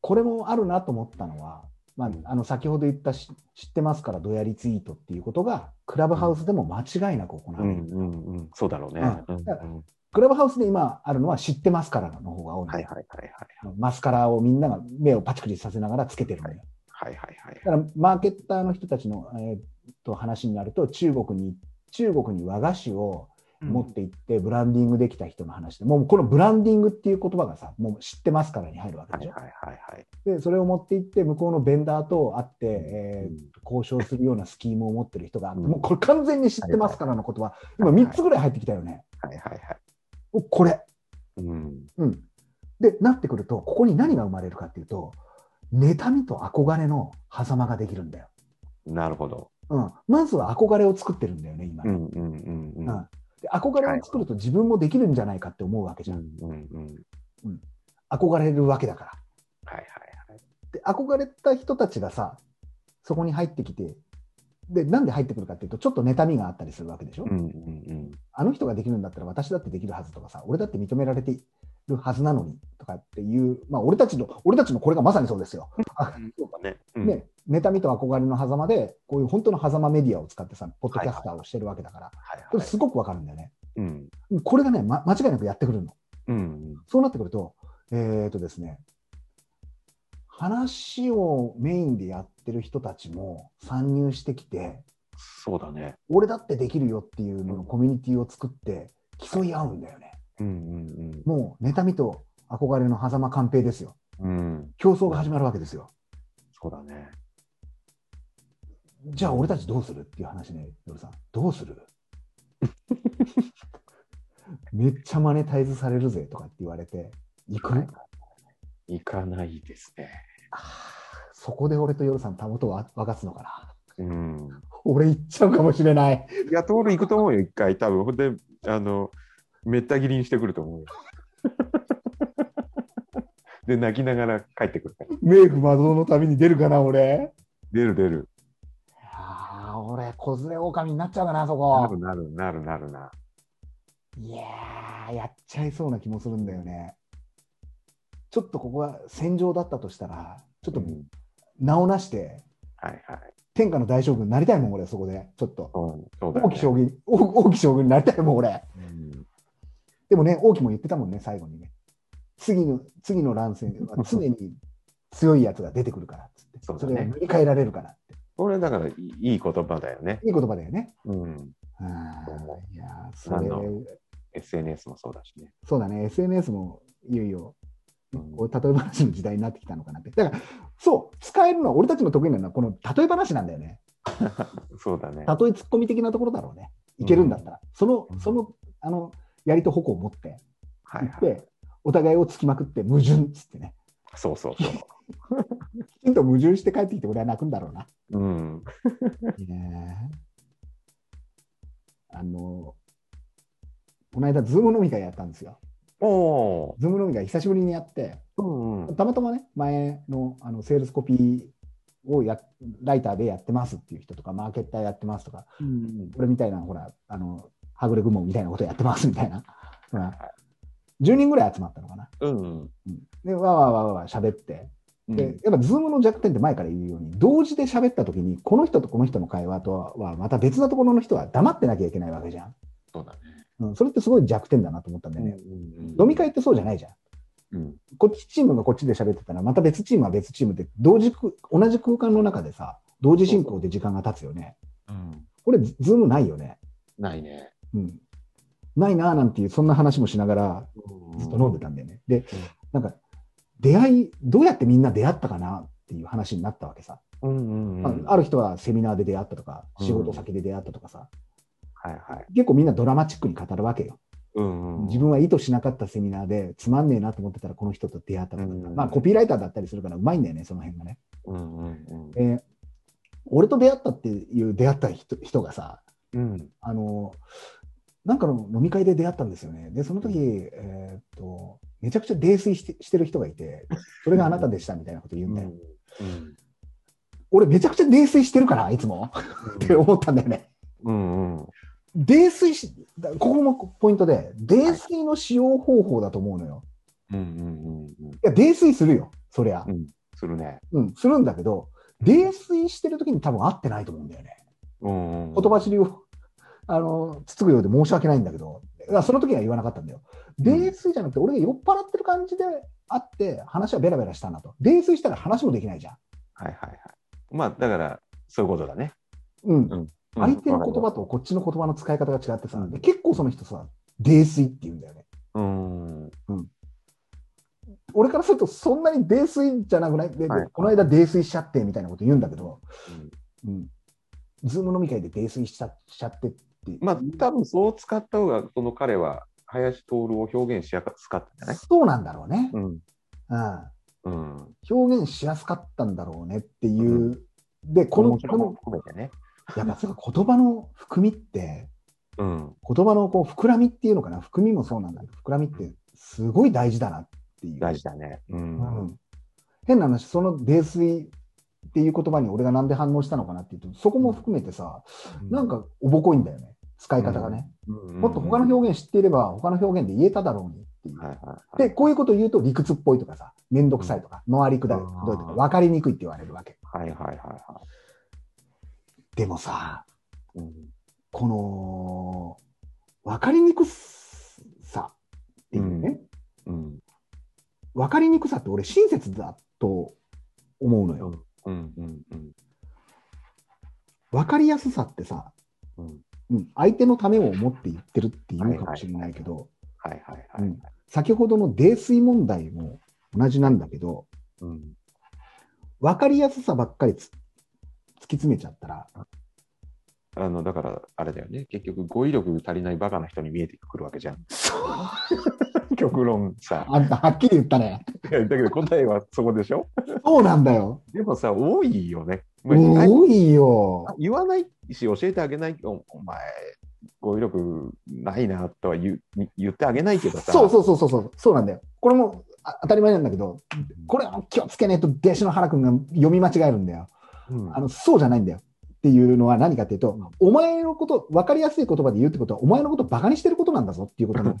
Speaker 1: これもあるなと思ったのは、まあ、あの先ほど言ったし知ってますから、どやりツイートっていうことが、クラブハウスでも間違いなく行わ
Speaker 2: う
Speaker 1: れる。
Speaker 2: んうんうん。そうだろうね。
Speaker 1: うん
Speaker 2: うんうん
Speaker 1: クラブハウスで今あるのは知ってますからの方が多い、
Speaker 2: はいはいはいはい。
Speaker 1: マスカラをみんなが目をパチクリさせながらつけてるのよ。
Speaker 2: はいはいはい
Speaker 1: だ。からマーケッターの人たちの、えーっと話になると中国に中国に和菓子を持って行ってブランディングできた人の話で、もうこのブランディングっていう言葉がさもう知ってますからに入るわけ
Speaker 2: は
Speaker 1: で
Speaker 2: い
Speaker 1: しょ、
Speaker 2: はいはいはい。
Speaker 1: でそれを持って行って向こうのベンダーと会って、えー
Speaker 2: うん
Speaker 1: 交渉するようなスキームを持ってる人があって、
Speaker 2: うん
Speaker 1: もうこれ完全に知ってますからの言葉、
Speaker 2: いはい
Speaker 1: 今3つぐらい入ってきたよね、
Speaker 2: はいはいはい。
Speaker 1: おこれ
Speaker 2: うん。
Speaker 1: うん、でなってくるとここに何が生まれるかっていうと妬みと憧れの狭間ができるんだよ、
Speaker 2: なるほど。
Speaker 1: うん、まずは憧れを作ってるんだよね今、
Speaker 2: うんうんうんうん。
Speaker 1: うんで憧れを作ると自分もできるんじゃないかって思うわけじ
Speaker 2: う
Speaker 1: ゃん、
Speaker 2: んうんうん。
Speaker 1: 憧れるわけだから
Speaker 2: はいはいはい。
Speaker 1: で憧れた人たちがさそこに入ってきてでなんで入ってくるかっていうとちょっと妬みがあったりするわけでしょ、
Speaker 2: うんうんうん。
Speaker 1: あの人ができるんだったら私だってできるはずとかさ俺だって認められているはずなのにとかっていうまあ俺たちの俺たちのこれがまさにそうですよ
Speaker 2: そうだね。うん
Speaker 1: ね、妬みと憧れの狭間で、こういう本当の狭間メディアを使ってさ、ポッドキャスターをしてるわけだから、
Speaker 2: はい
Speaker 1: これ
Speaker 2: はい。
Speaker 1: すごくわかるんだよね。
Speaker 2: うん
Speaker 1: これがね、ま、間違いなくやってくるの。
Speaker 2: うん。
Speaker 1: そうなってくると、えー、とですね、話をメインでやってる人たちも参入してきて、
Speaker 2: そうだね。
Speaker 1: 俺だってできるよっていうののコミュニティを作って、競い合うんだよね。
Speaker 2: うんうん
Speaker 1: もう妬みと憧れの狭間寛平ですよ。
Speaker 2: うん。うん。
Speaker 1: 競争が始まるわけですよ。
Speaker 2: そうだね。
Speaker 1: じゃあ俺たちどうするっていう話ね、夜さん。どうする *laughs* めっちゃマネタイズされるぜとかって言われて、行く、
Speaker 2: はい行かないですね。
Speaker 1: あーそこで俺と夜さん、たもとを沸かすのかな。
Speaker 2: うん。
Speaker 1: 俺行っちゃうかもしれない。
Speaker 2: いや、トール行くと思うよ、一回、多分ほんで、あの、めった切りにしてくると思う *laughs* よ。で、泣きながら帰ってくるから。
Speaker 1: 冥府魔像の旅に出るかな、俺。
Speaker 2: 出る出る。
Speaker 1: ああ、俺、子連れ狼になっちゃうかな、そ
Speaker 2: な
Speaker 1: こ
Speaker 2: る。なるなるなるな。
Speaker 1: いやー、やっちゃいそうな気もするんだよね。ちょっとここが戦場だったとしたら、ちょっと
Speaker 2: うん
Speaker 1: 名をなして、
Speaker 2: はいはい。
Speaker 1: 天下の大将軍になりたいもん、俺、そこで。ちょっと。
Speaker 2: うんそうだね
Speaker 1: 大き将軍、大大き将軍になりたいもん、俺。
Speaker 2: うん
Speaker 1: でもね、大きも言ってたもんね、最後にね。次の、次の乱戦は常に強いやつが出てくるからっつって、
Speaker 2: そ
Speaker 1: *laughs*
Speaker 2: う
Speaker 1: そ
Speaker 2: だ
Speaker 1: れ
Speaker 2: ね
Speaker 1: を塗り替えられるからって。
Speaker 2: これだからいいいい言葉だよね。
Speaker 1: いい言葉だよね。
Speaker 2: うん、
Speaker 1: うん
Speaker 2: そう思
Speaker 1: いやーそれ
Speaker 2: あの SNS もそうだしね。
Speaker 1: そうだね、SNS もいよいよ、
Speaker 2: うん
Speaker 1: こう例え話の時代になってきたのかなって。だから、そう、使えるのは俺たちの得意なのは、この例え話なんだよね。
Speaker 2: そうだね
Speaker 1: 例え。ツッコミ的なところだろうね。いけるんだったら。その
Speaker 2: う、ん
Speaker 1: その、あの、やりと矛を持って、
Speaker 2: は
Speaker 1: 行
Speaker 2: い
Speaker 1: っ
Speaker 2: はい。
Speaker 1: て、お互いをつきまくって、矛盾っつってね。
Speaker 2: そうそうそ
Speaker 1: きちんと矛盾して帰ってきて俺は泣くんだろう
Speaker 2: *laughs*
Speaker 1: な。
Speaker 2: う。うん。
Speaker 1: あの、この間、ズーム飲み会やったんですよ。
Speaker 2: おお
Speaker 1: ズーム飲み会久しぶりにやって、
Speaker 2: ー。うんうん。
Speaker 1: たまたまね、前のあのセールスコピーをやライターでやってますっていう人とか、マーケッターやってますとか、
Speaker 2: うん
Speaker 1: 俺みたいな、ほら、あの、はぐれ雲みたいなことやってますみたいな。ほら10人ぐらい集まったのかな。
Speaker 2: うん。
Speaker 1: うんで、わーわーわーわー喋って、
Speaker 2: うん
Speaker 1: でやっぱ、ズームの弱点って前から言うように、同時で喋った時に、この人とこの人の会話とは、また別なところの人は黙ってなきゃいけないわけじゃん。
Speaker 2: そうだね。
Speaker 1: うん、それってすごい弱点だなと思ったんだよね。
Speaker 2: うん
Speaker 1: 飲み会ってそうじゃないじゃん。
Speaker 2: うん。
Speaker 1: こっちチームがこっちで喋ってたら、また別チームは別チームで、同時く、同じ空間の中でさ、同時進行で時間が経つよね。
Speaker 2: うん。
Speaker 1: これ、ズームないよね。
Speaker 2: ないね。
Speaker 1: うん。ないなーなんていう、そんな話もしながら、ずっと飲んでたんだよね。で、なんか、出会い、どうやってみんな出会ったかなっていう話になったわけさ。
Speaker 2: うんうん
Speaker 1: ま
Speaker 2: うん。
Speaker 1: あある人はセミナーで出会ったとか、
Speaker 2: うん
Speaker 1: 仕事先で出会ったとかさ、
Speaker 2: はいはい。
Speaker 1: 結構みんなドラマチックに語るわけよ。
Speaker 2: うんうん。
Speaker 1: 自分は意図しなかったセミナーで、つまんねえなと思ってたら、この人と出会ったとか、
Speaker 2: うん
Speaker 1: まあコピーライターだったりするから、うまいんだよね、その辺がね。
Speaker 2: うんうん
Speaker 1: で俺と出会ったっていう出会った人人がさ、
Speaker 2: うん。うん。
Speaker 1: あの、なんかの飲み会で出会ったんですよね。で、その時、えーっと、めちゃくちゃ泥酔してしてる人がいて、それがあなたでしたみたいなこと言うんだよ。
Speaker 2: うん
Speaker 1: 俺、めちゃくちゃ泥酔してるから、いつもって思ったんだよね。
Speaker 2: うんうん。
Speaker 1: 泥酔し、だここもポイントで、泥酔の使用方法だと思うのよ。
Speaker 2: うんうんうんうん。
Speaker 1: いや、泥酔するよ、そりゃ。
Speaker 2: するね。
Speaker 1: うん、するんだけど、泥酔してる時に多分合ってないと思うんだよね。
Speaker 2: うんうん。
Speaker 1: 言葉尻を、あの、つつくようで申し訳ないんだけど、だからその時には言わなかったんだよ。泥酔じゃなくて、俺が酔っ払ってる感じであって、話はベラベラしたなと。泥酔したら話もできないじゃん。
Speaker 2: はいはいはい。まあだからそういうことだね。
Speaker 1: うん。
Speaker 2: うん
Speaker 1: 相手の言葉とこっちの言葉の使い方が違ってさ、
Speaker 2: うん
Speaker 1: で結構その人さ、泥酔って言うんだよね。
Speaker 2: うん。
Speaker 1: 俺からするとそんなに泥酔じゃなくないで、で
Speaker 2: はい
Speaker 1: この間泥酔しちゃってみたいなこと言うんだけど、うん、ズーム飲み会で泥酔しちゃしちゃってって、
Speaker 2: まあ多分そう使った方がその彼は林徹を表現しやすかったんじゃない？
Speaker 1: そうなんだろうね、
Speaker 2: うん
Speaker 1: うん
Speaker 2: うん。
Speaker 1: 表現しやすかったんだろうねっていう、
Speaker 2: う
Speaker 1: でこの
Speaker 2: 面白
Speaker 1: こ
Speaker 2: いも
Speaker 1: の
Speaker 2: 含めてね。
Speaker 1: やっぱその言葉の含みって
Speaker 2: うん。
Speaker 1: 言葉のこう膨らみっていうのかな含みもそうなんだけど膨らみってすごい大事だなっていう。
Speaker 2: 大事だね。う。
Speaker 1: うんん変な話、その泥酔っていう言葉に俺がなんで反応したのかなっていうと、そこも含めてさ、なんかおぼこいんだよね、使い方がね。も
Speaker 2: も
Speaker 1: っと他の表現知っていれば、他の表現で言えただろうにっていう。
Speaker 2: はいはいは
Speaker 1: で、
Speaker 2: い。
Speaker 1: こういうこと言うと理屈っぽいとかさ、めんどくさいとか、回りくだる
Speaker 2: あー
Speaker 1: どうとか、分かりにくいって言われるわけ。
Speaker 2: はいはいはいは
Speaker 1: でもさ、
Speaker 2: い。うん
Speaker 1: この、分かりにくさっていうね、
Speaker 2: うん
Speaker 1: 分かりにくさって俺親切だと思うのよ。
Speaker 2: うんうんうん
Speaker 1: 分かりやすさってさ、
Speaker 2: うん
Speaker 1: うん、相手のためを思って言ってるっていうかもしれないけど、
Speaker 2: はいはいはい。
Speaker 1: うん先ほどの泥酔問題も同じなんだけど、
Speaker 2: うん。
Speaker 1: 分かりやすさばっかりつ突き詰めちゃったら、
Speaker 2: あの、だから、あれだよね。結局、語彙力足りないバカな人に見えてくるわけじゃん。 *laughs* 極論さ。
Speaker 1: あんたはっきり言ったね。
Speaker 2: いやだけど答えはそこでしょ
Speaker 1: そうなんだよ。
Speaker 2: でもさ、多いよね。
Speaker 1: 多いよ。
Speaker 2: 言わないし、教えてあげない。おお前、語彙力ないなとは言う言ってあげないけどさ。
Speaker 1: そうそうそうそうそう、そうなんだよ。これもあ当たり前なんだけど、これ気をつけねえと弟子の原くんが読み間違えるんだよ。
Speaker 2: うん。
Speaker 1: あのそうじゃないんだよ。っていうのは何かっていうと、お前のこと、分かりやすい言葉で言うってことは、お前のことバカにしてることなんだぞっていうこと *laughs* の、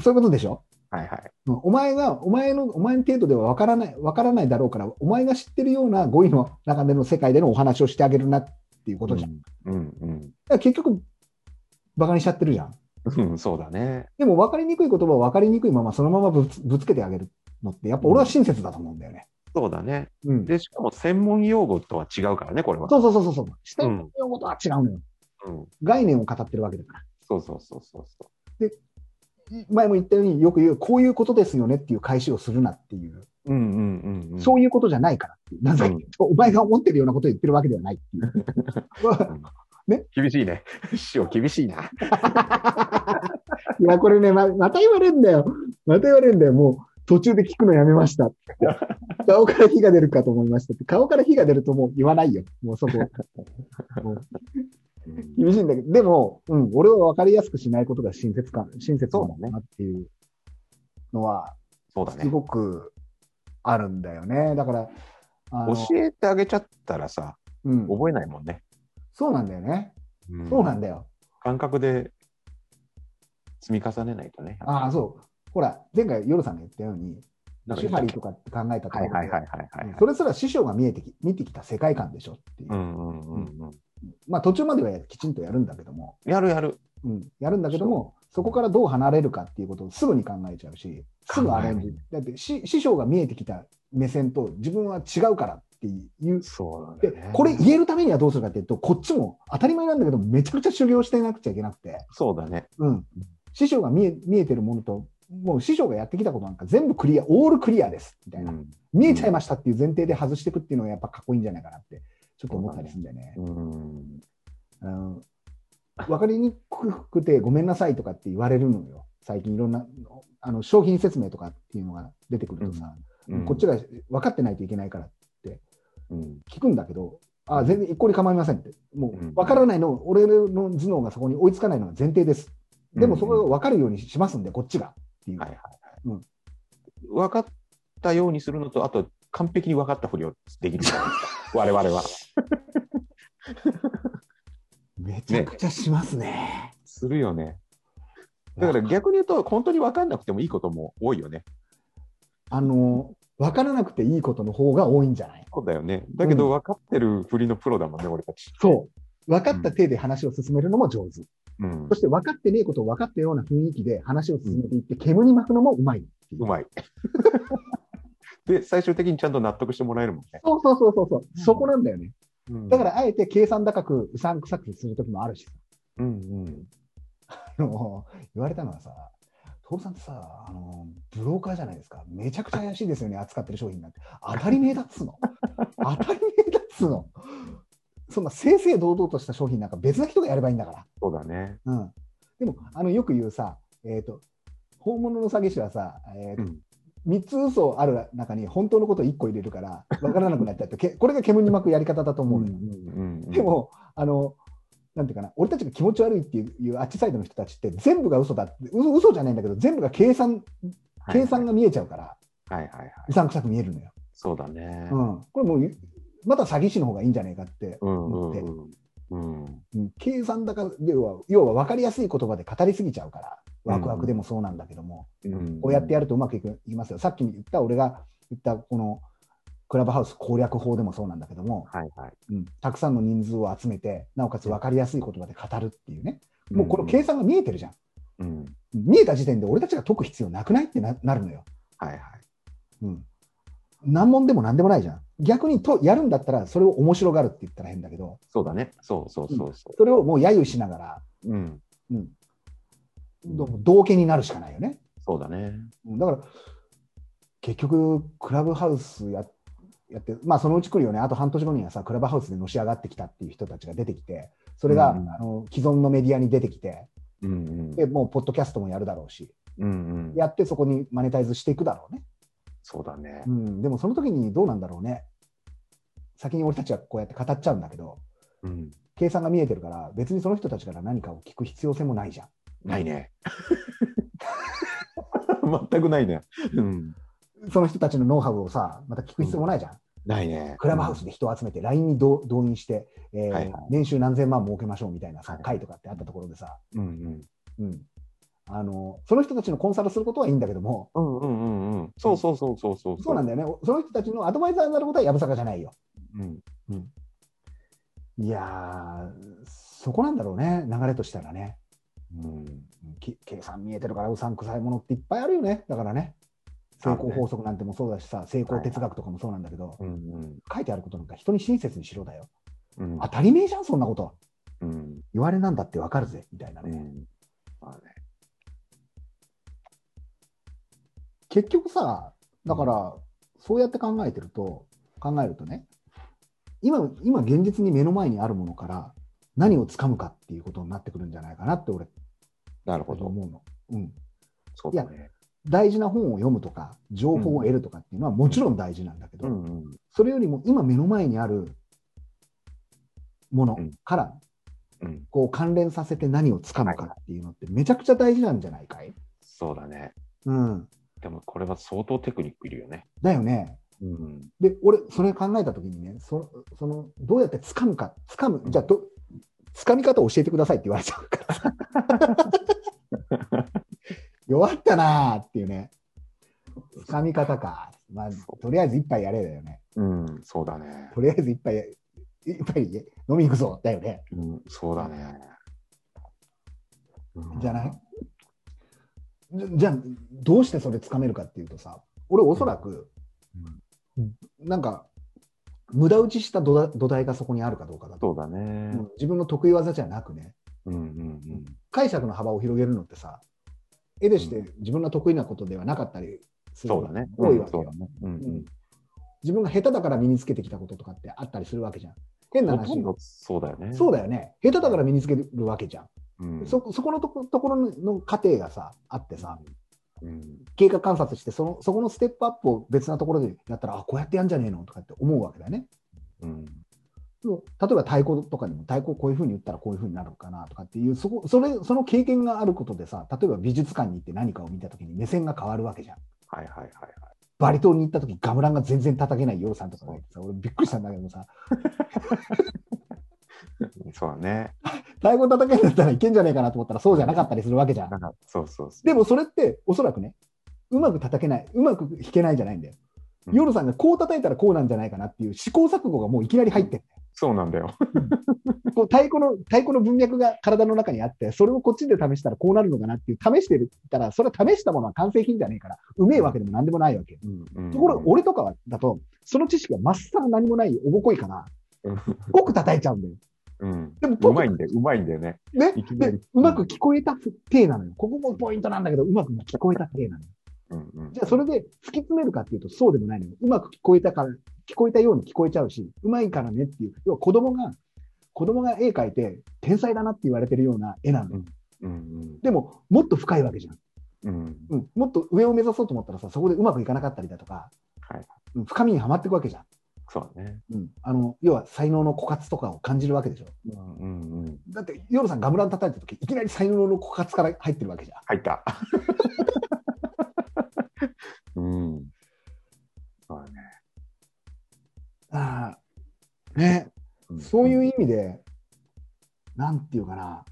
Speaker 1: そういうことでしょ
Speaker 2: はいはい。
Speaker 1: うんお前が、お前の、お前の程度では分からない、分からないだろうから、お前が知ってるような語彙の中での世界でのお話をしてあげるなっていうことじゃん。だ
Speaker 2: うんうん
Speaker 1: から結局、バカにしちゃってるじゃん。
Speaker 2: うん。うん、そうだね。
Speaker 1: でも分かりにくい言葉を分かりにくいままそのままぶつぶつけてあげるのって、やっぱ俺は親切だと思うんだよね。
Speaker 2: そうだね。
Speaker 1: うん。
Speaker 2: で、しかも専門用語とは違うからね、これは。
Speaker 1: そうそうそうそうそう。視
Speaker 2: う
Speaker 1: 点
Speaker 2: ん。
Speaker 1: のことは違うのよ。
Speaker 2: うん。
Speaker 1: 概念を語ってるわけだから。
Speaker 2: そうそうそうそうそ
Speaker 1: 前も言ったようによく言う、こういうことですよねっていう返しをするなっていう、
Speaker 2: う。うんうんうん、うん。
Speaker 1: そういうことじゃないからっていう。なぜかというと、お前が思ってるようなことを言ってるわけではないっていう。 *laughs*
Speaker 2: 厳しいね。 *laughs* 師匠、厳しいな。
Speaker 1: いや、これねま、また言われるんだよ。また言われるんだよ。もう、途中で聞くのやめました。顔から火が出るかと思いましたって。顔から火が出るともう言わないよ。もうそこ。もう厳しいんだけど、でも、うん、俺は分かりやすくしないことが親切か、親切なんだなっていうのは、
Speaker 2: そうだ
Speaker 1: す
Speaker 2: ね。
Speaker 1: ごくあるんだよね。だから、あの
Speaker 2: 教えてあげちゃったらさ、
Speaker 1: うん、
Speaker 2: 覚えないもんね。
Speaker 1: そうなんだよね。そうなんんだよ。
Speaker 2: 感覚で積み重ねないとね。
Speaker 1: ああ、そう。ほら、前回、夜さんが言ったように、
Speaker 2: なんか
Speaker 1: シュハリとかって考えたとこ
Speaker 2: は
Speaker 1: ろ
Speaker 2: い
Speaker 1: で
Speaker 2: はいはいはいはい。
Speaker 1: それすら師匠が見えてき見てきた世界観でしょっていう、
Speaker 2: うんうんうんうん。
Speaker 1: まあ途中まではきちんとやるんだけども、
Speaker 2: やるやる。
Speaker 1: うん、やるんだけども、そこからどう離れるかっていうことをすぐに考えちゃうし、すぐアレン
Speaker 2: 考
Speaker 1: ジ。だってし師匠が見えてきた目線と自分は違うからっていう。
Speaker 2: そうなん
Speaker 1: でこれ言えるためにはどうするかっていうと、こっちも当たり前なんだけど、めちゃくちゃ修行してなくちゃいけなくて、
Speaker 2: そうだね。
Speaker 1: うん、師匠が見え見えてるものと、もう師匠がやってきたことなんか全部クリア、オールクリアですみたいな、見えちゃいましたっていう前提で外していくっていうのがやっぱかっこいいんじゃないかなって、ちょっと思ったりするんだよね。
Speaker 2: うん。
Speaker 1: うん分かりにくくてごめんなさいとかって言われるのよ。最近いろんなあの商品説明とかっていうのが出てくるとさ、
Speaker 2: うん
Speaker 1: こっちが分かってないといけないから
Speaker 2: うん。
Speaker 1: 聞くんだけど、あ全然一向に構いませんって、も
Speaker 2: う
Speaker 1: うん分からないの、俺の頭脳がそこに追いつかないのが前提です。でもそれを分かるようにしますんで、こっちがっていう。
Speaker 2: はいはいはい。
Speaker 1: うん
Speaker 2: 分かったようにするのと、あと完璧に分かったふりをできる。 *laughs* 我々は。
Speaker 1: めちゃくちゃしますね。
Speaker 2: するよね。だから逆に言うと、本当に分かんなくてもいいことも多いよね。
Speaker 1: あの分からなくていいことの方が多いんじゃない
Speaker 2: そうだよね。だけど
Speaker 1: うん
Speaker 2: 分かってるふりのプロだもんね、俺たち。
Speaker 1: そう。分かった手で話を進めるのも上手。
Speaker 2: うん
Speaker 1: そ。して分かってねえことを分かったような雰囲気で話を進めていって、煙に巻くのもうまいっていう
Speaker 2: うまい。 *laughs* で、最終的にちゃんと納得してもらえるもんね。
Speaker 1: そうそうそうそうそう、そこなんだよね。だから、あえて計算高く、うさんくさくするときもあるしさ。
Speaker 2: うんうん。
Speaker 1: あの言われたのはさ、徹さんってさ、あのブローカーじゃないですか。めちゃくちゃ怪しいですよね、扱ってる商品なんて。当たり前だっつう *laughs* の。当たり前だっつうの。そんな正々堂々とした商品なんか別な人がやればいいんだから。
Speaker 2: そうだね。
Speaker 1: うん、でもあのよく言うさ、えー、と本物の詐欺師はさ、えーと
Speaker 2: うん
Speaker 1: 3つ嘘ある中に本当のこと1個入れる
Speaker 2: *laughs*
Speaker 1: から分からなくなっちゃってけこれが煙に巻くやり方だと思うのよ、
Speaker 2: うんうん
Speaker 1: で、もあのなんていうかな俺たちが気持ち悪いっていういうあっちサイドの人たちって全部が嘘だって嘘嘘じゃないんだけど全部が計算計算が見えちゃうから、。
Speaker 2: はいはいはいう
Speaker 1: さんくさく見えるのよ、
Speaker 2: そうだね
Speaker 1: う。ん、これもうまた詐欺師の方がいいんじゃないかって、
Speaker 2: うんうんうんうん。
Speaker 1: うん計算だから要は要は分かりやすい言葉で語りすぎちゃうからワクワクでもそうなんだけども、
Speaker 2: うん
Speaker 1: こうやってやるとうまくいくいきますよ。さっき言った俺が言ったこのクラブハウス攻略法でもそうなんだけども、
Speaker 2: はいはい。
Speaker 1: うん、たくさんの人数を集めて、なおかつ分かりやすい言葉で語るっていうね、もうこの計算が見えてるじゃん。
Speaker 2: うん。
Speaker 1: 見えた時点で俺たちが解く必要なくないってななるのよ。
Speaker 2: はいはい。
Speaker 1: うん、難問でも何でもないじゃん。逆にとやるんだったら、それを面白がるって言ったら変だけど、
Speaker 2: そうだね。そうそうそうそ
Speaker 1: それをもう揶揄しながら、
Speaker 2: う。うん。
Speaker 1: うん、どうも道化になるしかないよね。
Speaker 2: そうだね。
Speaker 1: うんだから、結局、クラブハウスややって、まあ、そのうち来るよね、あと半年後にはさ、クラブハウスでのし上がってきたっていう人たちが出てきて、それが、
Speaker 2: うん
Speaker 1: あの既存のメディアに出てきて、
Speaker 2: うんうん。
Speaker 1: でもう、ポッドキャストもやるだろうし、
Speaker 2: うんうん。
Speaker 1: やってそこにマネタイズしていくだろうね。
Speaker 2: そうだね
Speaker 1: う。ん、でも、その時にどうなんだろうね。先に俺たちはこうやって語っちゃうんだけど、
Speaker 2: うん。
Speaker 1: 計算が見えてるから、別にその人たちから何かを聞く必要性もないじゃん。
Speaker 2: な
Speaker 1: *laughs*
Speaker 2: いね。全くないね。うん。
Speaker 1: その人たちのノウハウをさ、また聞く必要もないじゃん。
Speaker 2: ないね。
Speaker 1: クラブハウスで人を集めて、LINE に動動員して、えー
Speaker 2: はいはい
Speaker 1: 年収何千万儲けましょうみたいなさ
Speaker 2: は、い
Speaker 1: 会とかってあったところでさ、
Speaker 2: うんうん。
Speaker 1: うんあの、その人たちのコンサルすることはいいんだけども、
Speaker 2: うんうんうんうん。そうそうそうそうそう。
Speaker 1: そうなんだよね、その人たちのアドバイザーになることはやぶさかじゃないよ。
Speaker 2: うん。
Speaker 1: いやー、そこなんだろうね、流れとしたらね。
Speaker 2: うん。
Speaker 1: うんき計算見えてるから、うさんくさいものっていっぱいあるよね、だからね。成功法則なんてもそうだしさ、成功哲学とかもそうなんだけど、
Speaker 2: うん
Speaker 1: 書いてあることなんか人に親切にしろだよ。
Speaker 2: うん。
Speaker 1: 当たり前じゃん、そんなこと。
Speaker 2: うん。
Speaker 1: 言われなんだってわかるぜ、みたいな
Speaker 2: う
Speaker 1: ね。
Speaker 2: ん。まあね。
Speaker 1: 結局さだからそうやって考えてると考えるとね今今現実に目の前にあるものから何をつかむかっていうことになってくるんじゃないかなって俺
Speaker 2: なるほど。
Speaker 1: 思うの、うん、
Speaker 2: そうだね。
Speaker 1: 大事な本を読むとか情報を得るとかっていうのはもちろん大事なんだけど、
Speaker 2: うんうん。
Speaker 1: それよりも今目の前にあるもの
Speaker 2: うん
Speaker 1: から
Speaker 2: うん。
Speaker 1: こう関連させて何をつかむかっていうのってめちゃくちゃ大事なんじゃないかい、
Speaker 2: そうだね。
Speaker 1: うん、
Speaker 2: でもこれは相当テクニックいるよね。
Speaker 1: だよね
Speaker 2: うん。
Speaker 1: で、俺、それ考えたときにね、そその、どうやって掴むか、掴む、じゃあど、掴み方教えてくださいって言われちゃうからさ。弱ったなーっていうね。掴み方か。まあ、とりあえず一杯やれだよね。
Speaker 2: うん。そうだね。
Speaker 1: とりあえず一杯や、一杯飲みに行くぞだよね。
Speaker 2: うん。そうだね。
Speaker 1: じゃないじゃじゃあ、どうしてそれ掴めるかっていうとさ、俺、おそらく、なんか、無駄打ちした土台土台がそこにあるかどうかだと
Speaker 2: そうだね
Speaker 1: うん。自分の得意技じゃなくね
Speaker 2: うんうんうん。
Speaker 1: 解釈の幅を広げるのってさ絵でして自分が得意なことではなかったりする
Speaker 2: そ
Speaker 1: こ
Speaker 2: う
Speaker 1: と
Speaker 2: だね。
Speaker 1: 多いわけ
Speaker 2: そうだ
Speaker 1: よ、
Speaker 2: ね。うんうん。
Speaker 1: 自分が下手だから身につけてきたこととかってあったりするわけじゃん変な
Speaker 2: ほと
Speaker 1: 話
Speaker 2: んどそうだよね。
Speaker 1: そうだよね下手だから身につけるわけじゃん、
Speaker 2: うん。
Speaker 1: そそこのとこところの過程がさあってさ
Speaker 2: うん。
Speaker 1: 経過観察してそのそこのステップアップを別なところでやったらあこうやってやんじゃねえのとかって思うわけだよね
Speaker 2: うん。
Speaker 1: そう例えば太鼓とかにも太鼓こういうふうに打ったらこういうふうになるのかなとかっていうそこそれその経験があることでさ例えば美術館に行って何かを見た時に目線が変わるわけじゃん
Speaker 2: はいはいはいはい。
Speaker 1: バリ島に行った時ガムランが全然叩けないヨウさんとかがいてさ俺びっくりしたんだけどさ
Speaker 2: そうだね。
Speaker 1: 太鼓叩けるんだったらいけんじゃねえかなと思ったらそうじゃなかったりするわけじゃん
Speaker 2: なんか、そうそうそう。
Speaker 1: でもそれっておそらくねうまく叩けないうまく弾けないじゃないんだよ
Speaker 2: うん
Speaker 1: ヨウさんがこう叩いたらこうなんじゃないかなっていう試行錯誤がもういきなり入ってんだよ
Speaker 2: そうなんだよ。
Speaker 1: こう太鼓の、太鼓の文脈が体の中にあって、それをこっちで試したらこうなるのかなっていう、試してるたら、それは試したものは完成品じゃねえから、うめえわけでもなんでもないわけ。
Speaker 2: うん
Speaker 1: ところが、俺とかだと、その知識はまっさら何もないおぼこいから、ごく叩いちゃうんだよ。
Speaker 2: うん。
Speaker 1: でも、
Speaker 2: うまいんだよ。うまいんだよね。
Speaker 1: ね
Speaker 2: いきなり
Speaker 1: で、うまく聞こえた体なのよ。ここもポイントなんだけど、うまく聞こえた体なのよ。
Speaker 2: うんうん。
Speaker 1: じゃあ、それで突き詰めるかっていうと、そうでもないのよ。うまく聞こえたから、聞こえたように聞こえちゃうし、うまいからねっていう。要は子供が、子供が絵描いて、天才だなって言われてるような絵なんだよ。
Speaker 2: うん
Speaker 1: でも、もっと深いわけじゃん。
Speaker 2: うん。うん。
Speaker 1: うん、もっと上を目指そうと思ったらさ、そこでうまくいかなかったりだとか、
Speaker 2: はい。
Speaker 1: うん、深みにはまっていくわけじゃん。
Speaker 2: そうだね。
Speaker 1: うん、あの要は才能の枯渇とかを感じるわけでしょ。
Speaker 2: うんうんうん。
Speaker 1: だって、ヨロさん、ガムラン叩いたとき、いきなり才能の枯渇から入ってるわけじゃん。*laughs*
Speaker 2: 入った。うん。そうだね。
Speaker 1: ああ、ね、
Speaker 2: ん
Speaker 1: そういう意味で、なんていうかな、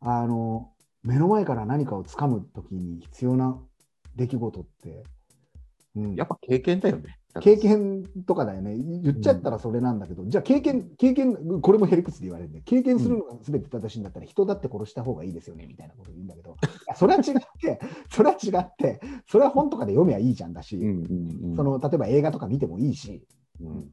Speaker 1: あの、目の前から何かをつかむときに必要な出来事って、うん、
Speaker 2: やっぱ経験だよね。
Speaker 1: 経験とかだよね、言っちゃったらそれなんだけど、じゃあ経験、経験、これもヘリクスで言われるんで、経験するのが全て正しいんだったら、人だって殺した方がいいですよねみたいなこと言うんだけど、いやそれは違って、それは違って、それは本とかで読めばいいじゃんだし、
Speaker 2: うんうんうん
Speaker 1: その例えば映画とか見てもいいし、
Speaker 2: うん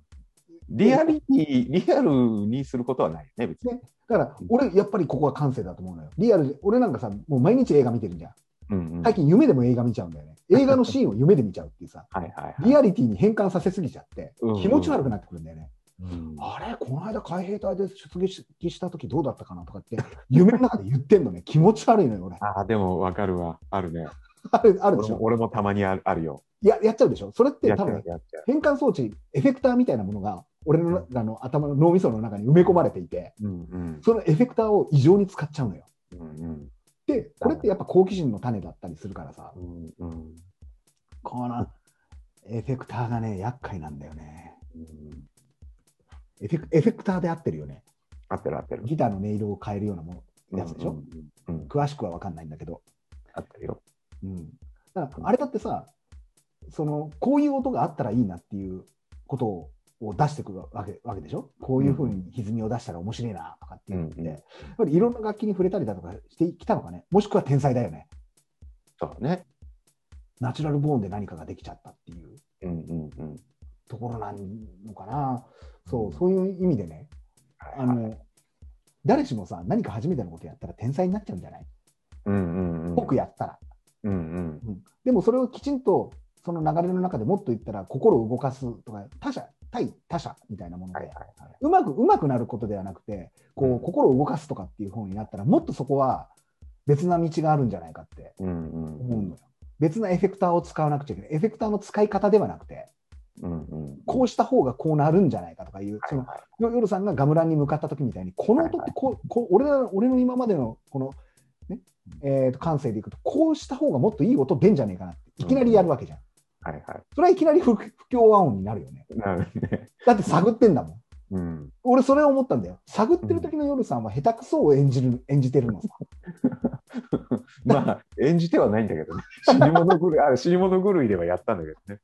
Speaker 2: リアリティ、リアルにすることはないよね、別に。
Speaker 1: だから俺、やっぱりここは感性だと思うのよ。リアルで、俺なんかさ、もう毎日映画見てるじゃん。
Speaker 2: うんうんは
Speaker 1: 最
Speaker 2: い
Speaker 1: 近夢でも映画見ちゃうんだよね。映画のシーンを夢で見ちゃうっていう
Speaker 2: *laughs*
Speaker 1: さ、
Speaker 2: はいはい。
Speaker 1: リアリティに変換させすぎちゃって
Speaker 2: うんうん、
Speaker 1: 気持ち悪くなってくるんだよね。
Speaker 2: うん
Speaker 1: あれ、この間海兵隊で出撃した時どうだったかなとかって、夢の中で言ってんのね。気持ち悪いのよ、俺。
Speaker 2: あー、でもわかるわ。あるね。
Speaker 1: あるあるで
Speaker 2: 俺
Speaker 1: し
Speaker 2: も
Speaker 1: ょ
Speaker 2: 俺もたまにあるあるよ。
Speaker 1: ややっちゃうでしょそれって
Speaker 2: やっちゃ
Speaker 1: 多
Speaker 2: う
Speaker 1: 分、
Speaker 2: やっちゃう。
Speaker 1: 変換装置、エフェクターみたいなものが、俺のあの頭の脳みその中に埋め込まれていて、
Speaker 2: うんうん
Speaker 1: そのエフェクターを異常に使っちゃうのよ。
Speaker 2: うん
Speaker 1: で、これってやっぱ好奇心の種だったりするからさ
Speaker 2: う、んうんうん
Speaker 1: このエフェクターがね、厄介なんだよね。
Speaker 2: うん
Speaker 1: エフェクエフェクターで合ってるよね。
Speaker 2: 合ってる合ってる。
Speaker 1: ギターの音色を変えるようなものやつでしょ、
Speaker 2: うんうんうん
Speaker 1: 詳しくは分かんないんだけど。
Speaker 2: 合ってるよ。
Speaker 1: うん、だからあれだってさそのこういう音があったらいいなっていうことをを出してくるわけわけでしょこういうふうに歪みを出したら面白いなとかって言って、
Speaker 2: うんうん
Speaker 1: やっぱりいろんな楽器に触れたりだとかしてきたのかねもしくは天才だよね
Speaker 2: そうだね。
Speaker 1: ナチュラルボーンで何かができちゃったっていう
Speaker 2: うんうんうん。
Speaker 1: ところなのかなそうそういう意味でねあの誰しもさ何か初めてのことやったら天才になっちゃうんじゃない
Speaker 2: うんうんうん。
Speaker 1: 僕やったら
Speaker 2: うんうん。
Speaker 1: でもそれをきちんとその流れの中でもっと言ったら心を動かすとか他者対他者みたいなもので、
Speaker 2: はいはいはいう
Speaker 1: まくうまくなることではなくて
Speaker 2: う
Speaker 1: こ
Speaker 2: ん
Speaker 1: う心を動かすとかっていう方になったらもっとそこは別な道があるんじゃないかって
Speaker 2: うんうん
Speaker 1: 思うのよ。別なエフェクターを使わなくちゃいけないエフェクターの使い方ではなくて
Speaker 2: うんうん。
Speaker 1: こうした方がこうなるんじゃないかとかいうその
Speaker 2: はい
Speaker 1: よ夜さんがガムランに向かった時みたいにこの音ってこうこう俺ら俺の今までのこの、ねえーと感性でいくとこうした方がもっといい音出んじゃねえかなっていきなりやるわけじゃん。
Speaker 2: はいはいはい
Speaker 1: それはいきなり不不協和音になるよね。
Speaker 2: なるね。
Speaker 1: だって探ってんだもん。
Speaker 2: うん。
Speaker 1: 俺それ思ったんだよ。探ってる時の夜さんは下手くそを演じる演じてるのさ。
Speaker 2: まあ、演じてはないんだけ
Speaker 1: *laughs*
Speaker 2: どね。死に物狂い、あれ死に物狂いではやったんだけどね。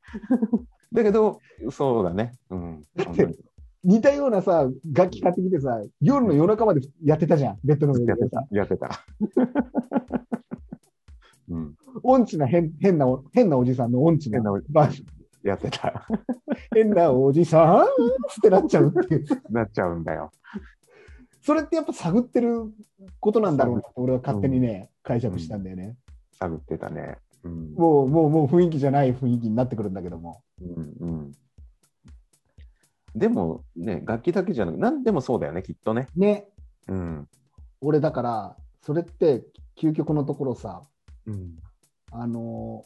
Speaker 2: だけど、そうだね。うん。本当に
Speaker 1: 似たようなさ、楽器買ってきてさ、夜の夜中までやってたじゃん、ベッドの上
Speaker 2: や
Speaker 1: で
Speaker 2: って
Speaker 1: さ
Speaker 2: た。。やってた。うん。
Speaker 1: 音痴な変変なお変なおじさんの音痴な
Speaker 2: 変なお
Speaker 1: バージョン
Speaker 2: やってた。
Speaker 1: 変なおじさんってなっちゃうっていう。 *laughs*
Speaker 2: なっちゃうんだよ。
Speaker 1: それってやっぱ探ってることなんだろうなって俺は勝手にね、解釈したんだよね。
Speaker 2: 探ってたね。うん。
Speaker 1: もう、もう、もう雰囲気じゃない雰囲気になってくるんだけども。
Speaker 2: うんうん。でもね、楽器だけじゃなく、なんでもそうだよね、きっとね。
Speaker 1: ね、
Speaker 2: うん。
Speaker 1: 俺だから、それって究極のところさ、
Speaker 2: うん。
Speaker 1: あの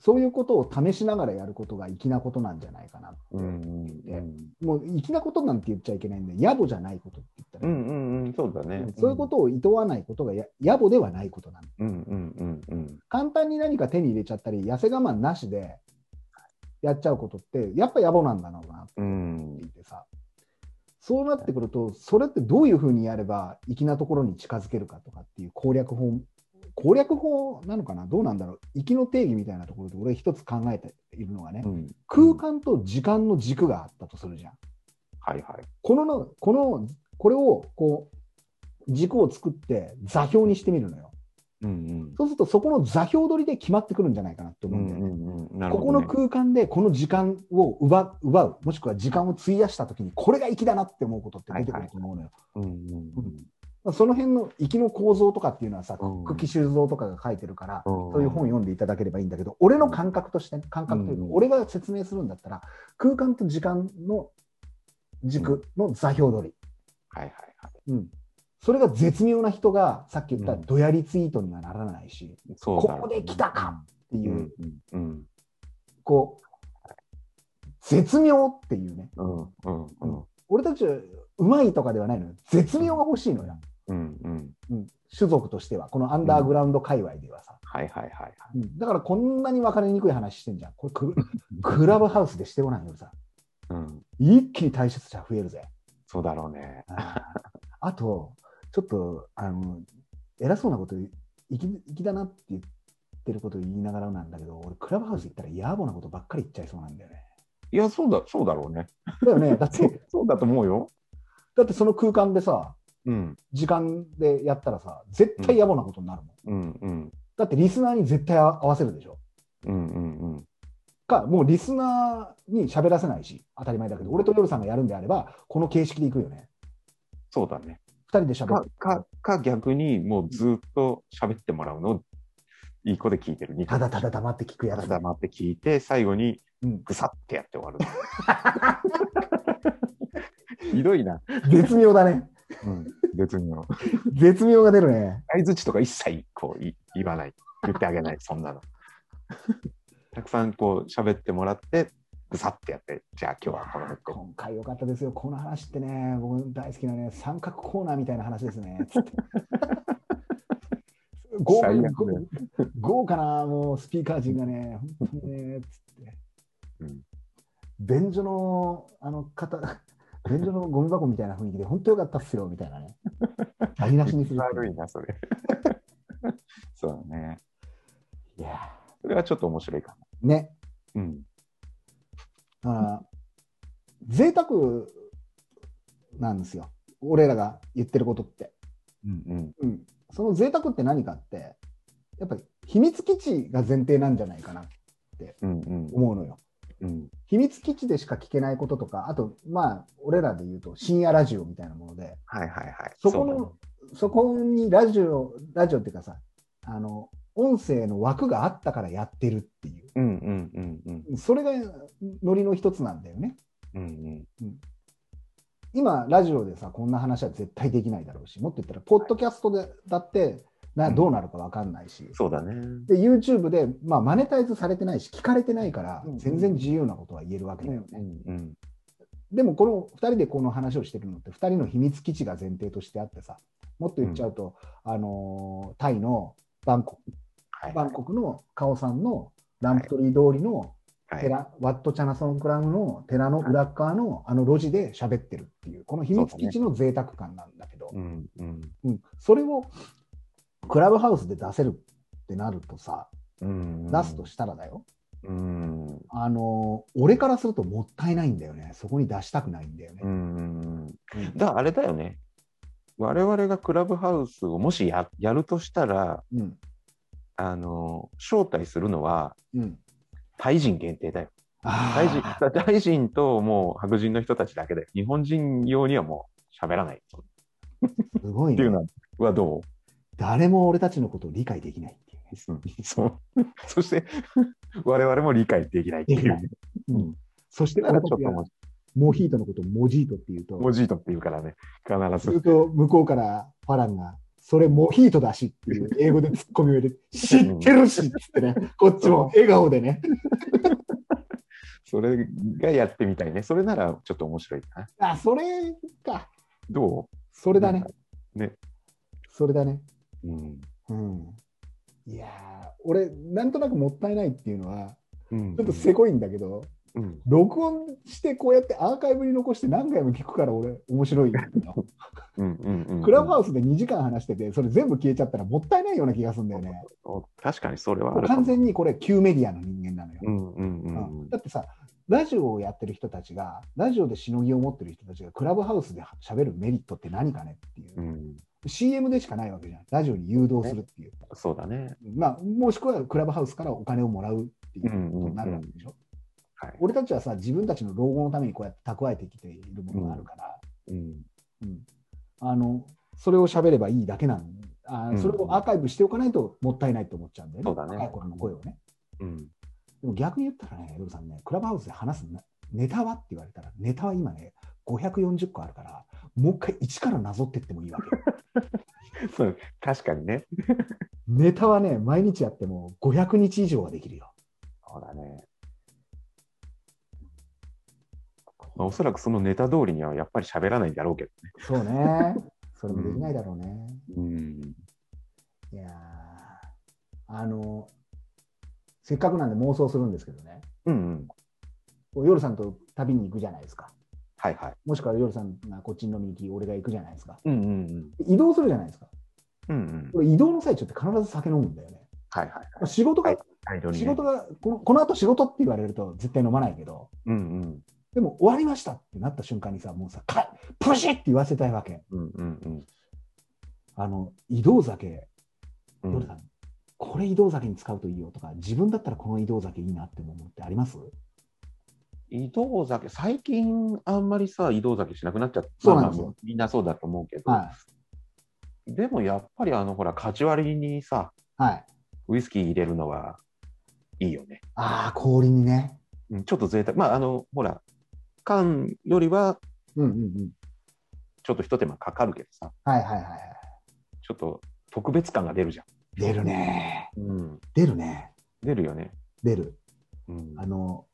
Speaker 1: そういうことを試しながらやることが粋なことなんじゃないかなって、
Speaker 2: うんうん
Speaker 1: もう粋なことなんて言っちゃいけないんで野暮じゃないことって言った
Speaker 2: う
Speaker 1: ら、
Speaker 2: んうんうん、そうだね。
Speaker 1: そういうことを厭わないことがや野暮ではないことなんだ
Speaker 2: うんうんうんうん。
Speaker 1: 簡単に何か手に入れちゃったり痩せ我慢なしでやっちゃうことってやっぱ野暮なんだろうなって
Speaker 2: うん
Speaker 1: 言ってさそうなってくるとそれってどういうふうにやれば粋なところに近づけるかとかっていう攻略法攻略法なのかなどうなんだろう粋の定義みたいなところで俺一つ考えているのがね、
Speaker 2: うん。
Speaker 1: 空間と時間の軸があったとするじゃん。
Speaker 2: はいはい。
Speaker 1: このの、この、これを、こう、軸を作って座標にしてみるのよ。
Speaker 2: うん
Speaker 1: そうすると、そこの座標取りで決まってくるんじゃないかなって
Speaker 2: うん。う
Speaker 1: 思うん
Speaker 2: ん
Speaker 1: だよね。
Speaker 2: うんうん。なる
Speaker 1: こ
Speaker 2: ほ
Speaker 1: こ
Speaker 2: ど
Speaker 1: の
Speaker 2: ね。
Speaker 1: 空間でこの時間を奪う奪う、もしくは時間を費やしたときに、これが粋だなって思うことって出てくると思うのよ。
Speaker 2: うんうん
Speaker 1: まあその辺の粋の構造とかっていうのはさ、
Speaker 2: うん
Speaker 1: 久喜修造とかが書いてるから、
Speaker 2: うん
Speaker 1: そういう本読んでいただければいいんだけど、俺の感覚としてね、感覚というか
Speaker 2: うん、
Speaker 1: 俺が説明するんだったら、空間と時間の軸の座標取り。
Speaker 2: はいはいは
Speaker 1: うんそれが絶妙な人が、さっき言った
Speaker 2: うん
Speaker 1: ドヤリツイートにはならないし、
Speaker 2: い。そう
Speaker 1: こ
Speaker 2: だろう
Speaker 1: こで来たかって
Speaker 2: う
Speaker 1: いう、
Speaker 2: んうん
Speaker 1: こう、絶妙っていうね。
Speaker 2: うんうんうんうん
Speaker 1: 俺たちはうまいとかではないのよ。絶妙が欲しいのよ。
Speaker 2: うんうん。
Speaker 1: うん、種族としては、このアンダーグラウンド界隈ではさ。
Speaker 2: はいはいはいはい。
Speaker 1: うんだからこんなに分かりにくい話してんじゃん。これクルクラブハウスでしてごらんよさ。
Speaker 2: うん。
Speaker 1: 一気に退出者増えるぜ。
Speaker 2: そうだろうね。
Speaker 1: あーあと、ちょっと、あの、偉そうなこと、いきいきだなって言ってること言いながらなんだけど、俺、クラブハウス行ったら野暮なことばっかり言っちゃいそうなんだよね。
Speaker 2: いや、そうだ、そうだろうね。
Speaker 1: だよね。だっ
Speaker 2: そ
Speaker 1: て *laughs*
Speaker 2: う、そうだと思うよ。
Speaker 1: だってその空間でさ、
Speaker 2: うん
Speaker 1: 時間でやったらさ、絶対野暮なことになるもん。
Speaker 2: うんうん。
Speaker 1: だだってリスナーに絶対合わせるでしょ。
Speaker 2: うんうんうん。
Speaker 1: か、もうリスナーに喋らせないし、当たり前だけど、俺と夜さんがやるんであれば、この形式でいくよね。
Speaker 2: そうだね。
Speaker 1: 二人で喋
Speaker 2: か
Speaker 1: る。、
Speaker 2: か、か逆にもうずっと喋ってもらうのをいい子で聞いてる。
Speaker 1: ただただ黙って聞くや
Speaker 2: ただ
Speaker 1: つ。
Speaker 2: 黙って聞いて、最後に
Speaker 1: うん、
Speaker 2: ぐさってやって終 *laughs* わる。ひどいな。
Speaker 1: 絶妙だね。
Speaker 2: うん、別に。
Speaker 1: 絶妙が出るね。
Speaker 2: 相づちとか一切こうい言わない。言ってあげない。そん *laughs* なの。たくさんこう喋ってもらって、ぐさってやって、じゃあ今日はこの辺で。
Speaker 1: 今回良かったですよ。この話ってね、僕大好きなね、三角コーナーみたいな話ですね。つって豪華
Speaker 2: *laughs* 最悪
Speaker 1: な
Speaker 2: だよ
Speaker 1: 豪豪華なもうスピーカー陣がね、本当にね、つって。
Speaker 2: うん
Speaker 1: 便所のあの方、便所のゴミ箱みたいな雰囲気で、本当良かったっすよ、みたいなね。台無しにするっていう
Speaker 2: *laughs* 悪いな、それ。そうだね。
Speaker 1: いや
Speaker 2: それはちょっと面白いか
Speaker 1: ーね。
Speaker 2: な。うん。
Speaker 1: だから贅沢なんですよ俺らが言ってることって、
Speaker 2: うんうん。
Speaker 1: うん、その贅沢って何かってやっぱり秘密基地が前提なんじゃないかな
Speaker 2: うんうん
Speaker 1: 思うのよ
Speaker 2: うん。
Speaker 1: 秘密基地でしか聞けないこととかあとまあ俺らで言うと深夜ラジオみたいなもので
Speaker 2: はいはいはい。
Speaker 1: そこ
Speaker 2: うだね
Speaker 1: のそ,、こにラジオラジオっていうかさあの音声の枠があったからやってるってい
Speaker 2: うんうんうんうん
Speaker 1: うそれがノリの一つなんだよね
Speaker 2: うん
Speaker 1: 今ラジオでさこんな話は絶対できないだろうしもっと言ったらポッドキャストでだってな
Speaker 2: うん
Speaker 1: どうなるか分かんないし、
Speaker 2: そうだね。
Speaker 1: で YouTube で、まあ、マネタイズされてないし聞かれてないから
Speaker 2: うん
Speaker 1: 全然自由なことは言えるわけだよね、
Speaker 2: うん
Speaker 1: でもこの2人でこの話をしてるのって2人の秘密基地が前提としてあってさもっと言っちゃうと、あのータイのバンコク
Speaker 2: はい
Speaker 1: バンコクのカオさんのランプトリー通りの
Speaker 2: はい
Speaker 1: 寺、ワット・チャナソン・クラウンの寺の裏っ側のあの路地で喋ってるっていうこの秘密基地の贅沢感なんだけど、
Speaker 2: うんうん
Speaker 1: うん、それをクラブハウスで出せるってなるとさ、
Speaker 2: うん
Speaker 1: 出すとしたらだよ、
Speaker 2: うんうん
Speaker 1: あの俺からするともったいないんだよね、そこに出したくないんだよね。
Speaker 2: うん
Speaker 1: うん
Speaker 2: だからあれだよね我々がクラブハウスをもしややるとしたら
Speaker 1: うん
Speaker 2: あの招待するのは
Speaker 1: うん、
Speaker 2: タイ人限定だよ
Speaker 1: あ
Speaker 2: タイ人
Speaker 1: ー
Speaker 2: タイ人ともう白人の人たちだけで日本人用にはもう喋らないっ
Speaker 1: すごい
Speaker 2: ていう
Speaker 1: ね。
Speaker 2: のはどう
Speaker 1: 誰も俺たちのことを理解できないっていうね。
Speaker 2: そう *laughs* そして我々も理解できないってい
Speaker 1: でき
Speaker 2: う
Speaker 1: ないうんそして
Speaker 2: だから
Speaker 1: 俺
Speaker 2: ち
Speaker 1: た
Speaker 2: ょっ
Speaker 1: ち
Speaker 2: と
Speaker 1: が
Speaker 2: も
Speaker 1: モヒートのことをモジートっていうと、
Speaker 2: モジートって言うからね必
Speaker 1: す
Speaker 2: ず
Speaker 1: ると向こうからファランが、それモヒートだしっていう英語でツッコミを入れて、知ってるしっつってね、こっちも笑顔でね、
Speaker 2: それがやってみたいねそれならちょっと面白いな
Speaker 1: あ、それか、
Speaker 2: ど
Speaker 1: それだね。
Speaker 2: ね。
Speaker 1: それだね。
Speaker 2: う、うん
Speaker 1: うん。いやー、俺、なんとなくもったいないっていうのは、
Speaker 2: うん
Speaker 1: ちょっとせこいんだけど、
Speaker 2: うん、
Speaker 1: 録音してこうやってアーカイブに残して何回も聞くから俺、面白いのよ
Speaker 2: うんうんうん
Speaker 1: クラブハ
Speaker 2: ウ
Speaker 1: ウスで2時間話してて、それ全部消えちゃったらもったいないような気がするんだよね。
Speaker 2: ス確かにそれはあるかも
Speaker 1: 完全にこれ、旧メディアの人間なのよ。
Speaker 2: うんうんう
Speaker 1: うん
Speaker 2: んうん
Speaker 1: だってさ、ラジオをやってる人たちが、ラジオでしのぎを持ってる人たちが、クラブハウスで喋るメリットって何かねっていう、
Speaker 2: うん
Speaker 1: CM でしかないわけじゃん、ラジオに誘導するっていう。
Speaker 2: そうだね
Speaker 1: まあ、もしくはクラブハウスからお金をもらうっていうことになるわけでしょ。
Speaker 2: はい、
Speaker 1: 俺たちはさ、自分たちの老後のためにこうやって蓄えてきているものがあるから、
Speaker 2: うん、
Speaker 1: うんあのそれを喋ればいいだけなのあー
Speaker 2: うん
Speaker 1: それをアーカイブしておかないともったいないと思っちゃうんだよね、
Speaker 2: そうだね
Speaker 1: 若い頃の声をね。
Speaker 2: うん、
Speaker 1: でも逆に言ったらね、ヨルさんね、クラブハウスで話すなネタはって言われたら、ネタは今ね、540個あるから、もう一回一からなぞってってもいいわ
Speaker 2: *laughs*
Speaker 1: けよ。
Speaker 2: そう確かにね
Speaker 1: ネタはね、毎日やっても500日以上はできるよ。
Speaker 2: そうだねまあおそらくそのネタ通りにはやっぱり喋らないんだろうけどね。
Speaker 1: そうね。 *laughs* それもできないだろうね。
Speaker 2: うん。
Speaker 1: いやーあの、せっかくなんで妄想するんですけどね、
Speaker 2: うんうん。
Speaker 1: こう夜さんと旅に行くじゃないですか。
Speaker 2: はいはい。
Speaker 1: もしくは夜さんがこっちに飲みに行き、俺が行くじゃないですか。
Speaker 2: うんうんうん。
Speaker 1: 移動するじゃないですか。
Speaker 2: うんうん。
Speaker 1: これ移動の最中って必ず酒飲むんだよね。
Speaker 2: はいはい。
Speaker 1: まあ仕事が、
Speaker 2: はい大量にね
Speaker 1: 仕事がこの、この後仕事って言われると絶対飲まないけど、
Speaker 2: うんうん。
Speaker 1: でも終わりましたってなった瞬間にさ、もうさ、かプシッって言わせたいわけ。
Speaker 2: うんうんうん
Speaker 1: あの、移動酒、
Speaker 2: うん。
Speaker 1: 夜さん、これ移動先に使うといいよとか、自分だったらこの移動先いいなって思うってあります
Speaker 2: 移動酒、最近あんまりさ、移動酒しなくなっちゃった。
Speaker 1: そうなんですよ
Speaker 2: まあまあみんなそうだと思うけど、
Speaker 1: は
Speaker 2: でもやっぱりあの、ほら、カジュアルにさ、
Speaker 1: い。はい。
Speaker 2: ウイスキー入れるのはいいよね。
Speaker 1: ああ、氷にね。
Speaker 2: うんちょっと贅沢。まあ、あの、ほら、缶よりは
Speaker 1: うんうんうん。
Speaker 2: ちょっと一手間かかるけどさ、
Speaker 1: はいはいはいはい。
Speaker 2: ちょっと特別感が出るじゃ
Speaker 1: 出るね。
Speaker 2: ん。うん、
Speaker 1: 出るね。
Speaker 2: 出るよね。
Speaker 1: 出る。
Speaker 2: うん
Speaker 1: あの、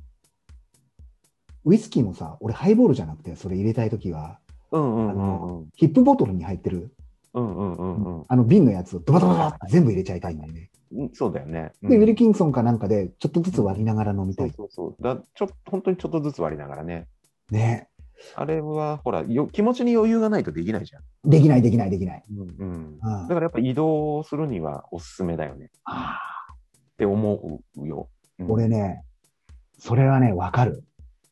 Speaker 1: ウイスキーもさ、俺ハイボールじゃなくて、それ入れたいときは、
Speaker 2: うんうん
Speaker 1: あ
Speaker 2: うんうん
Speaker 1: のヒップボトルに入ってる、
Speaker 2: うんうんうん
Speaker 1: あの瓶のやつをドバドバドバって全部入れちゃいたいんだよね。
Speaker 2: うん。そうだよね。
Speaker 1: で、
Speaker 2: うん
Speaker 1: ウィルキンソンかなんかで、ちょっとずつ割りながら飲みた
Speaker 2: そう
Speaker 1: い。
Speaker 2: そうそう。だちょ本当にちょっとずつ割りながらね。
Speaker 1: ね。
Speaker 2: あれはほらよ気持ちに余裕がないとできないじゃん。
Speaker 1: できない、できない、できない。
Speaker 2: うんうん、だ
Speaker 1: うん、
Speaker 2: か
Speaker 1: あ
Speaker 2: らやっぱ移動するにはおすすめだよね
Speaker 1: あ
Speaker 2: って思うよ。うん
Speaker 1: 俺ね、それはね、わかる。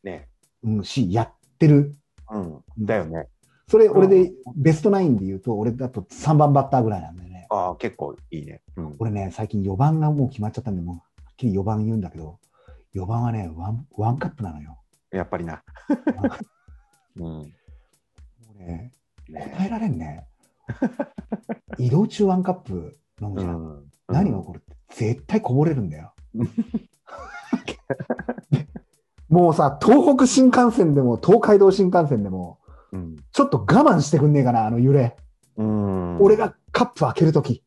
Speaker 2: ね、
Speaker 1: うん、し、やってる。
Speaker 2: うん。だよね。
Speaker 1: それ、俺
Speaker 2: う
Speaker 1: で、ベストナインで言うと、俺だと3番バッターぐらいなんだよね。
Speaker 2: ああ、結構いいね。うん、
Speaker 1: 俺ね、最近4番がもう決まっちゃったんで、もう、はっきり4番言うんだけど、4番はね、ワンワンカップなのよ。
Speaker 2: やっぱ
Speaker 1: *laughs*
Speaker 2: りな。うん
Speaker 1: もうね、答
Speaker 2: ね
Speaker 1: えられんね。移動中ワンカップ飲むじゃん。
Speaker 2: うん
Speaker 1: 何が起こるって、絶対こぼれるんだ
Speaker 2: *laughs*
Speaker 1: よ。もうさ、東北新幹線でも、東海道新幹線でも、
Speaker 2: うん
Speaker 1: ちょっと我慢してくんねえかな、あの揺れ。
Speaker 2: うん
Speaker 1: 俺がカップ開けるとき。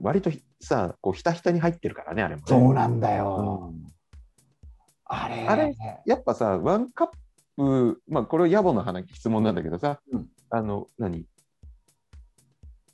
Speaker 2: 割とひさこうひたひたに入ってるからねあれもね
Speaker 1: そうなんだよ。あれ
Speaker 2: あれやっぱさワンカップまあこれは野暮の話質問なんだけどさ、
Speaker 1: うん
Speaker 2: あの何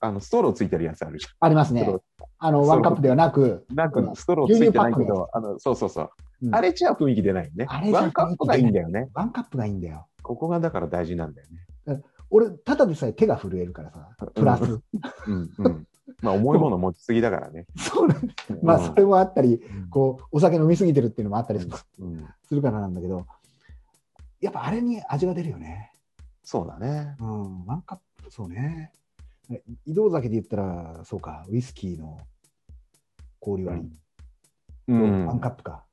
Speaker 2: あのストローついてるやつあるじ
Speaker 1: あります
Speaker 2: ち
Speaker 1: ね
Speaker 2: ょっ。
Speaker 1: あの、
Speaker 2: そう
Speaker 1: ワンカップではなく、
Speaker 2: ゃんなん
Speaker 1: うん
Speaker 2: かストローついてないけ
Speaker 1: 牛乳パックのや
Speaker 2: どあのそうそうそう、
Speaker 1: うん
Speaker 2: あれじゃ雰囲気出ないよね
Speaker 1: あれじゃ
Speaker 2: ワンカップがいいんだよね
Speaker 1: ワンカップがいいんだよ。
Speaker 2: ここがだから大事なんだよね
Speaker 1: 俺、ただでさえ手が震えるからさ、プラス。
Speaker 2: ううんうんまあ重いもの持ちすぎだからね
Speaker 1: そうなん *laughs* まあ、それもあったり、
Speaker 2: うん
Speaker 1: こう、お酒飲みすぎてるっていうのもあったりす
Speaker 2: うん
Speaker 1: るからなんだけど、やっぱあれに味が出るよね。
Speaker 2: そうだね
Speaker 1: うん、ワンカップ、そうね。移動酒で言ったら、そうか、ウイスキーの氷割り、
Speaker 2: う
Speaker 1: ワン
Speaker 2: ん
Speaker 1: カップか。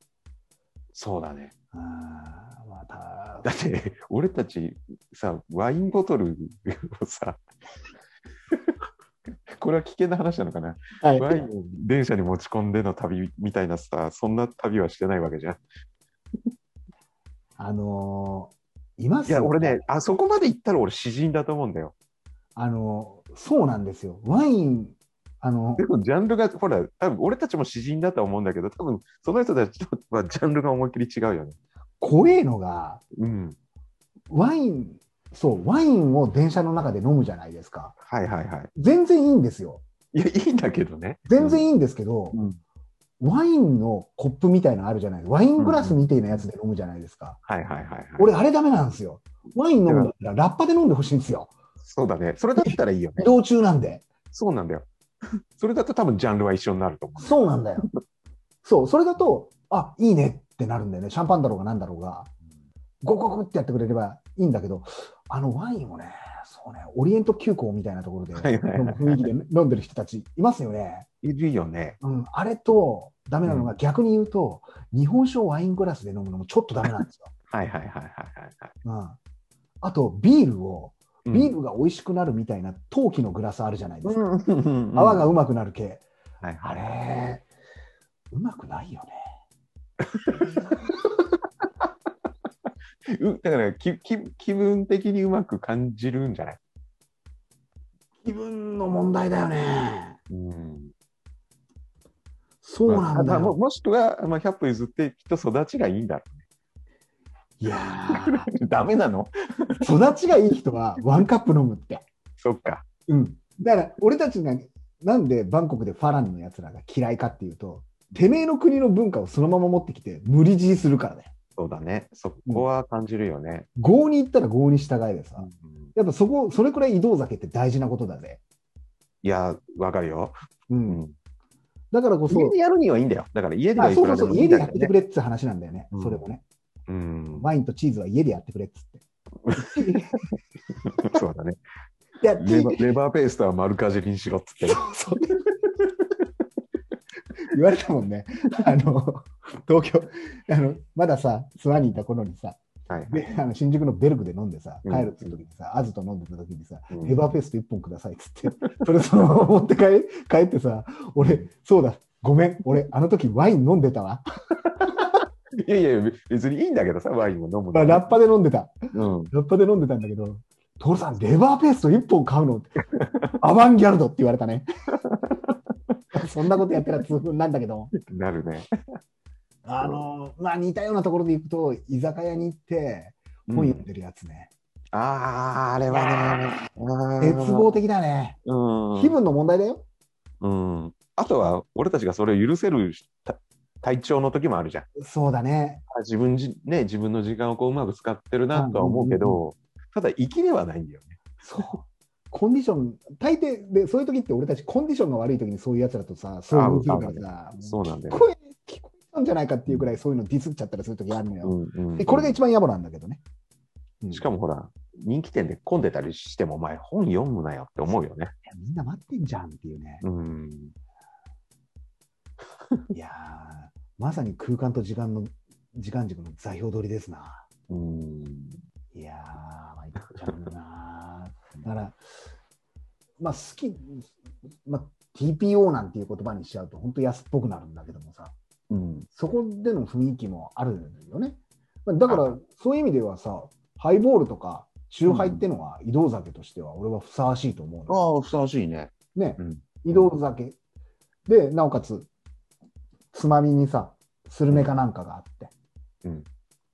Speaker 2: そうだね
Speaker 1: ああ、また、
Speaker 2: だって *laughs* 俺たちさワインボトルをさ *laughs* これは危険な話なのかな
Speaker 1: はい
Speaker 2: ワインを電車に持ち込んでの旅みたいなさそんな旅はしてないわけじゃん
Speaker 1: あのーいます
Speaker 2: いや俺ねあそこまで行ったら俺詩人だと思うんだよ
Speaker 1: あのーそうなんですよ。ワイン、あの
Speaker 2: でもジャンルがほら多分俺たちも詩人だと思うんだけど多分その人たちとはジャンルが思いっきり違うよね
Speaker 1: 怖えのが、
Speaker 2: うん
Speaker 1: ワイン、そう、ワインを電車の中で飲むじゃないですか。
Speaker 2: はいはいは
Speaker 1: 全然いいんですよ。
Speaker 2: いいやいいんだけどね
Speaker 1: 全然
Speaker 2: いい、
Speaker 1: いいんですけど、
Speaker 2: うん
Speaker 1: ワインのコップみたいなのあるじゃないワイングラスみたいなやつで飲むじゃないですか。
Speaker 2: はいはいはいはい
Speaker 1: 俺、あれダメなんですよ。ワイン飲むんだったらラッパで飲んでほしいんですよ。
Speaker 2: そうだねそれだったらいいよ
Speaker 1: 移
Speaker 2: ね
Speaker 1: 動中なんで。
Speaker 2: そうなんだよそれだと多分ジャンルは一緒になると思う
Speaker 1: そうなんだよ。そう、それだと、あ、いいねってなるんだよね。シャンパンだろうがなんだろうが。ゴクゴクってやってくれればいいんだけど、あのワインをね、そうね、オリエント急行みたいなところで
Speaker 2: はいはいはい
Speaker 1: 飲む雰囲気で飲んでる人たちいますよね。
Speaker 2: いるよね。
Speaker 1: うん、あれとダメなのが逆に言うと、日本酒をワイングラスで飲むのもちょっとダメなんですよ。
Speaker 2: はいはいはいはいはいは
Speaker 1: う
Speaker 2: い。
Speaker 1: ん、あと、ビールを、
Speaker 2: うん
Speaker 1: ビールが美味しくなるみたいな陶器のグラスあるじゃないですか。
Speaker 2: うんうんうん
Speaker 1: 泡がうまくなる系。
Speaker 2: はいは
Speaker 1: あ
Speaker 2: い
Speaker 1: れ、うまくないよね。
Speaker 2: うだからきき気分的にうまく感じるんじゃない、
Speaker 1: 気分の問題だよね。
Speaker 2: うん、
Speaker 1: そうなんだ
Speaker 2: まあも
Speaker 1: よ。
Speaker 2: もしくは、まあ、100歩譲ってきっと育ちがいいんだろ *laughs*
Speaker 1: いやー。
Speaker 2: うダメなの
Speaker 1: 育ちがいい人はワンカップ飲むって。
Speaker 2: そっか。
Speaker 1: うん。だから、俺たちが、なんでバンコクでファランのやつらが嫌いかっていうと、てめえの国の文化をそのまま持ってきて、無理強いするからだよ。
Speaker 2: そうだね。そこは感じるよね。
Speaker 1: 合に行ったら合に従えで
Speaker 2: う
Speaker 1: さ
Speaker 2: ん。
Speaker 1: やっぱそこ、それくらい移動酒って大事なことだぜ。
Speaker 2: いや、わかるよ、
Speaker 1: う。
Speaker 2: うんん。
Speaker 1: だからこそ、
Speaker 2: 家でやるにはいいんだよ。だから家で
Speaker 1: あ
Speaker 2: はい
Speaker 1: そ
Speaker 2: く
Speaker 1: うそ
Speaker 2: ら
Speaker 1: うそう、
Speaker 2: でもいい
Speaker 1: 家
Speaker 2: ん
Speaker 1: で
Speaker 2: だ
Speaker 1: や
Speaker 2: よ
Speaker 1: ってく
Speaker 2: ね。
Speaker 1: れって話なんだよね。
Speaker 2: うん
Speaker 1: それもね。
Speaker 2: うん、
Speaker 1: ワインとチーズは家でやってくれっつって。
Speaker 2: *laughs* そうだね。
Speaker 1: いや、 *laughs*
Speaker 2: レバレバーペーストは丸かじりにしろっつって。
Speaker 1: そう言われたもんね。 *laughs* あの、東京、あの、まださ、諏訪にいた頃にさ、
Speaker 2: はい
Speaker 1: であの新宿のベルクで飲んでさ、
Speaker 2: うん
Speaker 1: 帰るって時にさ、アズと飲んでた時にさ、
Speaker 2: うん
Speaker 1: ヘバーペースト1本くださいっつって、それそのまま持って帰帰ってさ、俺、そうだ、ごめん、俺、あの時ワイン飲んでたわ。
Speaker 2: いやいや、別にいいんだけどさ、ワインも飲む
Speaker 1: まあ
Speaker 2: の。
Speaker 1: ラッパで飲んでた。
Speaker 2: うん。
Speaker 1: ラッパで飲んでたんだけど、徹さん、レバーペースト1本買うのアバンギャルドって言われたね。 *laughs* そんなことやったら痛風なんだけど、
Speaker 2: なる
Speaker 1: *laughs*
Speaker 2: ね。
Speaker 1: あの、まあ似たようなところで行くと、居酒屋に行って、本読んでるやつね。
Speaker 2: ああ、あれはね。
Speaker 1: 絶望的だね。
Speaker 2: 望
Speaker 1: 気分の問題だよ。
Speaker 2: うん。うん。あとは、俺たちがそれを許せるた体調の時もあるじゃん。
Speaker 1: そうだね。
Speaker 2: あ自分じ、ね、自分の時間をこううまく使ってるなとは思うけど、ただ、生きではないんだよね。
Speaker 1: そう。コンディション、大抵で、そういう時って俺たちコンディションが悪い時にそういうやつらとさ、そういうするからさ、
Speaker 2: そうなんだ
Speaker 1: 聞
Speaker 2: よね。
Speaker 1: こえ、聞こえたんじゃないかっていうくらいそういうのディスっちゃったりする時があるのよ。
Speaker 2: うんうん
Speaker 1: でこれが一番野暮なんだけどね。うん
Speaker 2: しかもほら、人気店で混んでたりしても、お前、本読むなよって思うよね。
Speaker 1: いやみんな待ってんじゃんっていうね。
Speaker 2: うん。
Speaker 1: いやー、まさに空間と時間の、時間軸の座標取りですな。
Speaker 2: うん。
Speaker 1: いやー、参っちゃうなー。だから、まあ好き、まあ TPO なんていう言葉にしちゃうと、本当安っぽくなるんだけどもさ、
Speaker 2: うん。
Speaker 1: そこでの雰囲気もあるよね。まあだから、そういう意味ではさ、ハイボールとか、酎ハイってのは移動酒としては、俺はふさわしいと思うのよ
Speaker 2: ああ、ふさわしいね。
Speaker 1: ね、
Speaker 2: うん
Speaker 1: 移動酒でなおかつつまみにさスルメかなんかがあって、
Speaker 2: うん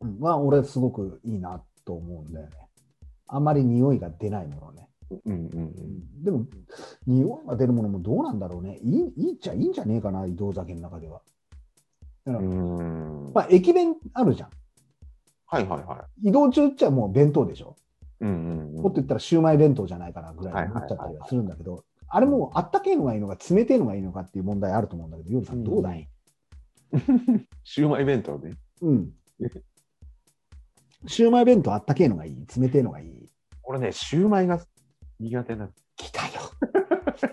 Speaker 1: うん、まあ俺すごくいいなと思うんだよねあんまり匂いが出ないものね、
Speaker 2: うんうんうん。
Speaker 1: でも匂いが出るものもどうなんだろうねいいいいっちゃいいんじゃねえかな移動酒の中ではだから、
Speaker 2: うん
Speaker 1: まあ駅弁あるじゃん
Speaker 2: はいはいは
Speaker 1: 移動中っちゃもう弁当でしょ、
Speaker 2: い。うんうんうん
Speaker 1: もっと言ったらシューマイ弁当じゃないかなぐらいになっちゃったりはするんだけど、あれもあったけえのがいいのか冷てえのがいいのかっていう問題あると思うんだけどヨルさんどうだい、
Speaker 2: シューマイ弁当ね。
Speaker 1: うん。シューマイ弁当あったけえのがいい、冷てえのがいい。
Speaker 2: 俺ね、シューマイが苦手なの
Speaker 1: 来たよ。 *laughs*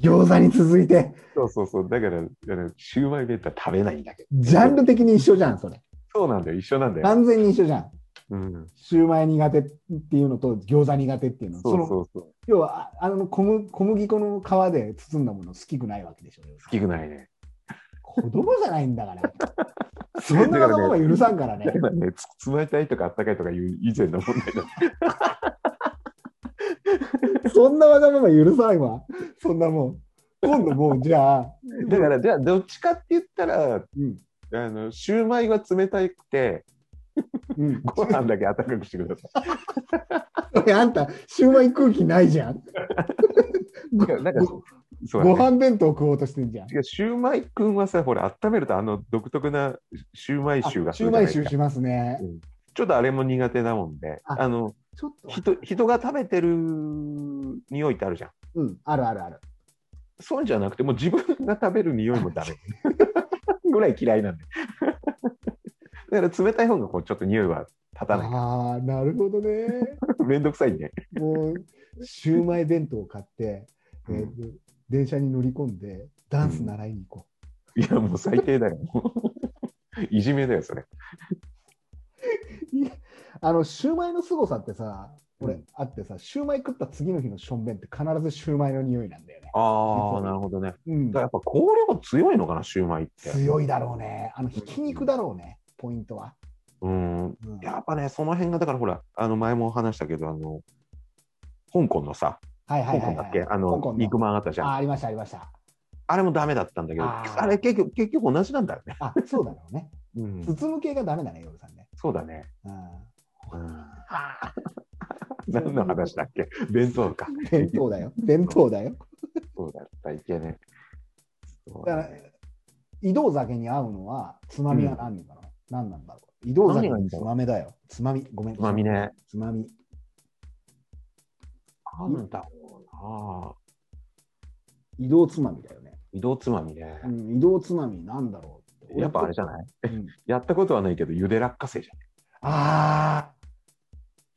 Speaker 1: 餃子に続いて、
Speaker 2: そうそうそう。だから、あのシューマイ弁当は食べないんだけど。
Speaker 1: ジャンル的に一緒じゃん、それ。
Speaker 2: そうなんだよ。一緒なんだよ。
Speaker 1: 完全に一緒じゃん。
Speaker 2: うん。
Speaker 1: シューマイ苦手っていうのと餃子苦手っていうの。
Speaker 2: そう
Speaker 1: の
Speaker 2: そうそう。
Speaker 1: 要はああの小麦小麦粉の皮で包んだもの好きくないわけでしょ。
Speaker 2: 好きくないね。
Speaker 1: 子供じゃないんだから。そんなわがまま許さんから
Speaker 2: *laughs*
Speaker 1: ね
Speaker 2: だ。からね、つ冷たいとかあったかいとかいう以前の問題だ。
Speaker 1: そんなわがまま許さんわ。そんなもん。今度もうじゃあ、
Speaker 2: だから、じゃあ、どっちかって言ったら、
Speaker 1: うん。
Speaker 2: あの、シューマイは冷たく
Speaker 1: *laughs*
Speaker 2: て、
Speaker 1: うん、
Speaker 2: ご飯だけ温かくしてくださ
Speaker 1: いやあんた、シューマイ空気ないじゃん。ご
Speaker 2: い。いやなんか、
Speaker 1: ご
Speaker 2: そうだね
Speaker 1: ご飯弁当食おうとしてんじゃん。
Speaker 2: 違うシューマイくんはさ、ほら、温めるとあの独特なシューマイ
Speaker 1: あシ
Speaker 2: 臭
Speaker 1: ュ
Speaker 2: がす
Speaker 1: ー
Speaker 2: るじゃ
Speaker 1: マ
Speaker 2: な
Speaker 1: イ
Speaker 2: いです
Speaker 1: 臭
Speaker 2: か。
Speaker 1: しますね。
Speaker 2: ちょっとあれも苦手なもんで、
Speaker 1: あ
Speaker 2: あの
Speaker 1: ちょっと、
Speaker 2: 人、人が食べてる匂いってあるじゃん。
Speaker 1: うん、あるあるある。
Speaker 2: そうじゃなくて、もう自分が食べる匂いも
Speaker 1: *laughs*
Speaker 2: ダメ。ぐらい嫌いなんで。だから冷たい方がこうちょっと匂いは立たない。
Speaker 1: ああ、なるほどね。
Speaker 2: めんどくさいね。 *laughs*
Speaker 1: もう、シューマイ弁当を買って、えー
Speaker 2: うん
Speaker 1: 電車に乗り込んで、ダンス習いに行こ
Speaker 2: いや、もう最低
Speaker 1: *laughs*
Speaker 2: だよ。いじめだよ、それ。
Speaker 1: う。いやあの、シューマイの凄さってさ、これ
Speaker 2: うん
Speaker 1: あってさ、シューマイ食った次の日のしょんべんって必ずシューマイの匂いなんだよね。
Speaker 2: ああ、なるほどね。
Speaker 1: うん
Speaker 2: だからやっぱ香料強いのかな、シューマイって。
Speaker 1: 強いだろうね。あの、ひき肉だろうね、ポイントは。
Speaker 2: うん、
Speaker 1: うん
Speaker 2: やっぱね、その辺が、だからほら、あの前も話したけど、あの、香港のさ、
Speaker 1: はいは
Speaker 2: 香
Speaker 1: いはい、
Speaker 2: 港だ
Speaker 1: は
Speaker 2: っ
Speaker 1: い。
Speaker 2: け、あ
Speaker 1: 香
Speaker 2: の
Speaker 1: 港、の
Speaker 2: 肉まんあったじゃん。
Speaker 1: あ
Speaker 2: あ
Speaker 1: ありました、ありました。
Speaker 2: れもダメだったんだけど、
Speaker 1: あー
Speaker 2: あれ結局、結局同じなんだよね。
Speaker 1: あ、そうだろうね。
Speaker 2: うん
Speaker 1: うつむ系がダメだね、夜さんね。
Speaker 2: そうだね。
Speaker 1: うん
Speaker 2: うん、何の話だっけ弁当か。
Speaker 1: 弁当だよ。弁当だよ。
Speaker 2: そうだった、いけね。そう
Speaker 1: だから
Speaker 2: だね、
Speaker 1: 移動酒に合うのは、つまみは何なの、何なんだろう。移動酒につまめだよ。つまみ、ごめん。
Speaker 2: つまみね。
Speaker 1: つまみ。
Speaker 2: なんだろ
Speaker 1: 移動つまみだよね。
Speaker 2: うな。移動つまみね。
Speaker 1: うん、移動つまみなんだろうって
Speaker 2: やっぱあれじゃない
Speaker 1: うん
Speaker 2: やったことはないけど、ゆで落花生じ
Speaker 1: ああ。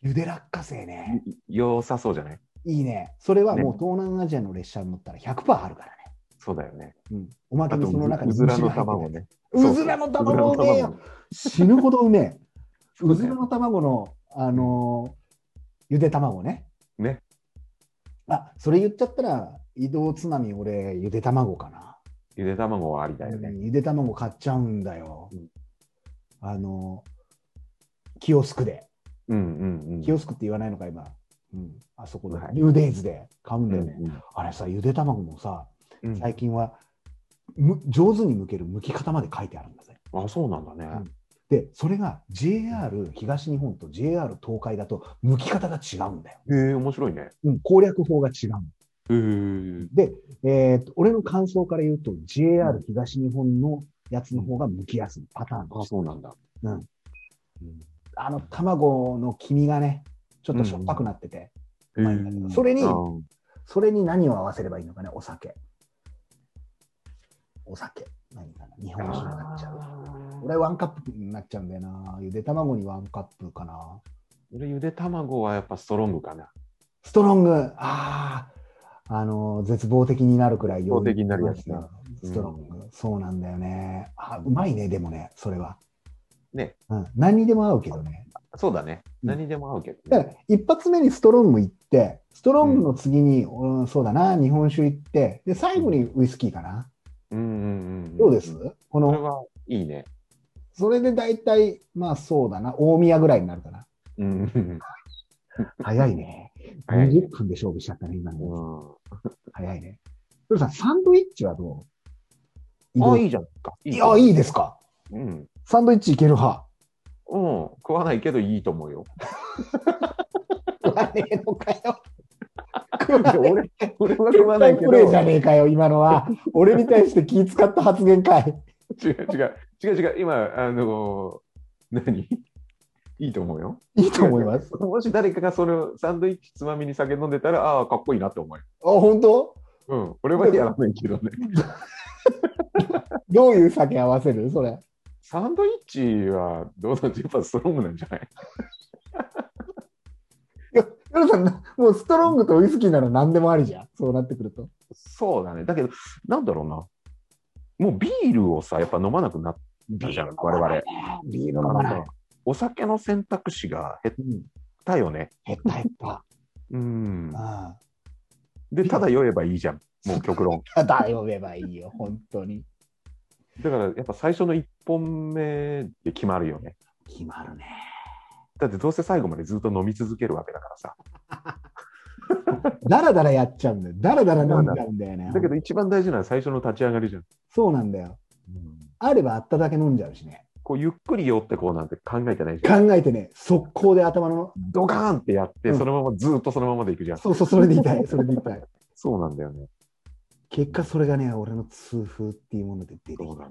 Speaker 1: ゆで落花生
Speaker 2: ゃん
Speaker 1: ね。。
Speaker 2: 良さそうじゃない
Speaker 1: いいね。それはもう東南アジアの列車に乗ったら100%あるからね。
Speaker 2: そうだよね。
Speaker 1: うん、おまけ
Speaker 2: あ
Speaker 1: に
Speaker 2: と、
Speaker 1: その中に
Speaker 2: うずらの卵ね。
Speaker 1: うずらの卵うめえよ死ぬほどうめえ。
Speaker 2: う
Speaker 1: う
Speaker 2: だ
Speaker 1: ず
Speaker 2: よ
Speaker 1: らの卵の、あのーゆで卵ね。
Speaker 2: ね。
Speaker 1: あ、それ言っちゃったら、移動つまみ、俺、ゆで卵かな。
Speaker 2: ゆで卵はありだよね。
Speaker 1: うんゆで卵買っちゃうんだよ。
Speaker 2: うん
Speaker 1: あのーキオスクで。
Speaker 2: うんうんうん。
Speaker 1: キオスクって言わないのか、今。うん、あそこで
Speaker 2: は、い
Speaker 1: ニューデイズで買うん
Speaker 2: う
Speaker 1: だ
Speaker 2: ん
Speaker 1: よね。あれさ、ゆで卵もさ、
Speaker 2: うんうん
Speaker 1: 最近は、む上手に剥ける剥き方まで書いてあるんだぜ。
Speaker 2: あ、そうなんだね。
Speaker 1: うんで、それが JR 東日本と JR 東海だと向き方が違うんだよ。
Speaker 2: へえ、面白いね。
Speaker 1: うん、攻略法が違うの。
Speaker 2: へえ。
Speaker 1: で、えーっと俺の感想から言うと JR 東日本のやつの方が向きやすいパターン
Speaker 2: あ、そうなんだ。
Speaker 1: あの卵の黄身がね、ちょっとしょっぱくなってて、
Speaker 2: へ
Speaker 1: まあいいんだけどそれに
Speaker 2: あー
Speaker 1: それに何を合わせればいいのかね、お酒。お酒。何かな日本酒になっちゃう。俺ワンカップになっちゃうんだよな。ゆで卵にワンカップかな。
Speaker 2: 俺、ゆで卵はやっぱストロングかな。
Speaker 1: ストロング、ああ、あの、絶望的になるくらい
Speaker 2: 絶望的になるやつ
Speaker 1: な
Speaker 2: な。
Speaker 1: ストロング、そうなんだよね。あ、うまいね、でもね、それは。
Speaker 2: ね。
Speaker 1: うん、何にでも合うけどね。
Speaker 2: そうだね。
Speaker 1: うん
Speaker 2: 何にでも合うけど
Speaker 1: だ
Speaker 2: ね
Speaker 1: から、一発目にストロング行って、ストロングの次に、うんそうだな、日本酒行って、で、最後にウイスキーかな。
Speaker 2: うんうんうん。
Speaker 1: どうですこ
Speaker 2: それ
Speaker 1: の、
Speaker 2: はいいね。
Speaker 1: それで大体、まあそうだな、大宮ぐらいになるかな。
Speaker 2: うんうん
Speaker 1: 早いね。
Speaker 2: 早いね
Speaker 1: 20分で勝負しちゃったね、今
Speaker 2: う
Speaker 1: の。
Speaker 2: ん。
Speaker 1: 早いね。それさん、サンドイッチはどう
Speaker 2: あ、いいじゃんか。い
Speaker 1: い
Speaker 2: と思
Speaker 1: や、
Speaker 2: う
Speaker 1: いいですか。
Speaker 2: うん。
Speaker 1: サンドイッチいける派。
Speaker 2: うん。食わないけどいいと思
Speaker 1: *laughs*
Speaker 2: うよ。
Speaker 1: 食わねえのかよ。
Speaker 2: 俺、俺は食
Speaker 1: 絶
Speaker 2: わない
Speaker 1: 対
Speaker 2: け
Speaker 1: プ
Speaker 2: ど。
Speaker 1: レイじゃねえかよ、今のは。俺に対して気使った発言かい。
Speaker 2: 違う違う。違う違う。今、あのー何いいと思うよ。
Speaker 1: いいと思います。
Speaker 2: もし誰かがそれをサンドイッチつまみに酒飲んでたら、ああ、かっこいいなって思うよ。
Speaker 1: あ、本当
Speaker 2: うん。俺はやらないけ
Speaker 1: *laughs*
Speaker 2: どね。
Speaker 1: どういう酒合わせるそれ。
Speaker 2: サンドイッチはどうなんてやっぱストロングなんじゃない
Speaker 1: よ夜さん、もうストロングとウイスキーなら何でもありじゃん。そうなってくると。
Speaker 2: そうだね。だけど、なんだろうな。もうビールをさ、やっぱ飲まなくなったじゃん、我々。
Speaker 1: ビール飲
Speaker 2: あ
Speaker 1: ま
Speaker 2: の
Speaker 1: ない
Speaker 2: さ。お酒の選択肢が減っ
Speaker 1: うん。
Speaker 2: たよね。
Speaker 1: 減った減った。
Speaker 2: うん。
Speaker 1: あ
Speaker 2: で、ただ酔えばいいじゃん。もう極論。 *laughs*
Speaker 1: あ。だ、呼べばいいよ、本当に。
Speaker 2: だから、やっぱ最初の1本目で決まるよね。
Speaker 1: 決まるね。
Speaker 2: だってどうせ最後までずっと飲み続けるわけだからさ。
Speaker 1: だらだらやっちゃうんだよ。だらだら飲んじゃうんだよね。
Speaker 2: だけど一番大事なのは最初の立ち上がりじゃん。
Speaker 1: そうなんだよ。あればあっただけ飲んじゃうしね。
Speaker 2: こうゆっくり酔ってこうなんて考えてないじゃん。
Speaker 1: 考えてね、速攻で頭の、
Speaker 2: ドカーンってやって、
Speaker 1: うん
Speaker 2: そのままずっとそのままでいくじゃん。
Speaker 1: そうそう、それで痛い、それで痛い。
Speaker 2: そうなんだよね。
Speaker 1: 結果、それがね、俺の痛風っていうもので出てき
Speaker 2: そうだ
Speaker 1: た。